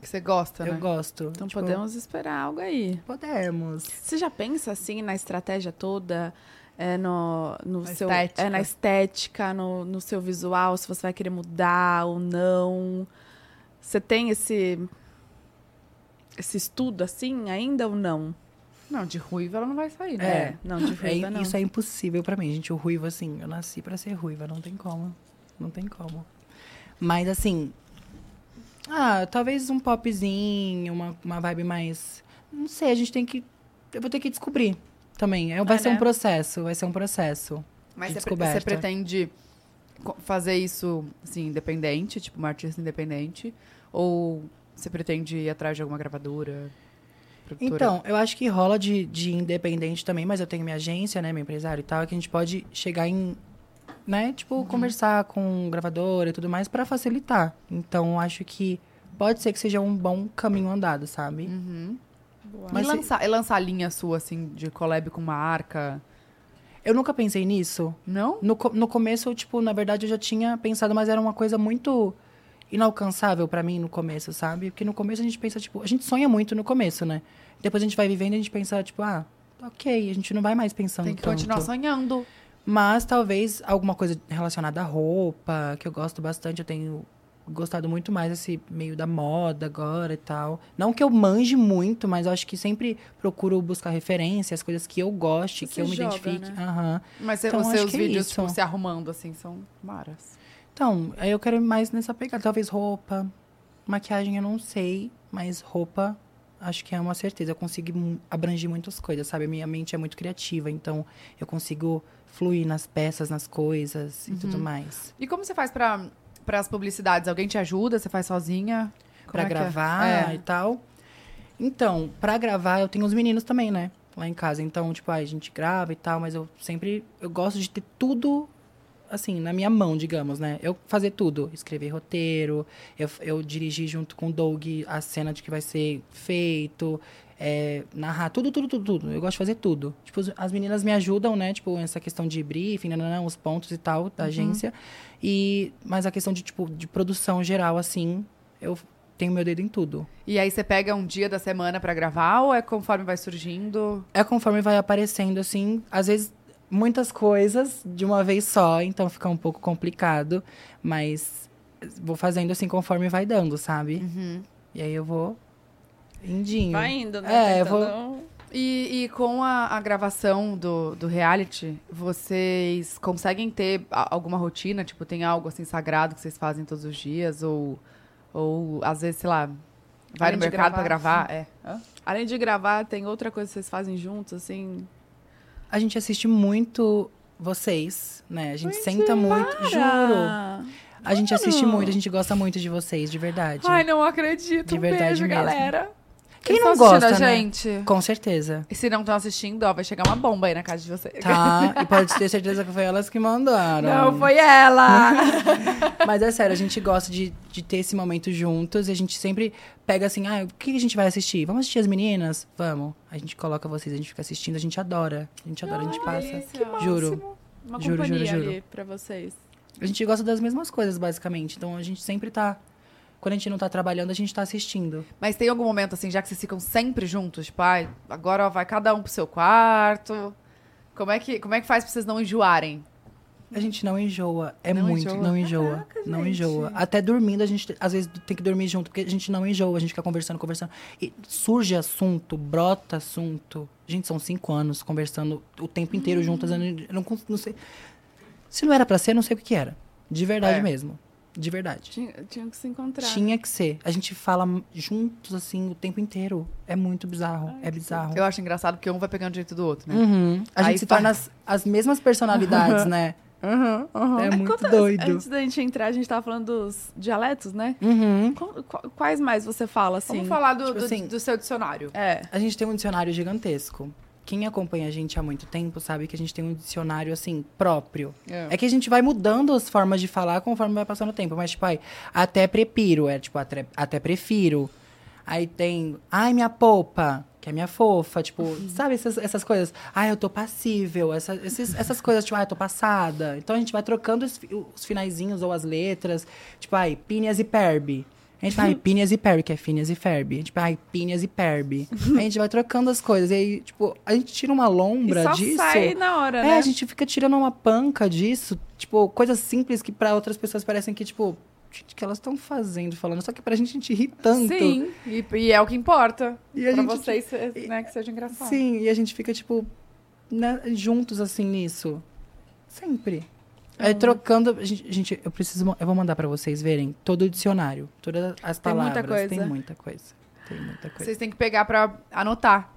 Speaker 2: Que você gosta,
Speaker 3: eu
Speaker 2: né?
Speaker 3: gosto.
Speaker 1: Então
Speaker 3: Tipo,
Speaker 1: podemos esperar algo aí.
Speaker 3: Podemos.
Speaker 1: Você já pensa, assim, na estratégia toda? É, no, no
Speaker 2: Na
Speaker 1: seu,
Speaker 2: estética.
Speaker 1: é na estética, no, no seu visual, se você vai querer mudar ou não. Você tem esse, esse estudo, assim, ainda ou não?
Speaker 2: Não, de ruiva ela não vai sair, né?
Speaker 3: É.
Speaker 1: Não, de
Speaker 3: É,
Speaker 1: ruiva, não.
Speaker 3: Isso é impossível pra mim, gente. O ruivo, assim, eu nasci pra ser ruiva, não tem como. Não tem como. Mas, assim. Ah, talvez um popzinho, uma, uma vibe mais. Não sei, a gente tem que. Eu vou ter que descobrir também. É, vai
Speaker 1: É,
Speaker 3: ser um
Speaker 1: né?
Speaker 3: processo, vai ser um processo.
Speaker 2: Mas você, pre-
Speaker 3: Descoberta.
Speaker 2: você pretende co- fazer isso, assim, independente? Tipo, uma artista independente? Ou você pretende ir atrás de alguma gravadora? produtora?
Speaker 3: Então, eu acho que rola de, de independente também, mas eu tenho minha agência, né, meu empresário e tal, que a gente pode chegar em, né, tipo,
Speaker 2: Uhum.
Speaker 3: conversar com gravadora e tudo mais pra facilitar. Então, eu acho que pode ser que seja um bom caminho andado, sabe?
Speaker 2: Uhum.
Speaker 1: Boa.
Speaker 3: Mas
Speaker 2: e,
Speaker 3: se-
Speaker 2: lançar, e lançar a linha sua, assim, de collab com uma arca?
Speaker 3: Eu nunca pensei nisso.
Speaker 2: Não?
Speaker 3: No, co- no começo, eu, tipo, na verdade, eu já tinha pensado, mas era uma coisa muito inalcançável pra mim no começo, sabe? Porque no começo a gente pensa, tipo, a gente sonha muito no começo, né? Depois a gente vai vivendo e a gente pensa, tipo, ah, ok, a gente não vai mais pensando
Speaker 2: Tem que
Speaker 3: tanto.
Speaker 2: continuar sonhando.
Speaker 3: Mas talvez alguma coisa relacionada à roupa, que eu gosto bastante, eu tenho gostado muito mais desse meio da moda agora e tal. Não que eu manje muito, mas eu acho que sempre procuro buscar referências, coisas que eu goste,
Speaker 1: Você
Speaker 3: que eu me
Speaker 1: joga,
Speaker 3: identifique.
Speaker 1: né?
Speaker 3: Aham.
Speaker 2: Mas você-
Speaker 3: Então,
Speaker 2: os
Speaker 3: acho
Speaker 2: seus
Speaker 3: que é
Speaker 2: vídeos,
Speaker 3: isso.
Speaker 2: tipo, se arrumando, assim, são maras.
Speaker 3: Então, aí eu quero ir mais nessa pegada, talvez roupa, maquiagem eu não sei, mas roupa acho que é uma certeza. Eu consigo mu- abranger muitas coisas, sabe? Minha mente é muito criativa, então eu consigo fluir nas peças, nas coisas e
Speaker 1: Uhum.
Speaker 3: tudo mais.
Speaker 2: E como você faz pra, pras publicidades? Alguém te ajuda? Você faz sozinha? Como
Speaker 3: Pra
Speaker 2: é que é?
Speaker 3: gravar
Speaker 2: É.
Speaker 3: e tal. Então, pra gravar, eu tenho os meninos também, né? Lá em casa. Então, tipo, ai, a gente grava e tal, mas eu sempre. Eu gosto de ter tudo, assim, na minha mão, digamos, né? Eu fazer tudo. Escrever roteiro, eu, eu dirigir junto com o Doug a cena de que vai ser feito, é, narrar, tudo, tudo, tudo, tudo. Eu gosto de fazer tudo. Tipo, os- as meninas me ajudam, né? Tipo, essa questão de briefing, nananã, os pontos e tal,
Speaker 2: Uhum.
Speaker 3: da agência. E, mas a questão de, tipo, de produção geral, assim, eu tenho meu dedo em tudo.
Speaker 2: E aí você pega um dia da semana pra gravar ou é conforme vai surgindo?
Speaker 3: É conforme vai aparecendo, assim, às vezes muitas coisas de uma vez só, então fica um pouco complicado, mas vou fazendo assim conforme vai dando, sabe? E aí eu vou indinho.
Speaker 1: Vai indo, né?
Speaker 3: É, eu vou-
Speaker 1: Tentando-
Speaker 2: E, e com a, a gravação do, do reality, vocês conseguem ter a- alguma rotina? Tipo, tem algo assim sagrado que vocês fazem todos os dias? Ou, ou às vezes, sei lá, vai
Speaker 1: Além
Speaker 2: no
Speaker 1: de
Speaker 2: mercado pra
Speaker 1: gravar?
Speaker 2: gravar? É. Hã?
Speaker 1: Além de gravar, tem outra coisa que vocês fazem juntos, assim?
Speaker 3: A gente assiste muito vocês, né? A gente senta muito, juro.
Speaker 1: Ah,
Speaker 3: A gente assiste
Speaker 1: juro.
Speaker 3: muito, a gente gosta muito de vocês, de verdade.
Speaker 1: Ai, não acredito.
Speaker 3: De
Speaker 1: um
Speaker 3: verdade
Speaker 1: beijo,
Speaker 3: mesmo.
Speaker 1: galera.
Speaker 3: Quem
Speaker 2: Eles
Speaker 3: não
Speaker 2: tão tá assistindo
Speaker 3: gosta,
Speaker 2: a
Speaker 3: né?
Speaker 2: gente?
Speaker 3: Com certeza.
Speaker 2: E se não estão assistindo, ó, vai chegar uma bomba aí na casa de vocês.
Speaker 3: Tá, e pode ter certeza que foi elas que mandaram.
Speaker 1: Não, foi ela!
Speaker 3: Mas é sério, a gente gosta de, de ter esse momento juntos. E a gente sempre pega assim, ah, o que a gente vai assistir? Vamos assistir as meninas? Vamos. A gente coloca vocês, a gente fica assistindo, a gente adora. A gente adora, a gente passa. Juro.
Speaker 1: Uma
Speaker 3: Juro,
Speaker 1: companhia
Speaker 3: juro, juro.
Speaker 1: ali pra vocês.
Speaker 3: A gente gosta das mesmas coisas, basicamente. Então a gente sempre tá Quando a gente não tá trabalhando, a gente tá assistindo.
Speaker 2: Mas tem algum momento, assim, já que vocês ficam sempre juntos, tipo, "Ai, agora ó, vai cada um pro seu quarto. Como é que, como é que faz pra vocês não enjoarem?
Speaker 3: A gente não enjoa. É
Speaker 2: Não
Speaker 3: muito,
Speaker 2: enjoa?
Speaker 3: não enjoa. não
Speaker 1: gente.
Speaker 3: enjoa. Até dormindo, a gente às vezes tem que dormir junto, porque a gente não enjoa, a gente fica conversando, conversando. E surge assunto, brota assunto. Gente, são cinco anos conversando o tempo
Speaker 2: Hum.
Speaker 3: inteiro juntas. Eu não, eu não cons- não sei. Se não era pra ser, eu não sei o que, que era. De verdade
Speaker 2: É.
Speaker 3: mesmo. De verdade.
Speaker 1: Tinha, tinham que se encontrar.
Speaker 3: Tinha que ser. A gente fala m- juntos, assim, o tempo inteiro. É muito bizarro. é bizarro.
Speaker 2: Eu acho engraçado porque um vai pegando o jeito do outro, né?
Speaker 3: Uhum. A gente
Speaker 2: Aí
Speaker 3: se
Speaker 2: faz-
Speaker 3: torna as, as mesmas personalidades, né?
Speaker 2: Uhum, uhum.
Speaker 3: É muito
Speaker 1: Quantas-
Speaker 3: doido.
Speaker 1: Antes da gente entrar, a gente tava falando dos dialetos, né?
Speaker 3: Uhum.
Speaker 1: Qu- qu- Quais mais você fala, assim?
Speaker 2: Vamos falar do,
Speaker 3: Tipo
Speaker 2: do,
Speaker 3: assim-
Speaker 2: do seu dicionário.
Speaker 1: É.
Speaker 3: A gente tem um dicionário gigantesco. Quem acompanha a gente há muito tempo sabe que a gente tem um dicionário, assim, próprio. É que a gente vai mudando as formas de falar conforme vai passando o tempo. Mas, tipo, ai, até prepiro, é tipo, até, até prefiro. Aí tem, ai, minha popa, que é minha fofa. Tipo,
Speaker 1: Uhum.
Speaker 3: sabe essas, essas coisas? Ai, eu tô passível. Essa, esses- essas coisas, tipo, ai, eu tô passada. Então a gente vai trocando os, fi- os finaizinhos ou as letras. Tipo, ai, píneas e perbe. A gente vai, ai, píneas e perbe, que é fíneas e ferbe. A gente vai, ai, píneas e perbe. A gente vai trocando as coisas. E aí, tipo, a gente tira uma lombra
Speaker 1: E só
Speaker 3: disso.
Speaker 1: sai na hora,
Speaker 3: É,
Speaker 1: né?
Speaker 3: a gente fica tirando uma panca disso, tipo, coisas simples que pra outras pessoas parecem que, tipo, gente, o que elas estão fazendo, falando, só que pra gente a gente ri tanto.
Speaker 2: Sim, e, e é o que importa.
Speaker 3: e a
Speaker 2: Pra
Speaker 3: gente,
Speaker 2: vocês, né, que seja engraçado.
Speaker 3: Sim, e a gente fica, tipo, né, juntos, assim, nisso. Sempre. É,
Speaker 1: Uhum.
Speaker 3: trocando. Gente, gente, eu preciso. ma- Eu vou mandar pra vocês verem todo o dicionário, todas as
Speaker 1: Tem
Speaker 3: palavras.
Speaker 1: muita coisa.
Speaker 3: Tem muita coisa. Tem muita coisa.
Speaker 2: Vocês têm que pegar pra anotar.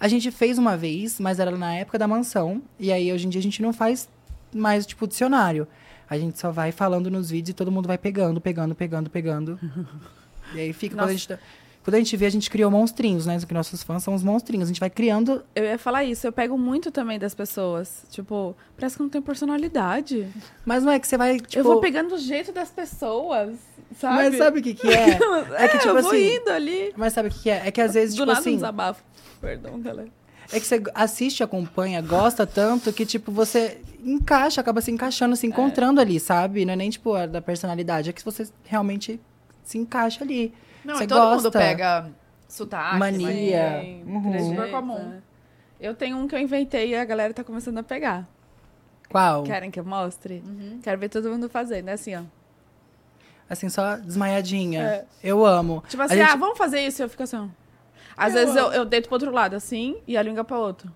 Speaker 3: A gente fez uma vez, mas era na época da mansão. E aí, hoje em dia, a gente não faz mais, tipo, dicionário. A gente só vai falando nos vídeos e todo mundo vai pegando, pegando, pegando, pegando. e aí fica quando a, gente, quando a gente vê, a gente criou monstrinhos, né? Que nossos fãs são os monstrinhos. A gente vai criando.
Speaker 1: Eu ia falar isso, eu pego muito também das pessoas. Tipo, parece que não tem personalidade.
Speaker 3: Mas não é que você vai, tipo.
Speaker 1: eu vou pegando o jeito das pessoas, sabe?
Speaker 3: Mas sabe o que, que é?
Speaker 1: É,
Speaker 3: que, tipo
Speaker 1: eu vou
Speaker 3: assim,
Speaker 1: indo ali.
Speaker 3: Mas sabe o que, que é? É que às vezes,
Speaker 1: Do
Speaker 3: tipo
Speaker 1: nada um
Speaker 3: assim.
Speaker 1: desabafo. Perdão, galera.
Speaker 3: É que você assiste, acompanha, gosta tanto que, tipo, você encaixa, acaba se encaixando,
Speaker 1: É.
Speaker 3: se encontrando ali, sabe? Não é nem, tipo, a da personalidade, é que você realmente se encaixa ali.
Speaker 2: Não,
Speaker 3: Você
Speaker 2: e todo mundo
Speaker 3: gosta?
Speaker 2: pega sotaque,
Speaker 3: Mania. Yeah.
Speaker 1: Sim,
Speaker 3: Uhum.
Speaker 1: trejeito,
Speaker 2: Super comum.
Speaker 1: né? Eu tenho um que eu inventei e a galera tá começando a pegar.
Speaker 3: Qual?
Speaker 1: Querem que eu mostre? Quero ver todo mundo fazendo, é assim, ó.
Speaker 3: Assim, só desmaiadinha. Eu amo.
Speaker 1: Tipo
Speaker 3: A
Speaker 1: assim,
Speaker 3: gente-
Speaker 1: ah, vamos fazer isso? E eu fico assim, ó. Às
Speaker 2: Eu
Speaker 1: vezes eu, eu deito pro outro lado, assim, e a língua pra outro.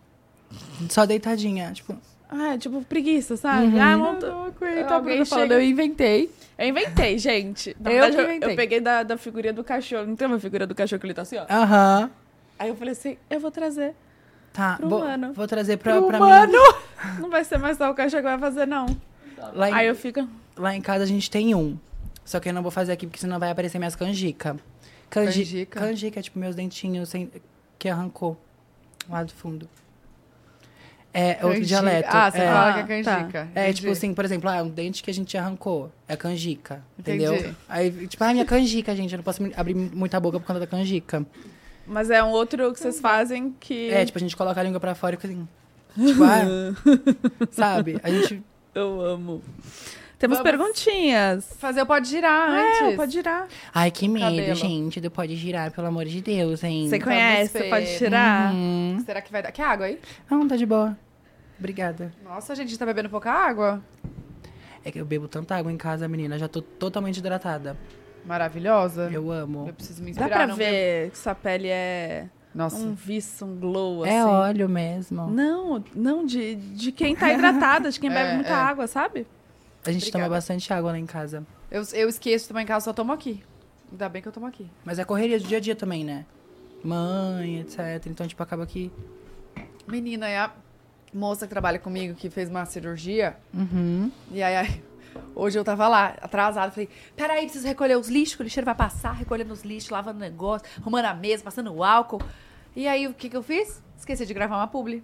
Speaker 3: Só deitadinha, tipo...
Speaker 1: Ah, é tipo preguiça, sabe?
Speaker 3: Uhum.
Speaker 1: Ah, não tô...
Speaker 2: Tá,
Speaker 1: Alguém
Speaker 2: Bruna falando,
Speaker 1: chega-
Speaker 2: eu inventei.
Speaker 1: Eu inventei, gente. Na
Speaker 2: Eu
Speaker 1: verdade,
Speaker 2: que
Speaker 1: eu,
Speaker 2: inventei.
Speaker 1: eu peguei da, da figurinha do cachorro. Não tem uma figura do cachorro que ele tá assim, ó?
Speaker 3: Aham.
Speaker 1: Aí eu falei assim, eu vou trazer.
Speaker 3: Tá,
Speaker 1: Pro
Speaker 3: vou,
Speaker 1: humano.
Speaker 3: vou trazer pra,
Speaker 2: Pro
Speaker 3: pra
Speaker 2: humano.
Speaker 3: mim.
Speaker 1: Não vai ser mais só o cachorro que vai fazer, não.
Speaker 3: Lá em,
Speaker 1: Aí eu fico...
Speaker 3: lá em casa a gente tem um. Só que eu não vou fazer aqui, porque senão vai aparecer minhas canjica.
Speaker 2: Canjica?
Speaker 3: Canjica. Canjica é tipo meus dentinhos sem- que arrancou lá do fundo. É, é outro
Speaker 2: Canjica.
Speaker 3: dialeto.
Speaker 2: Ah, você
Speaker 3: é.
Speaker 2: fala
Speaker 1: Ah,
Speaker 2: que é canjica.
Speaker 3: É,
Speaker 2: Entendi.
Speaker 3: tipo assim, por exemplo, ah, um dente que a gente arrancou é canjica, entendeu?
Speaker 2: Entendi.
Speaker 3: Aí, tipo, ah, minha canjica, gente, eu não posso me- abrir muita boca por conta da canjica.
Speaker 1: Mas é um outro que vocês fazem que...
Speaker 3: É, tipo, a gente coloca a língua pra fora e fica assim, tipo, ah, sabe? A gente,
Speaker 1: Eu amo. Temos
Speaker 2: Vamos.
Speaker 1: perguntinhas.
Speaker 2: Fazer o pode girar antes.
Speaker 1: É, pode tirar.
Speaker 3: ai, que medo,
Speaker 2: Cabelo.
Speaker 3: gente, do pode girar, pelo amor de Deus, hein?
Speaker 1: Você conhece, você pode
Speaker 2: ver.
Speaker 1: tirar.
Speaker 3: Hum.
Speaker 2: Será que vai dar? Quer água aí?
Speaker 3: Não, tá de boa. Obrigada.
Speaker 2: Nossa, gente, tá bebendo pouca água.
Speaker 3: É que eu bebo tanta água em casa, menina, já tô totalmente hidratada.
Speaker 2: Maravilhosa. Eu,
Speaker 3: Eu amo.
Speaker 2: preciso me
Speaker 1: Dá
Speaker 2: inspirar.
Speaker 1: pra
Speaker 2: não bebo.
Speaker 1: ver que sua pele é
Speaker 2: Nossa.
Speaker 1: um viço, um glow, assim.
Speaker 3: É óleo mesmo.
Speaker 1: Não, não, de, de quem tá hidratada, de quem
Speaker 2: É,
Speaker 1: bebe muita
Speaker 2: é.
Speaker 1: água, sabe?
Speaker 3: A gente
Speaker 2: Obrigada.
Speaker 3: toma bastante água lá em casa.
Speaker 2: Eu, eu esqueço também em casa, só tomo aqui. Ainda bem que eu tomo aqui.
Speaker 3: Mas é correria do dia a dia também, né? Mãe, etc. Então, tipo, acaba que.
Speaker 2: Menina, é a moça que trabalha comigo, que fez uma cirurgia.
Speaker 3: Uhum.
Speaker 2: E aí, aí, hoje eu tava lá, atrasada. Falei, peraí, preciso recolher os lixos, que o lixeiro vai passar, recolhendo os lixos, lavando o negócio, arrumando a mesa, passando o álcool. E aí, o que que eu fiz? Esqueci de gravar uma publi.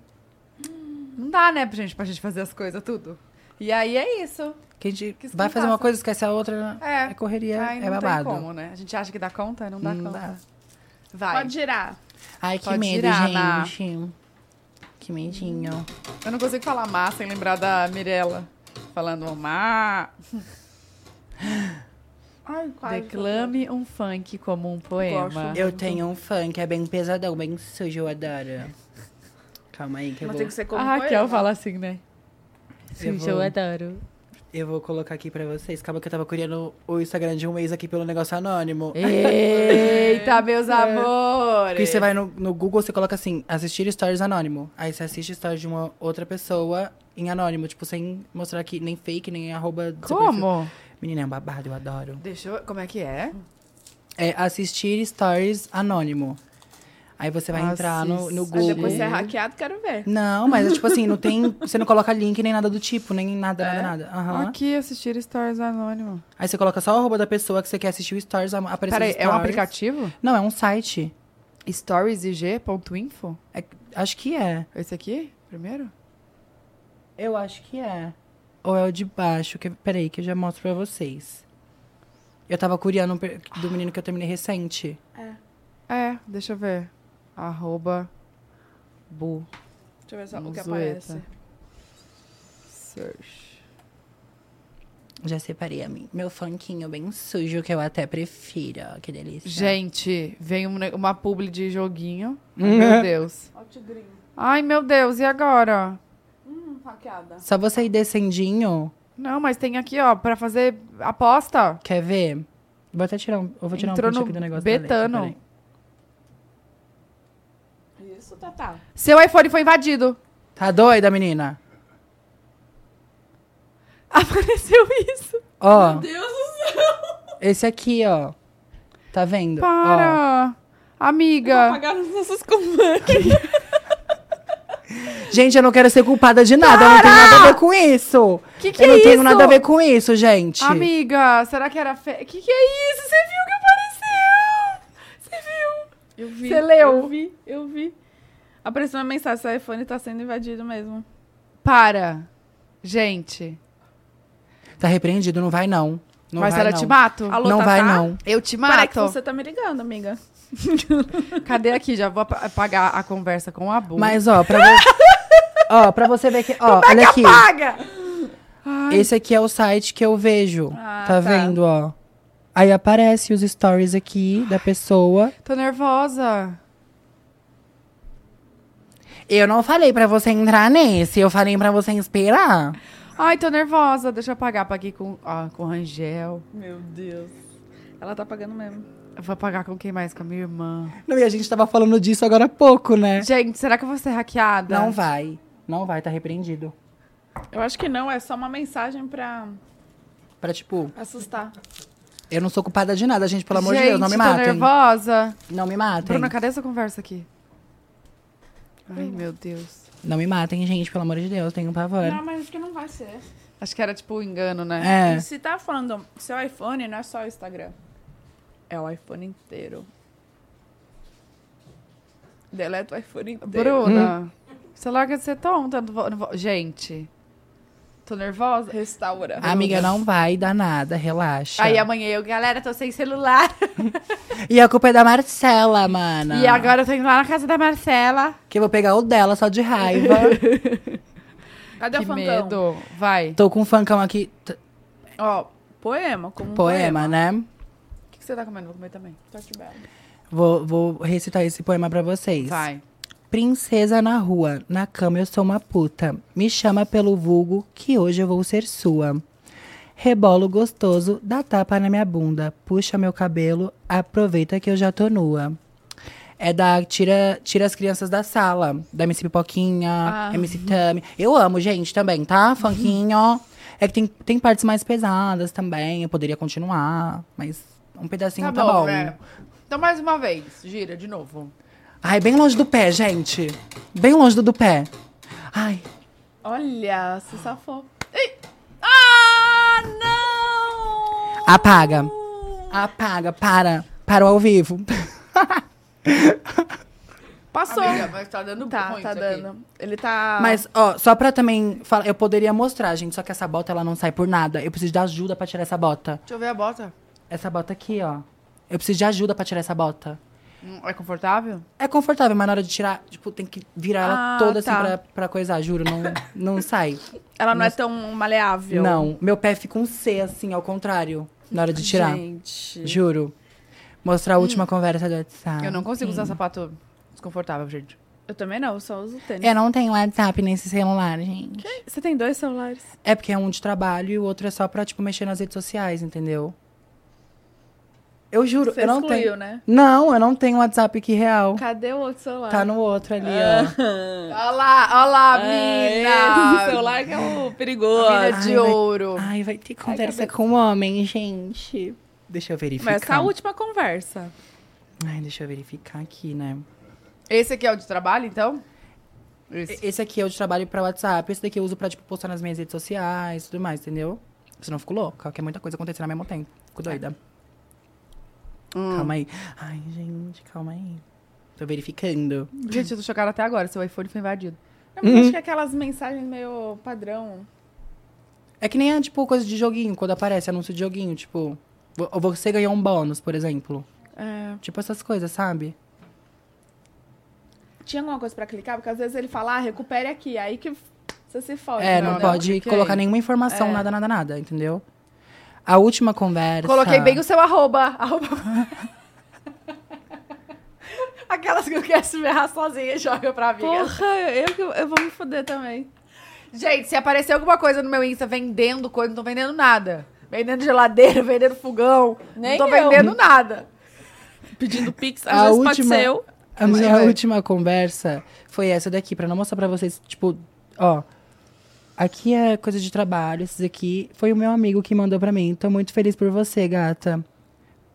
Speaker 2: Não dá, né, gente, pra gente fazer as coisas tudo. E aí, é isso.
Speaker 3: Que a gente
Speaker 2: Que isso
Speaker 3: vai
Speaker 2: não
Speaker 3: fazer uma
Speaker 2: passa.
Speaker 3: coisa, esquece a outra. né?
Speaker 2: É.
Speaker 3: É correria,
Speaker 2: Ai,
Speaker 3: é
Speaker 2: não
Speaker 3: babado.
Speaker 2: tem como, né? A gente acha que dá conta, não dá
Speaker 3: Não
Speaker 2: conta.
Speaker 3: dá.
Speaker 2: Vai.
Speaker 1: Pode girar.
Speaker 3: Ai, que
Speaker 2: Pode
Speaker 3: medo,
Speaker 2: girar, Ana.
Speaker 3: gente. Que medinho.
Speaker 2: Eu não consigo falar má sem lembrar da Mirella. Falando má.
Speaker 1: Ai, quase.
Speaker 2: Declame um funk como um poema.
Speaker 1: Gosto.
Speaker 3: Eu tenho um funk, é bem pesadão, bem sujo, eu adoro. Calma aí, que eu
Speaker 1: Mas
Speaker 3: vou,
Speaker 1: tem Ah, que ser como
Speaker 2: A Raquel
Speaker 1: poema.
Speaker 2: fala assim, né? Sim,
Speaker 3: vou-
Speaker 2: eu adoro.
Speaker 3: eu vou colocar aqui pra vocês. Calma que eu tava curando o Instagram de um mês aqui pelo negócio anônimo.
Speaker 2: Eita, meus amores!
Speaker 3: É. Porque você vai no, no Google, você coloca assim, assistir stories anônimo. Aí você assiste stories de uma outra pessoa em anônimo, tipo, sem mostrar que nem fake, nem arroba. do seu perfil.
Speaker 2: Como?
Speaker 3: Menina, é um babado, eu adoro.
Speaker 2: Deixa eu... Como é que é?
Speaker 3: É assistir stories anônimo. Aí você vai entrar no, no
Speaker 2: Assistir.
Speaker 1: Mas
Speaker 3: Google.
Speaker 1: depois você é hackeado, quero ver.
Speaker 3: Não, mas é tipo assim, não tem. Você não coloca link nem nada do tipo, nem nada,
Speaker 2: É?
Speaker 3: nada, nada. Aham.
Speaker 2: Aqui, assistir Stories Anônimo.
Speaker 3: Aí você coloca só o arroba da pessoa que você quer assistir o stories, am- aparece
Speaker 2: Peraí,
Speaker 3: os
Speaker 2: é um
Speaker 3: stories.
Speaker 2: aplicativo?
Speaker 3: Não, é um site.
Speaker 2: Storiesig.info?
Speaker 3: É- acho que é.
Speaker 2: Esse aqui, primeiro?
Speaker 3: Eu acho que é. Ou é o de baixo? Que, peraí, que eu já mostro pra vocês. Eu tava curiando um per- do menino que eu terminei recente.
Speaker 2: É, deixa eu ver. Arroba... Bu.
Speaker 1: Deixa eu ver só o que
Speaker 2: Zoeta.
Speaker 1: aparece.
Speaker 2: Search.
Speaker 3: Já separei a mim. Meu funkinho bem sujo, que eu até prefiro. ó, Que delícia.
Speaker 2: Gente, vem um ne- uma publi de joguinho. Meu Deus.
Speaker 1: Ó o tigrinho.
Speaker 2: Ai, meu Deus, e agora?
Speaker 1: Hum, hackeada.
Speaker 3: Só você ir descendinho.
Speaker 2: Não, mas tem aqui, ó, pra fazer aposta.
Speaker 3: Quer ver? Vou até tirar um. Eu vou tirar
Speaker 2: Entrou
Speaker 3: um
Speaker 2: no
Speaker 3: print aqui do negócio.
Speaker 2: Betano.
Speaker 3: Da letra, peraí.
Speaker 1: Isso, Tatá.
Speaker 2: Seu iPhone foi invadido.
Speaker 3: tá doida, menina?
Speaker 2: Apareceu isso.
Speaker 3: Ó,
Speaker 1: Deus do céu.
Speaker 3: esse aqui, ó. Tá vendo? Ó.
Speaker 2: Para. Amiga.
Speaker 1: Apagaram os nossos comandos.
Speaker 3: Gente, eu não quero ser culpada de nada. Eu não tenho nada a ver com isso.
Speaker 2: Que que
Speaker 3: eu não
Speaker 2: é
Speaker 3: tenho
Speaker 2: isso?
Speaker 3: nada a ver com isso, gente.
Speaker 2: Amiga, será que era fe... Que que é isso? Você viu o que apareceu? Você viu?
Speaker 1: Eu vi.
Speaker 2: Você leu?
Speaker 1: Eu vi, eu vi. Apareceu uma mensagem, seu iPhone tá sendo invadido mesmo.
Speaker 2: Para. Gente.
Speaker 3: Tá repreendido, não vai não. Não
Speaker 2: mas
Speaker 3: vai,
Speaker 2: ela
Speaker 3: não.
Speaker 2: te mato?
Speaker 1: Alô,
Speaker 3: Não
Speaker 1: Tatá?
Speaker 3: vai não.
Speaker 2: Eu te
Speaker 1: Peraí que
Speaker 2: mato.
Speaker 1: você tá me ligando, amiga.
Speaker 2: Cadê aqui? Já vou ap- apagar a conversa com a Bu.
Speaker 3: Mas ó, pra você... ó, pra você ver que, ó, olha aqui.
Speaker 2: Apaga!
Speaker 3: Esse aqui é o site que eu vejo.
Speaker 1: Ah,
Speaker 3: tá,
Speaker 1: tá.
Speaker 3: vendo, ó? Aí aparece os stories aqui da pessoa.
Speaker 2: Tô nervosa.
Speaker 3: Eu não falei pra você entrar nesse, eu falei pra você esperar.
Speaker 2: Ai, tô nervosa. Deixa eu apagar. Apaguei com, ó, com o Rangel.
Speaker 1: Meu Deus. Ela tá pagando mesmo.
Speaker 2: Eu vou apagar com quem mais? Com a minha irmã.
Speaker 3: Não, e a gente tava falando disso agora há pouco, né? Tá.
Speaker 2: Gente, será que eu vou ser hackeada?
Speaker 3: Não vai. Não vai, tá repreendido.
Speaker 1: Eu acho que não, é só uma mensagem pra
Speaker 3: Pra, tipo,
Speaker 1: assustar.
Speaker 3: eu não sou culpada de nada, gente, pelo amor
Speaker 2: Gente,
Speaker 3: de Deus, não me
Speaker 2: tô
Speaker 3: matem.
Speaker 2: nervosa.
Speaker 3: Não me matem.
Speaker 2: Bruna, cadê essa conversa aqui? Ai, meu Deus.
Speaker 3: Não me matem, gente, pelo amor de Deus, tenho pavor.
Speaker 1: Não, mas acho que não vai ser.
Speaker 2: Acho que era tipo um engano, né?
Speaker 3: É.
Speaker 1: E se tá falando seu iPhone, não é só o Instagram. É o iPhone inteiro. Deleta o iPhone
Speaker 3: É.
Speaker 1: inteiro.
Speaker 3: Hum.
Speaker 2: Bruna, você larga de ser tonta. Não vou- não vou- Gente, tô nervosa.
Speaker 1: Restaura.
Speaker 3: Amiga, não vai dar nada, relaxa.
Speaker 2: Aí amanhã eu, galera, tô sem celular.
Speaker 3: E a culpa é da Marcela, mana.
Speaker 2: E agora eu tô indo lá na casa da Marcela.
Speaker 3: Que eu vou pegar o dela só de raiva.
Speaker 1: Cadê
Speaker 2: que
Speaker 1: o funkão?
Speaker 2: medo. Vai.
Speaker 3: Tô com um funkão aqui. t-
Speaker 1: Ó, poema, como um
Speaker 3: Poema, né?
Speaker 1: O que, que você tá comendo? Vou comer também. Tô de bela.
Speaker 3: Vou, vou recitar esse poema pra vocês.
Speaker 2: Vai.
Speaker 3: Princesa na rua, na cama eu sou uma puta. Me chama pelo vulgo, que hoje eu vou ser sua. Rebolo gostoso, dá tapa na minha bunda. Puxa meu cabelo, aproveita que eu já tô nua. É da Tira, tira as Crianças da Sala, da MC Pipoquinha, MC Tami. Eu amo, gente, também, tá? Funkinho. É que tem, tem partes mais pesadas também, eu poderia continuar, mas um pedacinho tá, bom.
Speaker 2: né? Então, mais uma vez. Gira de novo.
Speaker 3: Ai, bem longe do pé, gente. Bem longe do, do pé. Ai,
Speaker 1: Olha, se safou. Ei! Ah, não!
Speaker 3: apaga. Apaga, para. Para o ao vivo.
Speaker 1: Passou.
Speaker 2: Amiga, mas tá dando
Speaker 1: tá,
Speaker 2: ruim
Speaker 1: tá
Speaker 2: isso aqui.
Speaker 1: dando. Ele tá...
Speaker 3: Mas, ó, só pra também falar, eu poderia mostrar, gente, só que essa bota ela não sai por nada. Eu preciso de ajuda pra tirar essa bota.
Speaker 2: Deixa eu ver a bota.
Speaker 3: Essa bota aqui, ó. Eu preciso de ajuda pra tirar essa bota.
Speaker 2: Hum, É confortável?
Speaker 3: É confortável, mas na hora de tirar, tipo, tem que virar ela
Speaker 1: Ah,
Speaker 3: toda
Speaker 1: tá.
Speaker 3: assim pra, pra coisar, juro, não, não sai.
Speaker 1: Ela não é tão maleável.
Speaker 3: Não, meu pé fica um C, assim, ao contrário. na hora de tirar.
Speaker 2: Gente.
Speaker 3: Juro. Mostrar a última conversa do
Speaker 1: Ah,
Speaker 3: WhatsApp.
Speaker 2: Eu não consigo usar sapato desconfortável, gente.
Speaker 1: Eu também não, eu só uso tênis.
Speaker 3: Eu não tenho WhatsApp nesse celular, gente.
Speaker 1: Você tem dois celulares?
Speaker 3: É porque é um de trabalho e o outro é só pra, tipo, mexer nas redes sociais, entendeu? Eu juro,
Speaker 1: Você
Speaker 3: eu não
Speaker 1: excluiu,
Speaker 3: tenho.
Speaker 1: né?
Speaker 3: Não, eu não tenho WhatsApp aqui real.
Speaker 1: Cadê o outro celular?
Speaker 3: Tá no outro ali, ó.
Speaker 1: Ah.
Speaker 2: Olha lá, olha lá,
Speaker 1: Esse
Speaker 2: mina.
Speaker 1: celular que é Ah, o
Speaker 2: Mina
Speaker 1: perigoso.
Speaker 3: Ai,
Speaker 2: de
Speaker 3: vai-
Speaker 2: ouro.
Speaker 3: Ai, vai ter conversa com o homem, gente. Deixa eu verificar.
Speaker 1: Mas essa última conversa.
Speaker 3: Ai, deixa eu verificar aqui, né?
Speaker 2: Esse aqui é o de trabalho, então?
Speaker 3: E- Esse aqui é o de trabalho pra WhatsApp. Esse daqui eu uso pra, tipo, postar nas minhas redes sociais e tudo mais, entendeu? Senão eu fico louca, que é muita coisa acontecendo ao mesmo tempo. Fico doida. Calma aí. Ai, gente, calma aí. Tô verificando.
Speaker 2: Gente, eu tô chocada até agora. Seu iPhone foi invadido.
Speaker 1: Eu acho que é aquelas mensagens meio padrão.
Speaker 3: É que nem é, tipo, coisa de joguinho, quando aparece anúncio de joguinho, tipo... vo- Você ganhou um bônus, por exemplo.
Speaker 1: É.
Speaker 3: Tipo essas coisas, sabe?
Speaker 1: Tinha alguma coisa pra clicar? Porque às vezes ele fala, ah, recupere aqui. Aí que você se fode. né?
Speaker 3: é, não, é.
Speaker 2: não,
Speaker 3: pode
Speaker 2: cliquei.
Speaker 3: colocar nenhuma informação, nada, nada, nada, entendeu? A última conversa...
Speaker 2: Coloquei bem o seu arroba. arroba... Aquelas que não querem se ferrar sozinha e joga pra amiga.
Speaker 1: Porra, eu, que- eu vou me foder também.
Speaker 2: Gente, se aparecer alguma coisa no meu Insta vendendo coisa, não tô vendendo nada. Vendendo geladeira, vendendo fogão.
Speaker 1: Nem
Speaker 2: não tô
Speaker 1: eu.
Speaker 2: vendendo nada.
Speaker 1: Pedindo pix, às
Speaker 3: A
Speaker 1: vezes pode
Speaker 3: última-
Speaker 1: ser eu.
Speaker 3: A minha
Speaker 2: Vai, vai.
Speaker 3: última conversa foi essa daqui, pra não mostrar pra vocês, tipo, ó. Aqui é coisa de trabalho, esses aqui. Foi o meu amigo que mandou pra mim. Tô muito feliz por você, gata.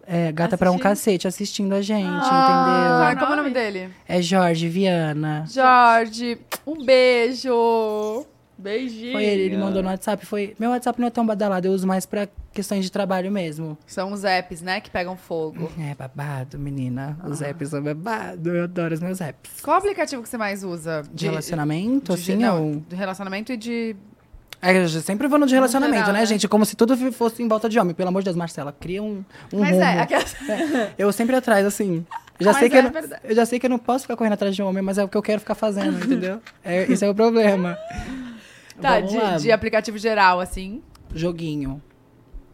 Speaker 3: É, gata pra um
Speaker 1: Assistindo?
Speaker 3: cacete, assistindo a gente,
Speaker 2: Ah,
Speaker 1: entendeu?
Speaker 2: Como é o nome dele?
Speaker 3: entendeu? É Jorge Viana.
Speaker 2: Jorge, um beijo.
Speaker 1: Beijinho.
Speaker 3: Foi ele, ele mandou no WhatsApp. Foi. Meu WhatsApp não é tão badalado, eu uso mais pra questões de trabalho mesmo.
Speaker 2: São os apps, né, que pegam fogo.
Speaker 3: É babado, menina. Os
Speaker 2: Ah.
Speaker 3: apps são babado. Eu adoro os meus apps.
Speaker 2: Qual aplicativo que você mais usa?
Speaker 3: De relacionamento,
Speaker 2: de-
Speaker 3: assim,
Speaker 2: não,
Speaker 3: ou-
Speaker 2: de relacionamento e de...
Speaker 3: É, eu sempre vou no de relacionamento,
Speaker 2: geral,
Speaker 3: né,
Speaker 2: né?
Speaker 3: gente? Como se tudo fi- fosse em volta de homem. Pelo amor de Deus, Marcela, cria um, um
Speaker 2: Mas
Speaker 3: rumo.
Speaker 2: é, aquelas...
Speaker 3: É, Eu sempre atrás, assim. Eu já,
Speaker 1: Mas
Speaker 3: sei que
Speaker 1: é
Speaker 3: eu, não-
Speaker 1: verdade.
Speaker 3: eu já sei que eu não posso ficar correndo atrás de homem, mas é o que eu quero ficar fazendo, entendeu? É, esse é o problema.
Speaker 2: tá,
Speaker 3: Vamos lá.
Speaker 2: de, de aplicativo geral, assim.
Speaker 3: Joguinho.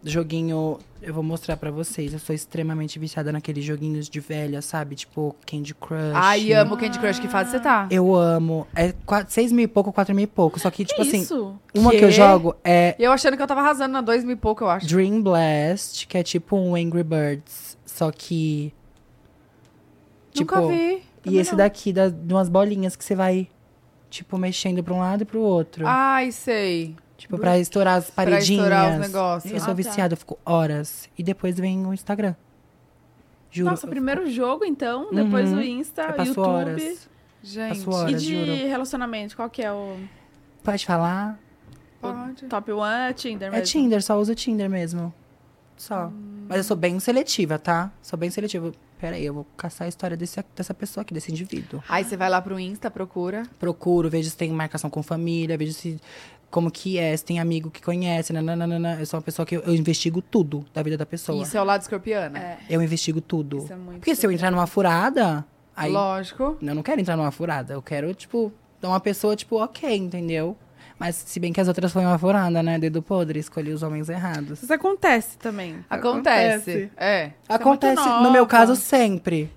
Speaker 3: Joguinho, eu vou mostrar pra vocês. Eu sou extremamente viciada naqueles joguinhos de velha, sabe? Tipo Candy Crush.
Speaker 2: Ai, amo Candy Crush, que fase você tá?
Speaker 3: Eu amo. É 6 mil e pouco, 4 mil e pouco. Só que, tipo assim,
Speaker 1: Isso.
Speaker 3: uma que eu
Speaker 2: Quê?
Speaker 3: jogo é
Speaker 2: E eu achando que eu tava arrasando na dois mil e pouco, eu acho.
Speaker 3: Dream Blast, que é tipo um Angry Birds, só que. Tipo,
Speaker 2: Nunca vi.
Speaker 3: E esse daqui, da, de umas bolinhas que você vai, tipo, mexendo pra um lado e pro outro.
Speaker 2: Ai, sei.
Speaker 3: tipo, pra estourar as paredinhas.
Speaker 2: Ah, estourar os negócios.
Speaker 3: Eu
Speaker 1: Ah, tá.
Speaker 3: sou viciada, eu fico horas. E depois vem o Instagram. Juro.
Speaker 1: Nossa,
Speaker 3: eu
Speaker 1: primeiro jogo, então, depois
Speaker 3: Uhum.
Speaker 1: o Insta,
Speaker 3: eu passo
Speaker 1: YouTube.
Speaker 3: horas.
Speaker 2: Gente.
Speaker 3: Passo horas.
Speaker 1: e de
Speaker 3: juro.
Speaker 1: relacionamento, qual que é o
Speaker 3: Pode falar?
Speaker 2: Pode.
Speaker 1: top one? É Tinder
Speaker 3: É
Speaker 1: mesmo?
Speaker 3: Tinder, só uso Tinder mesmo. Só. Mas eu sou bem seletiva, tá? Sou bem seletiva. Peraí, eu vou caçar a história desse, dessa pessoa aqui, desse indivíduo.
Speaker 2: Aí você vai lá pro Insta, procura.
Speaker 3: procuro, vejo se tem marcação com família, vejo se como que é, se tem amigo que conhece, nananana. Eu sou uma pessoa que eu, eu investigo tudo da vida da pessoa.
Speaker 2: Isso é o lado escorpiana.
Speaker 1: É,
Speaker 3: Eu investigo tudo.
Speaker 1: isso é muito.
Speaker 3: Porque se eu entrar numa furada, aí
Speaker 2: Lógico.
Speaker 3: eu não quero entrar numa furada, eu quero tipo dar uma pessoa tipo OK, entendeu? Mas se bem que as outras foram uma furada, né? Dedo podre, escolhi os homens errados.
Speaker 1: Isso acontece também.
Speaker 2: Acontece. É.
Speaker 3: Acontece,
Speaker 1: muito
Speaker 3: no meu
Speaker 1: nova.
Speaker 3: caso, sempre.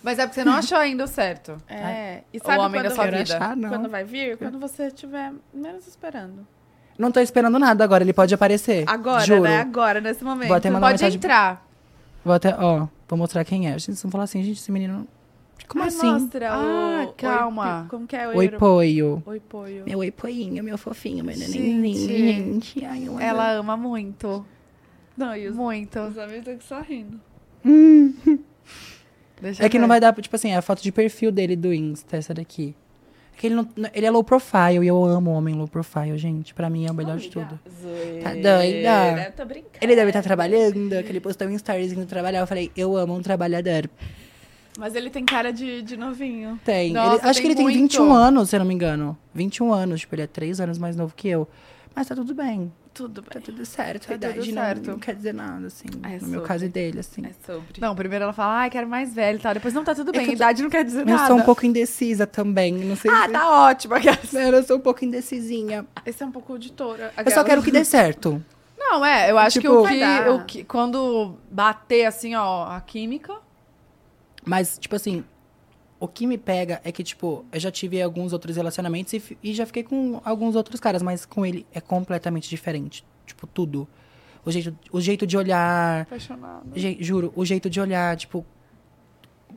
Speaker 2: Mas é porque você não achou ainda o certo.
Speaker 1: É. E
Speaker 2: O
Speaker 1: sabe
Speaker 2: homem da
Speaker 1: quando,
Speaker 2: sua
Speaker 3: Quero
Speaker 2: vida.
Speaker 3: achar, Ah, não.
Speaker 1: quando vai vir? Quando você estiver menos esperando.
Speaker 3: Não tô esperando nada agora, ele pode aparecer.
Speaker 1: Agora,
Speaker 3: Juro.
Speaker 1: né? Agora, nesse momento.
Speaker 3: Vou até
Speaker 2: Você
Speaker 3: mandar
Speaker 2: pode
Speaker 3: mensagem-
Speaker 2: entrar.
Speaker 3: Vou até, ó, vou mostrar quem é. Gente, vocês vão falar assim, gente, esse menino. Como
Speaker 1: Ai,
Speaker 3: assim?
Speaker 1: Mostra o...
Speaker 2: Ah,
Speaker 1: oi,
Speaker 2: calma.
Speaker 1: pi- Como que é o
Speaker 3: Oi, poio.
Speaker 1: Oi, poio.
Speaker 3: Meu oi, poinho, meu fofinho, meu
Speaker 2: Gente.
Speaker 3: nenenzinho, gente. Ai, eu amo.
Speaker 2: Ela ama muito.
Speaker 1: Não, e os,
Speaker 2: Muito.
Speaker 1: os amigos aqui só rindo.
Speaker 2: Deixa
Speaker 3: É que
Speaker 2: eu
Speaker 3: não
Speaker 2: ver.
Speaker 3: vai dar, tipo assim, é a foto de perfil dele do Insta, essa daqui. É que ele, não, ele é low profile e eu amo homem low profile, gente. Pra mim é o melhor de tudo. Tá doida?
Speaker 1: Tô tá brincando.
Speaker 3: Ele deve estar trabalhando, que ele postou um stories indo trabalhar. Eu falei, eu amo um trabalhador.
Speaker 1: Mas ele tem cara de, de novinho.
Speaker 3: Tem.
Speaker 2: Nossa,
Speaker 3: Ele- acho
Speaker 2: tem
Speaker 3: que ele tem
Speaker 2: muito.
Speaker 3: 21 anos, se eu não me engano. 21 anos, tipo, ele é 3 anos mais novo que eu. Mas tá tudo bem.
Speaker 1: Tudo
Speaker 3: Tá
Speaker 1: bem.
Speaker 3: tudo certo,
Speaker 2: Tá
Speaker 3: a idade
Speaker 2: tudo
Speaker 3: não-
Speaker 2: certo.
Speaker 3: Não, quer dizer nada, assim.
Speaker 1: É
Speaker 3: no meu
Speaker 1: sobre.
Speaker 3: caso e dele, assim.
Speaker 1: É sobre.
Speaker 2: Não, primeiro ela fala, ai, quero mais velho e tal. Depois, não, tá tudo
Speaker 3: É que
Speaker 2: bem.
Speaker 3: eu tô-
Speaker 2: Idade não quer dizer
Speaker 3: eu
Speaker 2: nada.
Speaker 3: sou um pouco indecisa também, não sei
Speaker 2: Ah,
Speaker 3: se...
Speaker 2: tá ótimo. aquela-
Speaker 3: Sério, eu sou um pouco indecisinha.
Speaker 1: Esse é um pouco de touro.
Speaker 3: Eu só quero que dê certo.
Speaker 2: Não, é, eu acho
Speaker 3: Tipo-
Speaker 2: que o
Speaker 1: Vai
Speaker 2: que,
Speaker 1: dar.
Speaker 2: o que- Quando bater, assim, ó, a química.
Speaker 3: Mas, tipo assim, o que me pega é que, tipo, eu já tive alguns outros relacionamentos e, fi- e já fiquei com alguns outros caras, mas com ele é completamente diferente. Tipo, tudo. O jeito, o jeito de olhar,
Speaker 2: Apaixonada.
Speaker 3: je- juro, o jeito de olhar, tipo,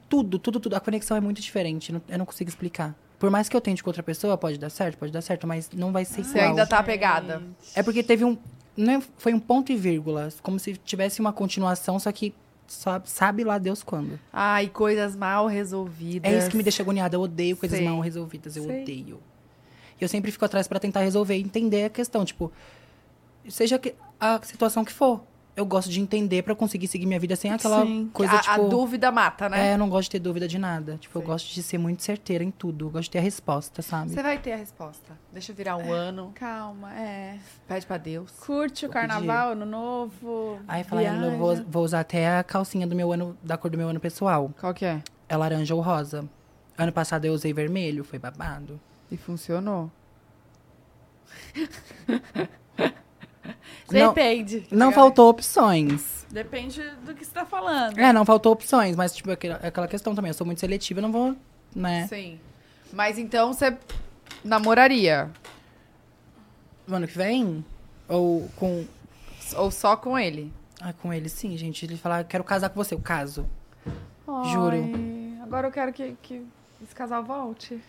Speaker 3: tudo, tudo, tudo. A conexão é muito diferente, não- eu não consigo explicar. Por mais que eu tente com outra pessoa, pode dar certo, pode dar certo, mas não vai ser
Speaker 2: Você
Speaker 3: igual.
Speaker 2: ainda tá apegada.
Speaker 3: É porque teve um. Não é- foi um ponto e vírgula. Como se tivesse uma continuação, só que sabe, sabe lá Deus quando.
Speaker 2: Ai, coisas mal resolvidas.
Speaker 3: É isso que me deixa agoniada. Eu odeio coisas
Speaker 2: Sei.
Speaker 3: mal resolvidas. Eu
Speaker 1: Sei.
Speaker 3: odeio. E eu sempre fico atrás pra tentar resolver e entender a questão. Tipo, seja que- a situação que for. Eu gosto de entender pra eu conseguir seguir minha vida sem aquela
Speaker 1: Sim.
Speaker 3: coisa,
Speaker 2: a,
Speaker 3: tipo...
Speaker 2: a dúvida mata, né?
Speaker 3: É, eu não gosto de ter dúvida de nada. Tipo, eu
Speaker 2: Sei.
Speaker 3: gosto de ser muito certeira em tudo. Eu gosto de ter a resposta, sabe?
Speaker 2: Você vai ter a resposta. Deixa eu virar um ano.
Speaker 1: Calma, é.
Speaker 2: Pede pra Deus.
Speaker 1: Curte o
Speaker 3: Todo
Speaker 1: carnaval, ano novo.
Speaker 3: Aí falar, eu não vou,
Speaker 1: viaja.
Speaker 3: vou usar até a calcinha do meu ano, da cor do meu ano pessoal.
Speaker 2: Qual que é?
Speaker 3: É laranja ou rosa. Ano passado eu usei vermelho, foi babado.
Speaker 2: E funcionou.
Speaker 3: Não,
Speaker 1: Depende. tá
Speaker 3: não faltou opções.
Speaker 1: Depende do que você tá falando.
Speaker 3: É, não faltou opções, mas tipo, aquela, aquela questão também. Eu sou muito seletiva, eu não vou, né?
Speaker 2: Sim. É. Mas então você namoraria?
Speaker 3: No ano que vem? Ou com.
Speaker 2: Ou só com ele?
Speaker 3: Ah, com ele sim, gente. Ele falar, quero casar com você, eu caso.
Speaker 1: Ai,
Speaker 3: Juro.
Speaker 1: Agora eu quero que, que esse casal volte.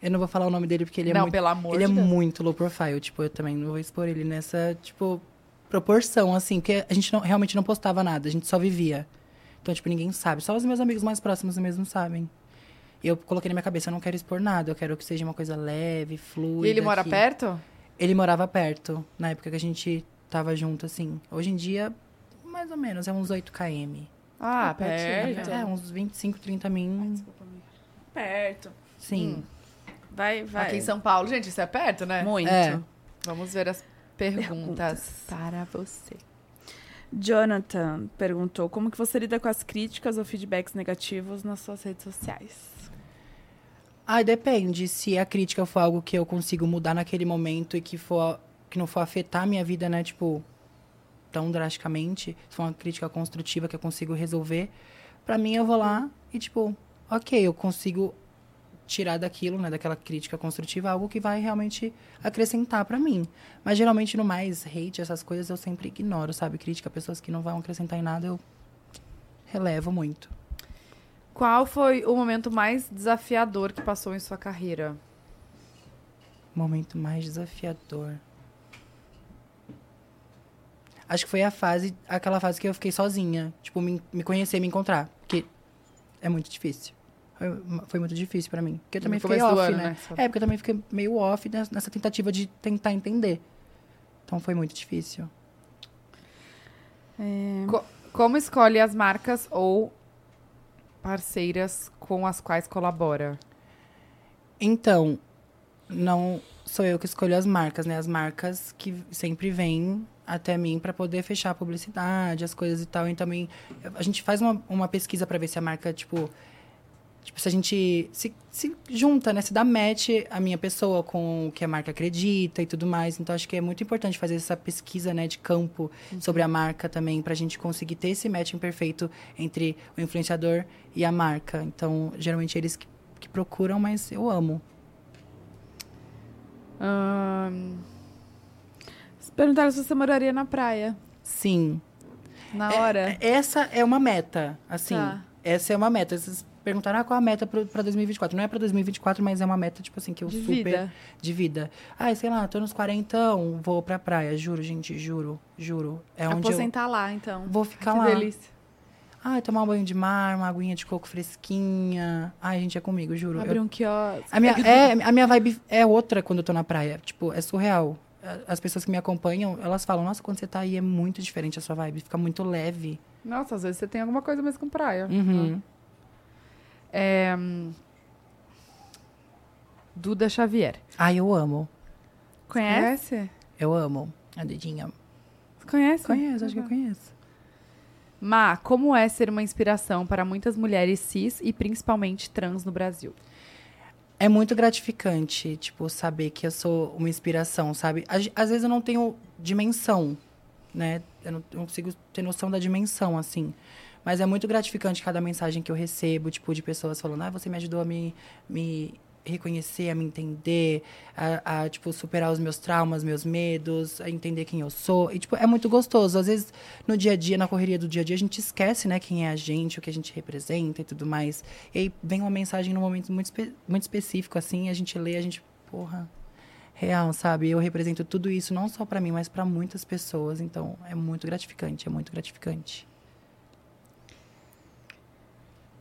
Speaker 3: Eu não vou falar o nome dele porque ele é
Speaker 2: não,
Speaker 3: muito.
Speaker 2: pelo amor
Speaker 3: ele é
Speaker 2: de Deus.
Speaker 3: muito low profile. Tipo, eu também não vou expor ele nessa, tipo, proporção, assim, porque a gente não- realmente não postava nada, a gente só vivia. Então, tipo, ninguém sabe. Só os meus amigos mais próximos mesmo sabem. E eu coloquei na minha cabeça, eu não quero expor nada, eu quero que seja uma coisa leve, fluida.
Speaker 2: E ele mora
Speaker 3: que-
Speaker 2: perto?
Speaker 3: Ele morava perto, na época que a gente tava junto, assim. Hoje em dia, mais ou menos, é uns 8 km.
Speaker 2: Ah,
Speaker 1: pertinho,
Speaker 2: perto.
Speaker 3: É, uns 25, 30 mil,
Speaker 1: Perto.
Speaker 3: sim.
Speaker 1: Vai, vai.
Speaker 2: Aqui em São Paulo. Gente, isso é perto, né?
Speaker 1: Muito.
Speaker 3: É.
Speaker 2: Vamos ver as perguntas.
Speaker 1: Para você. Jonathan perguntou como que você lida com as críticas ou feedbacks negativos nas suas redes sociais.
Speaker 3: Ah, depende. Se a crítica for algo que eu consigo mudar naquele momento e que for que não for afetar a minha vida, né, tipo, tão drasticamente, se for uma crítica construtiva que eu consigo resolver, pra mim eu vou lá e tipo, OK, eu consigo tirar daquilo, né, daquela crítica construtiva algo que vai realmente acrescentar pra mim. Mas geralmente no mais hate, essas coisas eu sempre ignoro, sabe? Crítica, pessoas que não vão acrescentar em nada, eu relevo muito.
Speaker 2: Qual foi o momento mais desafiador que passou em sua carreira?
Speaker 3: Momento mais desafiador. Acho que foi a fase, aquela fase que eu fiquei sozinha. Tipo, me, me conhecer, me encontrar. Porque é muito difícil. Foi, foi muito difícil pra mim. Porque eu também
Speaker 2: No
Speaker 3: fiquei
Speaker 2: começo do
Speaker 3: off,
Speaker 2: ano,
Speaker 3: né?
Speaker 2: né? Só-
Speaker 3: É, porque eu também fiquei meio off nes- nessa tentativa de tentar entender. Então foi muito difícil.
Speaker 2: Como escolhe as marcas ou parceiras com as quais colabora?
Speaker 3: Então, não sou eu que escolho as marcas, né? As marcas que sempre vêm até mim para poder fechar a publicidade, as coisas e tal. E também a gente faz uma, uma pesquisa para ver se a marca, tipo, tipo se a gente se, se junta, né? Se dá match a minha pessoa com o que a marca acredita e tudo mais. Então, acho que é muito importante fazer essa pesquisa, né, de campo sobre a marca também, para a gente conseguir ter esse matching perfeito entre o influenciador e a marca. Então, geralmente eles que, que procuram, mas eu amo.
Speaker 1: Perguntaram se você moraria na praia.
Speaker 3: Sim.
Speaker 1: Na
Speaker 3: É-
Speaker 1: hora.
Speaker 3: Essa é uma meta, assim.
Speaker 1: Tá.
Speaker 3: Essa é uma meta. Vocês perguntaram ah, qual é a meta pro- pra 2024. Não é pra 2024, mas é uma meta, tipo assim, que eu
Speaker 1: de
Speaker 3: super.
Speaker 1: vida.
Speaker 3: De vida. Ai, sei lá, tô nos 40, vou pra praia. Juro, gente, juro, juro. É onde
Speaker 1: Aposentar lá, então.
Speaker 3: eu vou ficar
Speaker 1: que
Speaker 3: lá.
Speaker 1: delícia.
Speaker 3: Ai, tomar um banho de mar, uma aguinha de coco fresquinha. Ai, gente, é comigo, juro. Eu-
Speaker 1: Abrir um quiosque.
Speaker 3: A minha, é, a minha vibe é outra quando eu tô na praia. Tipo, é surreal. A- As pessoas que me acompanham, elas falam, nossa, quando você tá aí é muito diferente a sua vibe. Fica muito leve.
Speaker 2: Nossa, às vezes você tem alguma coisa mesmo com praia.
Speaker 3: Uhum.
Speaker 2: Duda Xavier.
Speaker 3: Ai, Ah, eu amo.
Speaker 1: Conhece?
Speaker 3: Eu amo. A Dudinha.
Speaker 2: Conhece?
Speaker 3: Conheço, acho que eu
Speaker 2: Uhum.
Speaker 1: Uhum.
Speaker 3: conheço.
Speaker 2: Ma, como é ser uma inspiração para muitas mulheres cis e principalmente trans no Brasil?
Speaker 3: É muito gratificante, tipo, saber que eu sou uma inspiração, sabe? Às, às vezes eu não tenho dimensão né? Eu não, eu não consigo ter noção da dimensão, assim. Mas é muito gratificante cada mensagem que eu recebo, tipo, de pessoas falando, ah, você me ajudou a me, me reconhecer, a me entender, a, a, tipo, superar os meus traumas, meus medos, a entender quem eu sou. E, tipo, é muito gostoso. Às vezes, no dia a dia, na correria do dia a dia, a gente esquece, né, quem é a gente, o que a gente representa e tudo mais. E aí vem uma mensagem num momento muito, espe- muito específico, assim, a gente lê, a gente, porra, real, sabe? Eu represento tudo isso, não só pra mim, mas pra muitas pessoas. Então, é muito gratificante, é muito gratificante.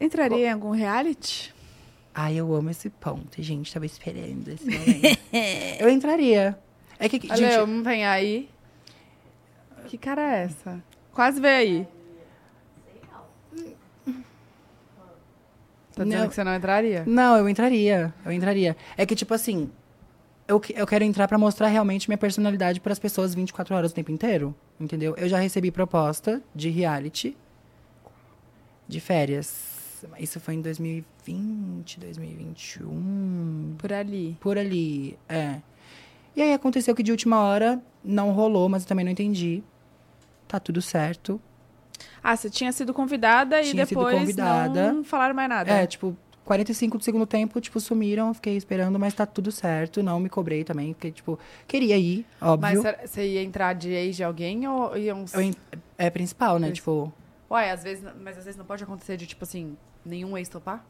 Speaker 1: Entraria em algum reality?
Speaker 3: Ai, eu amo esse ponto, gente. Tava esperando esse momento. eu entraria. É que, gente,
Speaker 2: Valeu, não vem aí. Que cara é essa? Quase veio aí. Tá dizendo
Speaker 3: Não.
Speaker 2: que você não entraria?
Speaker 3: Não, eu entraria. Eu entraria. É que, tipo assim, eu, que- eu quero entrar pra mostrar realmente minha personalidade pras pessoas 24 horas o tempo inteiro. Entendeu? Eu já recebi proposta de reality de férias. Isso foi em 2020, 2021.
Speaker 1: Por ali.
Speaker 3: Por ali, é. E aí aconteceu que de última hora não rolou, mas eu também não entendi. Tá tudo certo.
Speaker 1: Ah, você tinha sido convidada e
Speaker 3: Tinha sido
Speaker 1: depois
Speaker 3: convidada.
Speaker 1: não falaram mais nada.
Speaker 3: É, tipo, 45 do segundo tempo, tipo, sumiram, eu fiquei esperando, mas tá tudo certo. Não me cobrei também, porque, tipo, queria ir,
Speaker 2: Mas
Speaker 3: óbvio.
Speaker 2: será- você ia entrar de ex de alguém ou iam...
Speaker 3: Eu en- É principal, né?
Speaker 2: Isso.
Speaker 3: Tipo,
Speaker 2: Ué, às vezes, mas às vezes não pode acontecer de, tipo assim, nenhum ex topar?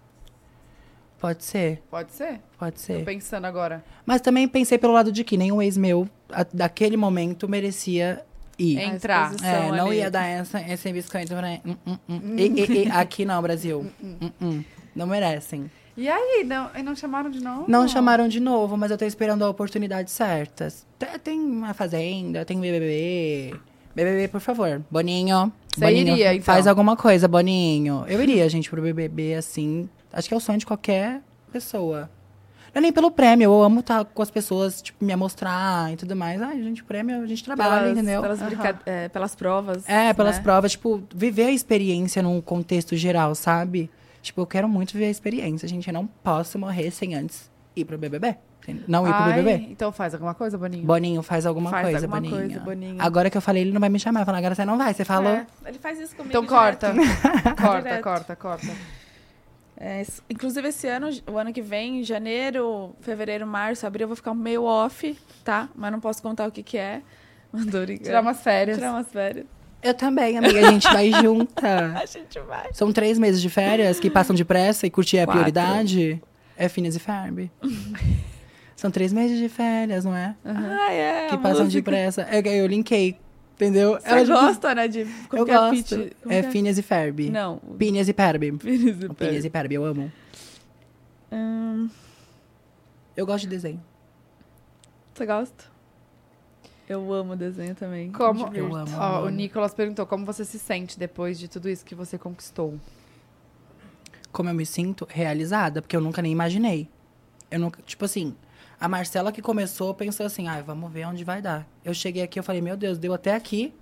Speaker 3: pode ser,
Speaker 2: Pode ser.
Speaker 3: pode
Speaker 2: Tô
Speaker 3: ser.
Speaker 2: pensando agora.
Speaker 3: Mas também pensei pelo lado de que nenhum ex meu, a- daquele momento, merecia ir.
Speaker 1: A
Speaker 2: Entrar.
Speaker 1: exposição
Speaker 3: É, não
Speaker 1: ali.
Speaker 3: ia dar essa, esse biscoito pra... Hum, hum, hum. E, e, e, aqui não, Brasil. Hum, hum. Não merecem.
Speaker 2: E aí, não, e não chamaram de novo?
Speaker 3: Não chamaram de novo, mas eu tô esperando a oportunidade certa. Te- Tem uma fazenda, tem um BBB. BBB, por favor. Boninho.
Speaker 2: Você
Speaker 3: Boninho,
Speaker 2: iria, então?
Speaker 3: Faz alguma coisa, Boninho. Eu iria, gente, pro BBB, assim. Acho que é o sonho de qualquer pessoa. Não é nem pelo prêmio, eu amo estar com as pessoas, tipo, me amostrar e tudo mais. Ai, gente, prêmio, a gente trabalha,
Speaker 1: Pelas,
Speaker 3: entendeu?
Speaker 1: pelas, brinca- é, pelas provas.
Speaker 3: É, pelas
Speaker 1: né?
Speaker 3: provas, tipo, viver a experiência num contexto geral, sabe? Tipo, eu quero muito viver a experiência, gente. Eu não posso morrer sem antes ir pro BBB. entende? Não ir pro
Speaker 2: Ai,
Speaker 3: BBB.
Speaker 2: Então faz alguma coisa, Boninho.
Speaker 3: Boninho, faz alguma
Speaker 1: Faz
Speaker 3: coisa,
Speaker 1: alguma
Speaker 3: Boninho.
Speaker 1: coisa, Boninho.
Speaker 3: Agora que eu falei, ele não vai me chamar. Falando, agora você não vai. Você falou.
Speaker 1: É, ele faz isso comigo.
Speaker 2: Então
Speaker 1: direto.
Speaker 2: corta. corta,
Speaker 1: Direto.
Speaker 2: corta, corta.
Speaker 1: É, isso- inclusive, esse ano, o ano que vem, janeiro, fevereiro, março, abril, eu vou ficar um meio off, tá? Mas não posso contar o que que é. Mandou
Speaker 2: Tirar umas férias.
Speaker 1: Tirar umas férias.
Speaker 3: Eu também, amiga. A gente vai junta.
Speaker 1: A gente vai.
Speaker 3: São três meses de férias que passam depressa e curtir é a
Speaker 1: Quatro.
Speaker 3: prioridade. É Phineas e Ferb. São três meses de férias, não é?
Speaker 1: Ah, é.
Speaker 3: que
Speaker 1: a
Speaker 3: passam
Speaker 1: música.
Speaker 3: depressa. Eu, eu linkei, entendeu? tipo,
Speaker 1: Você gosta, né? De como
Speaker 3: Eu
Speaker 1: que é a
Speaker 3: gosto.
Speaker 1: Pitty? Como
Speaker 3: É
Speaker 1: que
Speaker 3: Phineas e Ferb.
Speaker 1: Não.
Speaker 3: Phineas e Ferb.
Speaker 1: Phineas e
Speaker 3: Phineas
Speaker 1: Ferb.
Speaker 3: e Ferb, eu amo.
Speaker 1: Hum,
Speaker 3: Eu gosto de desenho.
Speaker 1: Você gosta? Eu amo desenho também.
Speaker 2: Como
Speaker 3: Eu amo,
Speaker 2: Ó,
Speaker 3: amo.
Speaker 2: o Nicolas perguntou como você se sente depois de tudo isso que você conquistou.
Speaker 3: Como eu me sinto realizada, porque eu nunca nem imaginei. Eu nunca, tipo assim, a Marcela que começou pensou assim: "Ai, vamos ver onde vai dar". Eu cheguei aqui, eu falei: "Meu Deus, deu até aqui,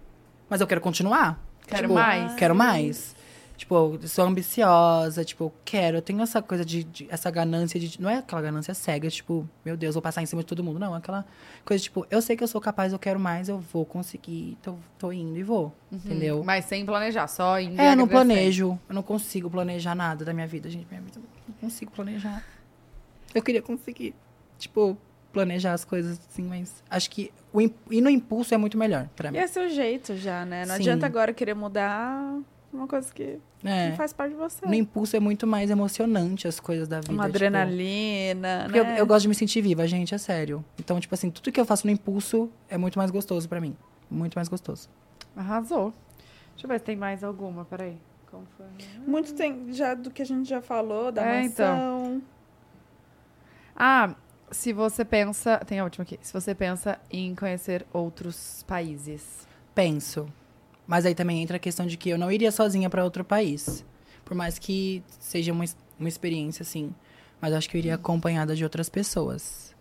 Speaker 3: mas eu quero continuar".
Speaker 2: Quero
Speaker 3: Tipo,
Speaker 2: mais.
Speaker 3: Quero mais. Tipo, eu sou ambiciosa, tipo, eu quero, eu tenho essa coisa de, de- essa ganância de não é aquela ganância cega, tipo, meu Deus, vou passar em cima de todo mundo, não, é aquela coisa tipo, eu sei que eu sou capaz, eu quero mais, eu vou conseguir, tô, tô indo e vou,
Speaker 2: Uhum.
Speaker 3: entendeu?
Speaker 2: Mas sem planejar, só em.
Speaker 3: É, eu não planejo. Eu não consigo planejar nada da minha vida, gente. Minha vida, eu não consigo planejar. Eu queria conseguir, tipo, planejar as coisas assim, mas acho que o im- ir no impulso é muito melhor pra
Speaker 1: E
Speaker 3: mim.
Speaker 1: é seu jeito já, né? Não
Speaker 3: Sim.
Speaker 1: adianta agora querer mudar uma coisa assim que não
Speaker 3: É.
Speaker 1: faz parte de você.
Speaker 3: No impulso é muito mais emocionante as coisas da vida.
Speaker 1: Uma
Speaker 3: tipo,
Speaker 1: adrenalina,
Speaker 3: porque eu,
Speaker 1: né?
Speaker 3: eu gosto de me sentir viva, gente, é sério. Então, tipo assim, tudo que eu faço no impulso é muito mais gostoso pra mim. Muito mais gostoso.
Speaker 2: Arrasou. Deixa eu ver se tem mais alguma, peraí. Como foi?
Speaker 1: Muito tem já do que a gente já falou, da
Speaker 2: É,
Speaker 1: mansão.
Speaker 2: Ah, se você pensa. Tem a última aqui. Se você pensa em conhecer outros países.
Speaker 3: Penso. Mas aí também entra a questão de que eu não iria sozinha pra outro país. Por mais que seja uma, ex- uma experiência, assim. Mas eu acho que eu iria
Speaker 2: Uhum.
Speaker 3: acompanhada de outras pessoas.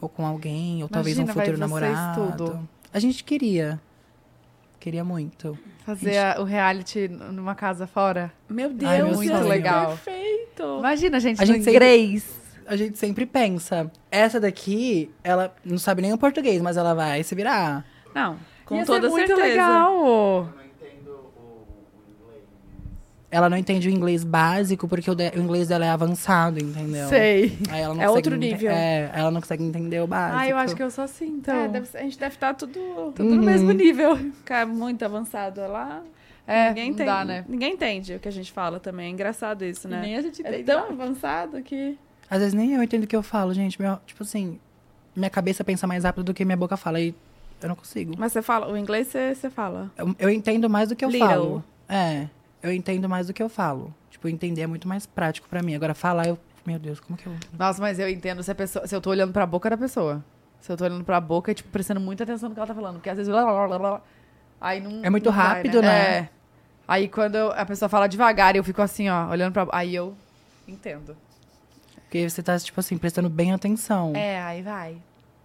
Speaker 3: Ou com alguém, ou talvez um
Speaker 2: Imagina, vai
Speaker 3: futuro
Speaker 2: vocês
Speaker 3: namorado.
Speaker 2: tudo.
Speaker 3: A gente queria. Queria muito.
Speaker 2: Fazer a- o reality n- numa casa fora.
Speaker 1: Meu Deus,
Speaker 3: Ai, muito
Speaker 1: ia ser
Speaker 2: legal.
Speaker 1: perfeito.
Speaker 2: Imagina, gente,
Speaker 3: A gente
Speaker 2: no
Speaker 3: sempre-
Speaker 2: inglês.
Speaker 3: A gente sempre pensa. Essa daqui, ela não sabe nem o português, mas ela vai se virar.
Speaker 1: Não, Com
Speaker 2: Ia ser
Speaker 1: toda
Speaker 2: muito
Speaker 1: certeza.
Speaker 2: legal.
Speaker 3: Ela não entende o inglês básico porque o, de- o inglês dela é avançado, entendeu?
Speaker 2: Sei.
Speaker 3: Aí ela não
Speaker 1: É
Speaker 3: consegue
Speaker 1: outro
Speaker 3: ente-
Speaker 1: nível.
Speaker 3: É, ela não consegue entender o básico.
Speaker 2: Ah, eu acho que eu sou assim, então.
Speaker 1: É, deve ser- a gente deve estar tudo,
Speaker 2: Tudo
Speaker 3: Uhum.
Speaker 2: no mesmo nível.
Speaker 1: ficar muito avançado lá.
Speaker 2: É,
Speaker 1: ninguém
Speaker 2: não
Speaker 1: entende,
Speaker 2: dá, né?
Speaker 1: Ninguém entende o que a gente fala também. É engraçado isso, né?
Speaker 2: a gente
Speaker 1: É tão avançado que.
Speaker 3: Às vezes nem eu entendo o que eu falo, gente. Meu- tipo assim, minha cabeça pensa mais rápido do que minha boca fala. E eu não consigo.
Speaker 1: Mas você fala, o inglês você, você fala.
Speaker 3: Eu, eu entendo mais do que eu
Speaker 1: Little.
Speaker 3: falo. É, eu entendo mais do que eu falo. Tipo, entender é muito mais prático pra mim. Agora, falar, eu. Meu Deus, como que eu.
Speaker 2: Nossa, mas eu entendo se, a pessoa, se eu tô olhando pra boca da pessoa. Se eu tô olhando pra boca, tipo, prestando muita atenção no que ela tá falando. Porque às vezes. Blá, blá, blá, blá, blá. aí não.
Speaker 3: É muito
Speaker 2: não vai,
Speaker 3: rápido, né?
Speaker 2: É. Aí quando eu- a pessoa fala devagar e eu fico assim, ó, olhando pra. Aí eu entendo.
Speaker 3: Porque você tá, tipo assim, prestando bem atenção.
Speaker 2: É, aí vai.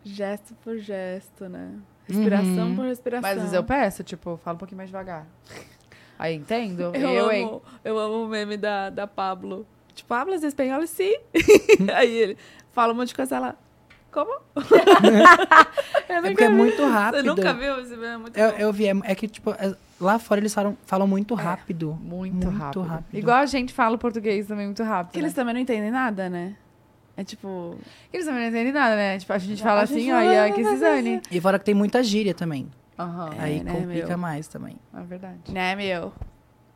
Speaker 1: Gesto por gesto, né? Respiração
Speaker 3: Uhum.
Speaker 1: por respiração.
Speaker 2: Mas às vezes eu peço, tipo, falo um pouquinho mais devagar. Aí entendo.
Speaker 1: Eu,
Speaker 2: hein?
Speaker 1: amo, eu amo o meme da, da Pablo. Tipo, Pablo, espanhol, sim. Aí ele fala um monte de coisa, ela. Como?
Speaker 3: É porque é muito
Speaker 1: Você
Speaker 3: rápido.
Speaker 1: nunca viu esse meme? É muito
Speaker 3: Eu,
Speaker 1: bom.
Speaker 3: eu vi, é, é que, tipo, é- lá fora eles falam, falam muito rápido.
Speaker 2: Muito,
Speaker 3: Muito
Speaker 2: rápido.
Speaker 3: rápido.
Speaker 2: Igual a gente fala o português também muito rápido.
Speaker 1: Porque eles também não entendem nada, né? É tipo.
Speaker 2: né? Eles também não entendem nada, né? Tipo, a gente
Speaker 1: A
Speaker 2: fala
Speaker 1: gente
Speaker 2: assim, ó,
Speaker 1: fala, né,
Speaker 2: e aí que
Speaker 1: mas-
Speaker 2: se dane.
Speaker 3: E fora que tem muita gíria também.
Speaker 2: Aham,
Speaker 1: É,
Speaker 3: Aí
Speaker 1: né,
Speaker 3: complica
Speaker 1: meu?
Speaker 3: mais também.
Speaker 2: é verdade.
Speaker 1: Né, meu?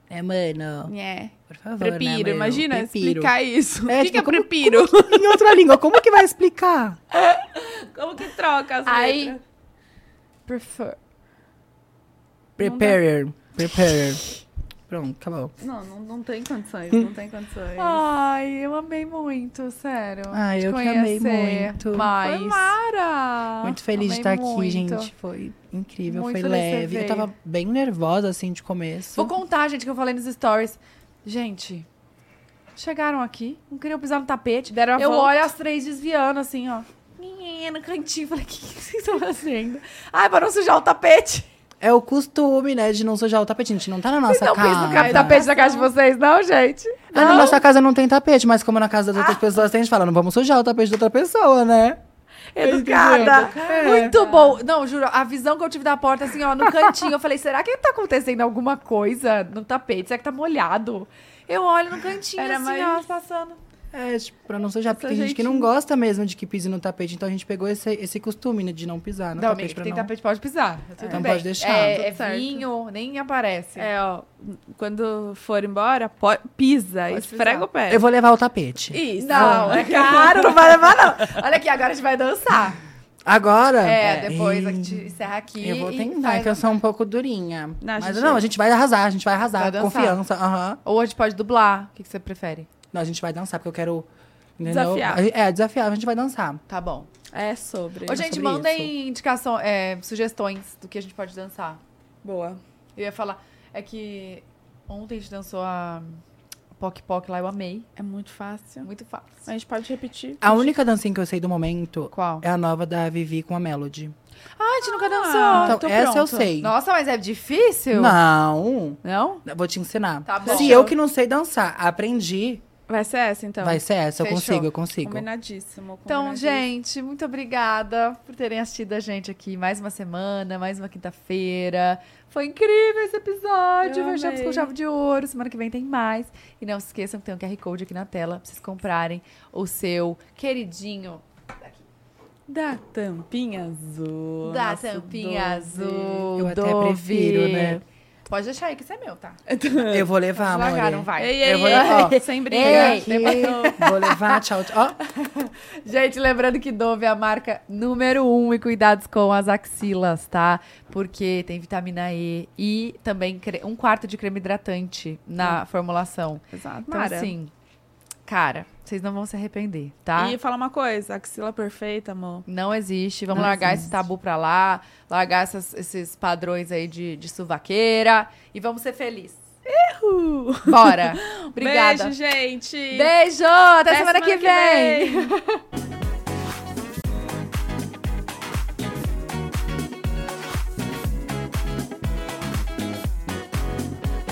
Speaker 3: É, mano.
Speaker 1: Né.
Speaker 3: Por favor. né,
Speaker 1: Prepiro,
Speaker 3: meu?
Speaker 1: imagina
Speaker 3: Prepiro.
Speaker 1: explicar isso.
Speaker 3: É,
Speaker 1: o que, que é
Speaker 3: tipo, como-
Speaker 1: prepiro?
Speaker 3: Em outra língua, como que vai explicar?
Speaker 1: Como que troca as
Speaker 2: Aí-
Speaker 1: letras?
Speaker 2: Prefer.
Speaker 3: Prepare. Prepare. Pronto, acabou.
Speaker 1: Não, não, não tem condições, não tem condições.
Speaker 2: Ah. Ai, eu amei muito, sério.
Speaker 3: Ai,
Speaker 2: Te
Speaker 3: eu que amei
Speaker 2: conhecer
Speaker 3: muito.
Speaker 2: Mais.
Speaker 1: Foi Mara!
Speaker 3: Muito
Speaker 2: Ah,
Speaker 3: feliz de
Speaker 2: amei
Speaker 3: estar aqui,
Speaker 2: muito.
Speaker 3: gente. Foi incrível,
Speaker 2: Muito
Speaker 3: foi
Speaker 2: feliz que você
Speaker 3: leve. Eu
Speaker 2: veio.
Speaker 3: tava bem nervosa, assim, de começo.
Speaker 2: Vou contar, gente, que eu falei nos stories. Gente, chegaram aqui, não queriam pisar no tapete.
Speaker 1: Deram a
Speaker 2: eu
Speaker 1: volta.
Speaker 2: olho as três desviando, assim, ó. Nhe, No cantinho, falei, o que que vocês estão fazendo? Ai, pra não sujar o tapete.
Speaker 3: É o costume, né, de não sujar o tapete. A gente não tá na nossa
Speaker 2: Vocês não pisam
Speaker 3: casa.
Speaker 2: no ca- tapete da casa de vocês, não, Ah. gente?
Speaker 3: Ah, na nossa casa não tem tapete, mas como na casa das outras pessoas tem, a gente fala, não vamos sujar o tapete da outra pessoa, né?
Speaker 2: Educada.
Speaker 3: Entendeu?
Speaker 2: Muito bom. Não, juro, a visão que eu tive da porta, assim, ó, no cantinho, eu falei, será que tá acontecendo alguma coisa no tapete? Será que tá molhado? Eu olho no cantinho,
Speaker 1: Era
Speaker 2: assim,
Speaker 1: mais-
Speaker 2: ó, passando.
Speaker 3: É, tipo, pra não sujar, porque
Speaker 1: Essa
Speaker 3: tem gente que
Speaker 1: gente-
Speaker 3: não gosta mesmo de que pise no tapete. Então a gente pegou esse, esse costume, né, de não pisar no
Speaker 2: não,
Speaker 3: tapete
Speaker 2: amiga,
Speaker 3: pra
Speaker 2: tem
Speaker 3: não...
Speaker 2: tapete, pode pisar. Tudo
Speaker 3: Então
Speaker 2: bem.
Speaker 3: pode deixar.
Speaker 2: É,
Speaker 1: Tudo
Speaker 2: é
Speaker 1: certo.
Speaker 2: vinho, nem aparece.
Speaker 1: É, ó, quando for embora, po- pisa,
Speaker 2: Pode
Speaker 1: esfrega
Speaker 2: pisar.
Speaker 1: o pé.
Speaker 3: Eu vou levar o tapete.
Speaker 1: Isso.
Speaker 2: Não, é caro, não vai levar, não. Olha aqui, agora a gente vai dançar.
Speaker 3: Agora?
Speaker 2: É, depois a
Speaker 3: Ih,
Speaker 2: gente encerra aqui.
Speaker 3: Tá Eu vou
Speaker 2: e
Speaker 3: tentar,
Speaker 2: faz-
Speaker 3: que eu sou um pouco durinha. Mas
Speaker 1: gente-
Speaker 3: não, a gente vai arrasar, a gente vai arrasar.
Speaker 2: Vai dançar.
Speaker 3: confiança, aham.
Speaker 2: Ou a gente pode dublar. O que que você prefere?
Speaker 3: Não, a gente vai dançar, porque eu quero. entendeu?
Speaker 1: Desafiar.
Speaker 3: A gen- É, desafiar, a gente vai dançar.
Speaker 2: Tá bom.
Speaker 1: É sobre.
Speaker 2: Ô, gente,
Speaker 3: sobre
Speaker 2: mandem indicação, é, sugestões do que a gente pode dançar.
Speaker 1: Boa.
Speaker 2: Eu ia falar. É que ontem a gente dançou a Poc Poc lá, eu amei.
Speaker 1: É muito fácil.
Speaker 2: Muito fácil.
Speaker 1: A gente pode repetir.
Speaker 3: A única dancinha que eu sei do momento
Speaker 2: Qual?
Speaker 3: é a nova da Vivi com a Melody.
Speaker 2: Ah, a gente nunca
Speaker 1: Ah,
Speaker 2: dançou.
Speaker 3: então,
Speaker 1: então
Speaker 3: essa eu
Speaker 1: pronto.
Speaker 3: sei.
Speaker 2: Nossa, mas é difícil?
Speaker 3: Não.
Speaker 2: Não?
Speaker 3: Eu Vou te ensinar.
Speaker 2: Tá bom.
Speaker 3: Se eu que não sei dançar, aprendi,
Speaker 1: Vai ser essa, então?
Speaker 3: vai ser essa. Eu
Speaker 2: Fechou.
Speaker 3: consigo, eu consigo.
Speaker 1: Combinadíssimo.
Speaker 2: Então,
Speaker 1: combinadíssimo.
Speaker 2: gente, muito obrigada por terem assistido a gente aqui mais uma semana, mais uma quinta-feira. Foi incrível esse episódio.
Speaker 1: Eu
Speaker 2: Fechamos
Speaker 1: amei.
Speaker 2: com chave de ouro. Semana que vem tem mais. E não se esqueçam que tem um QR Code aqui na tela pra vocês comprarem o seu queridinho
Speaker 1: Da tampinha azul.
Speaker 2: da
Speaker 1: nosso
Speaker 2: tampinha
Speaker 1: doce.
Speaker 2: azul.
Speaker 3: Eu até
Speaker 2: Dove.
Speaker 3: prefiro, né?
Speaker 2: Pode deixar aí que isso é meu, tá?
Speaker 3: Eu vou levar, amor.
Speaker 2: Devagar, não vai.
Speaker 1: Ei, ei,
Speaker 3: Eu vou-
Speaker 1: ei,
Speaker 3: ó,
Speaker 1: sem
Speaker 3: Pega
Speaker 1: briga.
Speaker 2: ei.
Speaker 3: aqui, vou levar, tchau, tchau. Ó,
Speaker 2: Gente, lembrando que Dove é a marca número um e cuidados com as axilas, tá? Porque tem vitamina E e também cre- um quarto de creme hidratante na formulação.
Speaker 1: Exato.
Speaker 2: Então,
Speaker 1: Mara.
Speaker 2: assim, cara, vocês não vão se arrepender, tá?
Speaker 1: E falar uma coisa, axila perfeita, amor.
Speaker 2: Não existe. Vamos largar esse tabu pra lá, largar essas- esses padrões aí de, de suvaqueira e vamos ser felizes.
Speaker 1: Uhul.
Speaker 2: Bora! Uh, Obrigada.
Speaker 1: Beijo, gente.
Speaker 2: Beijo! Até,
Speaker 1: Até
Speaker 2: semana, que vem.
Speaker 1: vem.